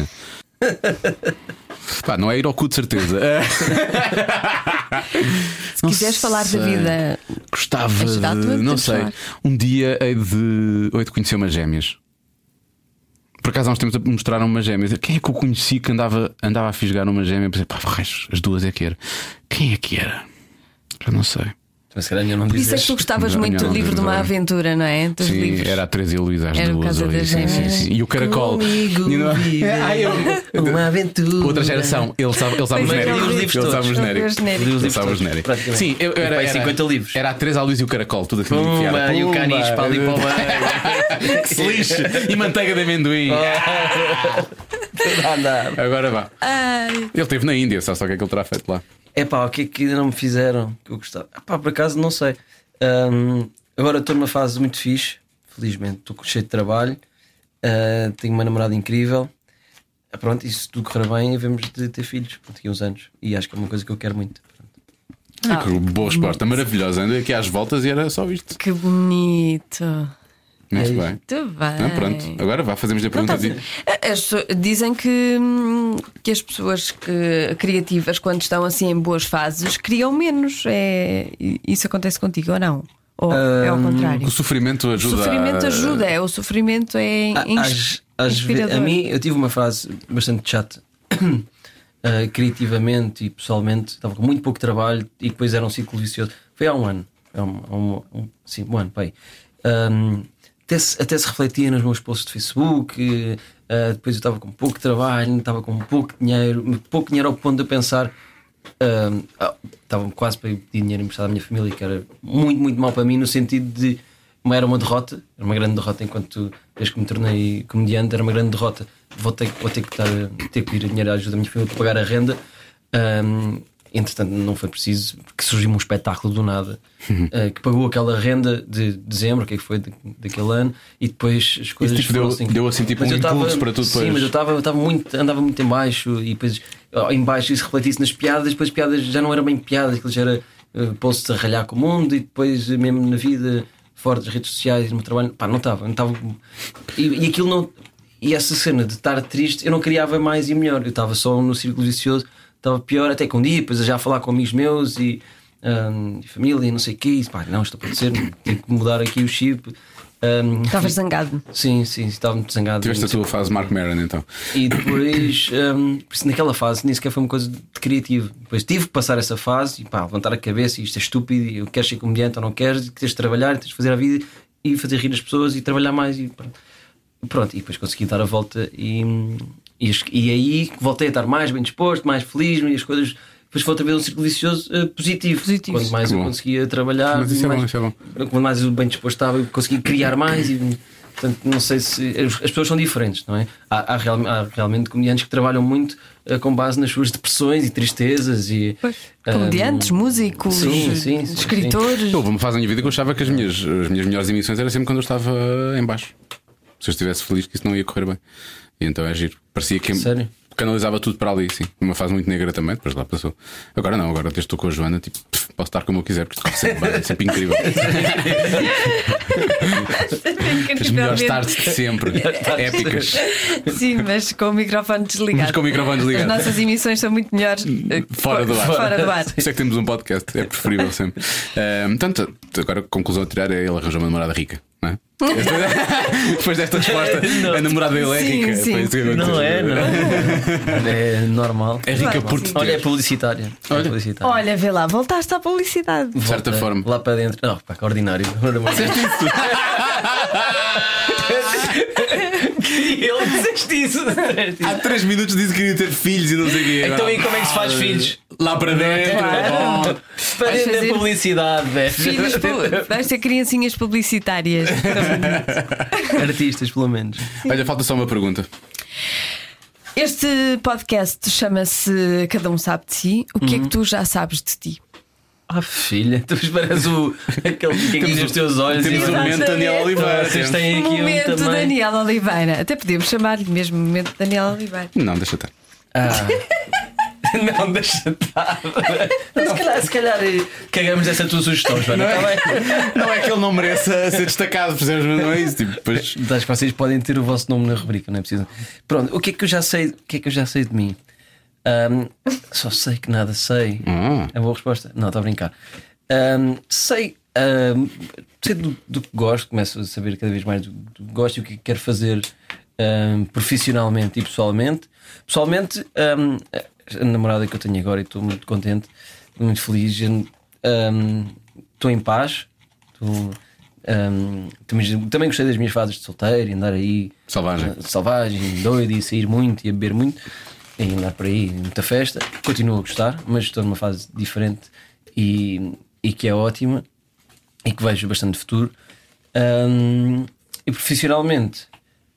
Pá, não é ir ao cu de certeza. Se quiseres falar da vida é Gostava em de, geral, também não podemos sei. falar. Um dia hei de, hei de conhecer umas gêmeas. Por acaso há uns tempos mostraram umas gêmeas. Quem é que eu conheci que andava, andava a fisgar uma gêmea? Eu Pensei, pá, raios, as duas é que era. Quem é que era? Já não sei. Mas se calhar melhor não Por isso é dizes. que tu gostavas Não, muito não, do livro de uma não. aventura, não é? Dos sim, livros. era a Teresa e a Luísa, as Era por duas. causa ali, das sim, sim, gêmeas. sim. E o caracol. Comigo E não- Um é? vive Ai, eu- Uma aventura. Outra geração, ele sabe, ele sabe o Mas eu li genérico. os Ele livros sabe o todos. genérico. Eu li os genéricos. Ele Li os livros sabe o todos, genérico. praticamente. Sim, eu, eu Tem era. para aí era- 50 livros. Era a Teresa, a Luz e o Caracol, tudo aquilo Pumba, enfiado. e o Pumba. canis para ali para o meio. Que se lixe! E manteiga de amendoim. Ah. Não dá. Agora vá. Ele esteve na Índia, sabe só o que é que ele terá feito lá. É pá, o que é que ainda não me fizeram que eu gostava? Ah, pá, por acaso não sei. Ahm, agora estou numa fase muito fixe, felizmente. Estou cheio de trabalho, ah, tenho uma namorada incrível. Ah, pronto, e se tudo correr bem, vemos de ter filhos pronto, daqui a uns anos. E acho que é uma coisa que eu quero muito. Ah, que boa resposta, maravilhosa. Andei aqui às voltas e era só isto. Que bonito. Muito bem. Muito bem. Ah, pronto, agora vá, fazemos a tá pergunta. de- A- as pessoas- dizem que, hum, que as pessoas que- criativas, quando estão assim em boas fases, criam menos. É, i- isso acontece contigo ou não? Ou é ao Hum, contrário? O sofrimento O ajuda. sofrimento a- ajuda, é, o sofrimento é Ah, ins- às- às ve- inspirador. a mim, eu tive uma fase bastante chata. Ah, criativamente e pessoalmente, estava com muito pouco trabalho e depois era um ciclo vicioso. Foi há um ano, há um, há um- um- sim, um ano, pai. até, se, até se refletia nos meus posts de Facebook. ah, depois eu estava com pouco trabalho, estava com pouco dinheiro, pouco dinheiro ao ponto de eu pensar. ah, ah, Estava quase para ir pedir dinheiro emprestado à minha família, que era muito, muito mal para mim, no sentido de uma- era uma derrota, era uma grande derrota enquanto desde que me tornei comediante, era uma grande derrota. Vou ter, vou ter que estar, ter que pedir dinheiro à ajuda da minha família para pagar a renda. Ahm, entretanto, não foi preciso, porque surgiu um espetáculo do nada Uhum. ah, que pagou aquela renda de dezembro, que é que foi da- daquele ano, e depois as coisas tipo, deu- foram-se deu, assim, tipo, Mas um eu tava- impulso para tu depois. Sim, mas eu estava eu tava muito, andava muito em baixo e depois ó, em baixo isso refletia-se nas piadas, depois as piadas já não eram bem piadas, aquilo já era eh, posto a ralhar com o mundo e depois eh, mesmo na vida, fora das redes sociais, no meu trabalho, pá, não estava, não estava. E, e aquilo não. E essa cena de estar triste, eu não criava mais e melhor, eu estava só no círculo vicioso, estava pior até que um dia, depois eu já a falar com amigos meus e. ahm, e família e não sei o que, pá, não, isto acontecer, tenho que mudar aqui o chip. ahm, Estavas zangado. sim, sim, estava muito zangado. Tiveste a Não sei tua fase Mark Maron então. e depois, hum, por isso naquela fase, nem sequer foi uma coisa de criativo. Depois tive que passar essa fase e pá, levantar a cabeça e isto é estúpido. E eu quero ser comediante ou não queres, e tens de trabalhar, tens de fazer a vida e fazer rir as pessoas e trabalhar mais. E pronto, e, pronto, e depois consegui dar a volta. E, hum, e, as- e aí voltei a estar mais bem disposto, mais feliz. E as coisas, depois foi outra vez um círculo vicioso eh, positivo. Positivo. Quanto mais eu Bom. conseguia trabalhar, Mas isso é bom, mais, isso é bom. quanto mais eu bem disposto estava, eu conseguia criar mais e portanto não sei se as as pessoas são diferentes, não é? Há, há real- há realmente comediantes que trabalham muito eh, com base nas suas depressões e tristezas e ah, Comediantes, músicos, sim, sim, sim, escritores. Houve uma fase na minha vida que eu achava que as minhas, as minhas melhores emissões era sempre quando eu estava em baixo. Se eu estivesse feliz que isso não ia correr bem. E então é giro. Parecia que Sério? canalizava tudo para ali, sim. Uma fase muito negra também, depois lá passou. Agora não, agora desde que estou com a Joana, tipo, pff, posso estar como eu quiser, porque isto corre sempre bem, é sempre incrível. As melhores tardes de sempre. Épicas. Sim, mas com o microfone desligado. Mas com o microfone desligado. As nossas emissões são muito melhores eh, É Fora do ar. Fora do ar. Por isso é que temos um podcast, é preferível sempre. Ahm, portanto, agora a conclusão a tirar é ele arranjou uma namorada rica, não é? Esta- Depois desta resposta, a namorada dele é Sim, rica. sim. Foi isso que aconteceu. Não é, não. é normal. É rica por te ter. Olha, é publicitária. Olha. É publicitária. Olha, vê lá, voltaste à publicidade. de certa Volta forma. Lá para dentro. Não, pá, que ordinário. Ele disseste isso. Há 3 minutos disse que queria ter filhos e não sei o quê. Então, e como é que se faz Ah, filhos? é? Lá para dentro. bom. Para dentro fazer- da publicidade, é. velho. é Filhos, pu- vais ter criancinhas publicitárias. Artistas, pelo menos. Olha, falta só uma pergunta. Este podcast chama-se Cada Um Sabe de Si. O que é Uhum. que tu já sabes de ti? Ah, filha, tu pareces o. aquele que Temos diz o- os teus olhos Temos e. o momento Daniel Oliveira. Vocês sempre. têm aqui momento um também. Daniel Oliveira. Até podemos chamar-lhe mesmo Momento Daniel Oliveira. Não, deixa estar. Ah. Não, deixa estar. Se calhar, se calhar eh, cagamos essa tua sugestão, Joana. Está bem? Não é que ele não mereça ser destacado, percebes? Mas Não é isso. Tipo, depois- Acho que vocês podem ter o vosso nome na rubrica, não é preciso. Pronto, o que é que eu já sei, o que é que eu já sei de mim? Ahm, só sei que nada sei. É uma boa resposta. Não, estou a brincar. Ahm, sei, ahm, sei do, do que gosto, começo a saber cada vez mais do, do que gosto e o que quero fazer ahm, profissionalmente e pessoalmente. Pessoalmente, ahm, a namorada que eu tenho agora e estou muito contente, muito feliz, ahm, estou em paz. estou, ahm, também, também gostei das minhas fases de solteiro e andar aí Selvagem. ah, selvagem, doido e sair muito e a beber muito e andar por aí, muita festa. Continuo a gostar, mas estou numa fase diferente e, e que é ótima e que vejo bastante futuro. Ahm, e profissionalmente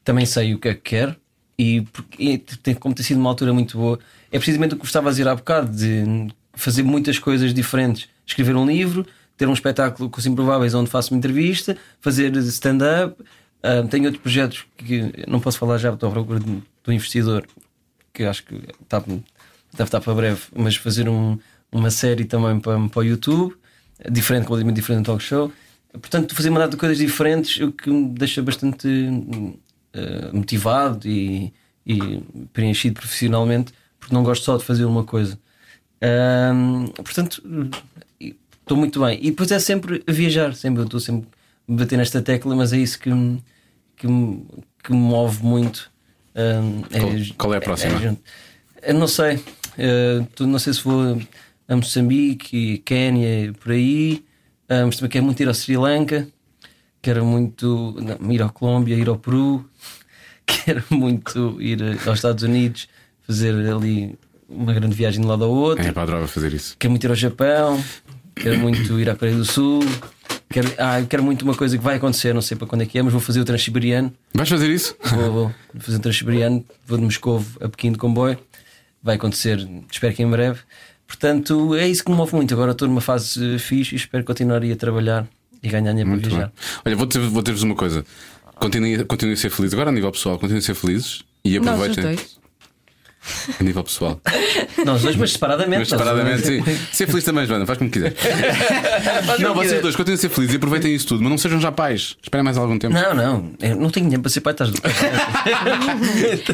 também sei o que é que quero e, por- e tem, como tem sido uma altura muito boa, é precisamente o que gostava a dizer há bocado: de fazer muitas coisas diferentes, escrever um livro, ter um espetáculo com os improváveis onde faço uma entrevista, fazer stand-up. Ahm, tenho outros projetos que não posso falar já, estou à procura de- do investidor que acho que está, deve estar para breve, mas fazer um- uma série também para, para o YouTube, diferente, completamente diferente do talk show. Portanto, fazer uma data de coisas diferentes, o que me deixa bastante hum, eh, motivado e, e preenchido profissionalmente, porque não gosto só de fazer uma coisa. Hum, portanto, e- estou muito bem. E depois é sempre viajar, sempre eu estou sempre a bater nesta tecla, mas é isso que me, que me, que me move muito. Hum, Qual- qual é a próxima? junto. Eu não sei. Eh, tu- não sei se vou a Moçambique, e Quénia, e por aí. Ah, mas também quero muito ir ao Sri Lanka. Quero muito não, ir à Colômbia, ir ao Peru. Quero muito ir eh, aos Estados Unidos, fazer ali uma grande viagem de um lado ao outro. É, pá, adorava fazer isso. Quero muito ir ao Japão, quero muito ir à Coreia do Sul. Quero, ah, eu quero muito uma coisa que vai acontecer, não sei para quando é que é, mas vou fazer o Transiberiano. Vais fazer isso? Vou, vou fazer um transiberiano, vou de Moscou a Pequim de comboio. Vai acontecer, espero que em breve. Portanto, é isso que me move muito. Agora estou numa fase eh, fixe e espero continuar aí a trabalhar e ganhar dinheiro para Muito bem. viajar. Olha, vou dizer- vou dizer-vos uma coisa. Continuem continuem a ser felizes. Agora, a nível pessoal, continuem a ser felizes e Nós os aproveitem. dois. A nível pessoal. Nós é? dois, mas separadamente. Mas separadamente, sim. Ser feliz também, Joana, faz como quiser. não, vocês dois continuem a ser felizes e aproveitem isso tudo, mas não sejam já pais. Esperem mais algum tempo. Não, não, eu não tenho dinheiro para ser pai, estás do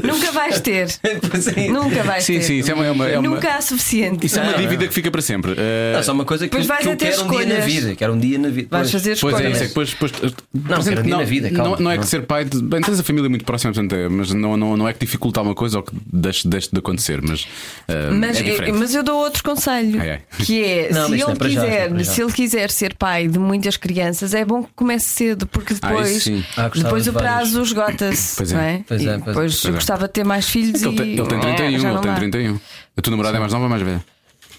Nunca vais ter. É Nunca vais Sim, ter. sim, isso é uma. é uma- é uma- Nunca há suficiente. Isso é uma Não, dívida que fica para sempre. Eh, É só uma coisa que, Pois vais que eu é ter quero um dia na escolhas. vida. Quero um dia na vida. Vais Pois. fazer Pois escolhas. é, isso é que depois. depois por exemplo, quero ir na vida, calma. não, não é que Não. ser pai. de- Bem, tens a família muito próxima, portanto, é, mas não, não, não é que dificulta alguma coisa ou que deixe, deixe de acontecer, mas. eh, Mas, é diferente. mas eu dou outro conselho Ai, ai. que é Não, mas se isto ele não é para já, isto não é quiser para já. se ele quiser ser pai de muitas crianças é bom que comece cedo porque Ah, isso depois sim. Ah, gostava depois de o prazo esgota-se Pois é. não é? Pois é, E pois é. depois Pois é. eu gostava de ter mais filhos Ele tem, e ele tem é, 31, já ele não tem dá. 31. A tua namorada é mais nova ou mais velha?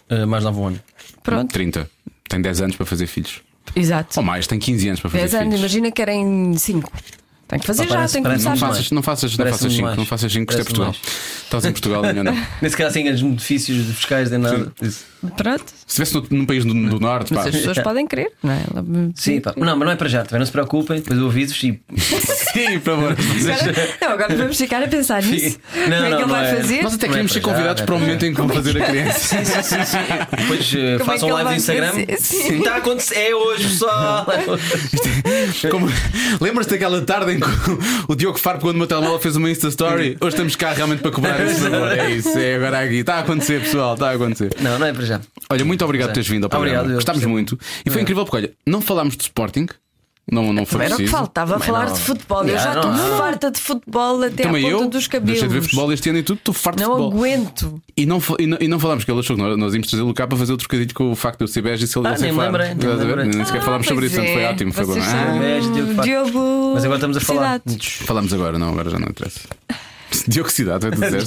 Ah, mais nova um ano. pronto 30. Tem 10 anos para fazer filhos. exato Ou mais, tem 15 anos para fazer 10 anos filhos. imagina que era em 5 tem que fazer Pá, já parece- tem que parece um começar Não Sabe já. mais. faças, não faças, não Parece-me faças 5, mais. não faças 5, isto é Parece-me Portugal. Estás em Portugal, é melhor não. Nem sequer assim ganhas benefícios de fiscais, nem nada. Isso. pronto Se estivesse num país do, do Norte, pá. as pessoas podem querer não é? Ela- Sim, pá. Não, mas não é para já, também não se preocupem. Depois eu aviso-vos e Sim, por favor. Agora- não, agora vamos ficar a pensar nisso Não, como é que não, ele não vai é. fazer Nós até Não é queríamos para ser já, convidados não é para o para momento em que vão fazer a criança. Sim, sim, sim, sim. Depois eh, Como é façam que ele vai live no Instagram. fazer? Sim. Está a acontecer. É hoje, pessoal. Como... Lembras-te daquela tarde em que o Diogo Farpo, quando o meu telemóvel fez uma Insta Story? Hoje estamos cá realmente para cobrar esse valor. É isso, é agora aqui. Está a acontecer, pessoal, está a acontecer. Não, não é para já. Olha, muito obrigado por Pois é. teres vindo ao programa. Obrigado, eu Gostámos gostei. muito. E foi incrível porque, olha, não falámos de Sporting. Não, não foi Era o que preciso. Ah, faltava Também falar não. de futebol. Eu Yeah, já não, estou não, não. farta de futebol até Também à ponta eu dos deixei de ver cabelos. futebol este ano e tudo, estou farto de não futebol. aguento. E não, fa- e não, e não falámos que ele achou que nós, nós íamos trazer o cá para fazer o trocadilho com o facto de eu ser bege e se ele Ah, não ser nem me claro. lembrei, nem me Estás a ver? lembrei. Nem Ah, sequer falámos sobre isso, Pois portanto foi é, ótimo. Foi bom. vocês Ah, são Beijo, Diogo Faro. Diogo. Mas agora estamos a falar. Cidade. Falámos agora, não, agora já não interessa. Dioxidato, é dizer.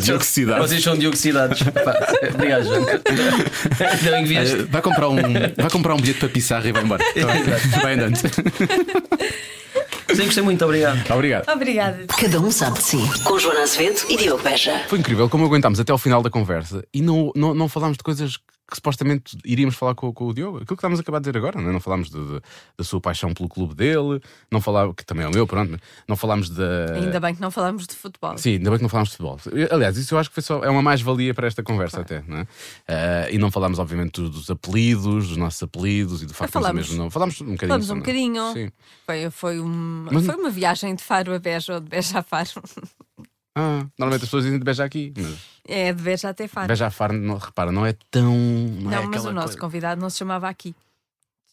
Dioxidados. Vocês são dioxidados. Pá, Obrigado, João. Então, Não, em que vieste. Vai comprar, um, vai comprar um bilhete para Pissarra e vai embora. Tá bem. vai andando. Sim, gostei muito. Obrigado. Obrigado. Obrigada. Cada um sabe de si. Com Joana Azevedo e Diogo Beja. Foi incrível como aguentámos até ao final da conversa e não, não, não falámos de coisas que que supostamente iríamos falar com, com o Diogo. Aquilo que estávamos a acabar de dizer agora, não, é? Não falámos de- de- da sua paixão pelo clube dele, não falámos, que também é o meu, pronto, não falámos da. Ainda bem que não falámos de futebol. É. Sim, ainda bem que não falámos de futebol. Aliás, isso eu acho que foi só, é uma mais-valia para esta conversa, até. Não é? Ah, e não falámos, obviamente, do- dos apelidos, dos nossos apelidos e do facto de Falámos. termos o mesmo nome. Falámos um bocadinho. Falámos um sobre- bocadinho. Sim. Foi, foi, uma, Mas- foi uma viagem de Faro a Beja ou de Beja a Faro. Ah, normalmente as pessoas dizem de beijar aqui, mas É, de Beja até Faro. beijar faro, não, repara, não é tão. Não, é não, mas aquela o nosso coisa. convidado não se chamava aqui.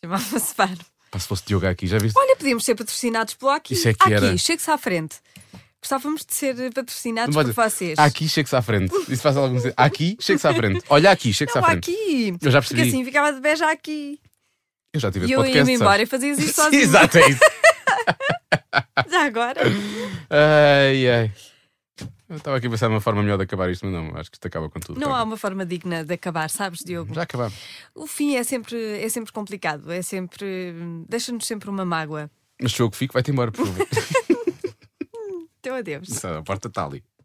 Chamava-se Faro. Pá, se fosse Diogo aqui, já viste? Olha, podíamos ser patrocinados pelo Aqui. Isso é que aqui, era. chegue-se à frente. Gostávamos de ser patrocinados Não por pode- vocês. Aqui chega-se à frente. Isso faz algum sentido. Aqui chega-se à frente. Olha aqui, chega-se à Não, frente. aqui. Eu já percebi. Porque assim ficava de Beja aqui. Eu já E tive esse eu podcast. ia-me embora e fazias isso sabes? sozinho. Exato, é isso. Já agora. Ai, ai. Eu estava aqui a pensar numa forma melhor de acabar isto, mas não, acho que isto acaba com tudo. Não há Acaba. uma forma digna de acabar, sabes, Diogo? Já acabamos. O fim é sempre, é sempre complicado, é sempre. deixa-nos sempre uma mágoa. Mas se eu que fico, vai-te embora, por favor. Então, adeus. a porta está ali.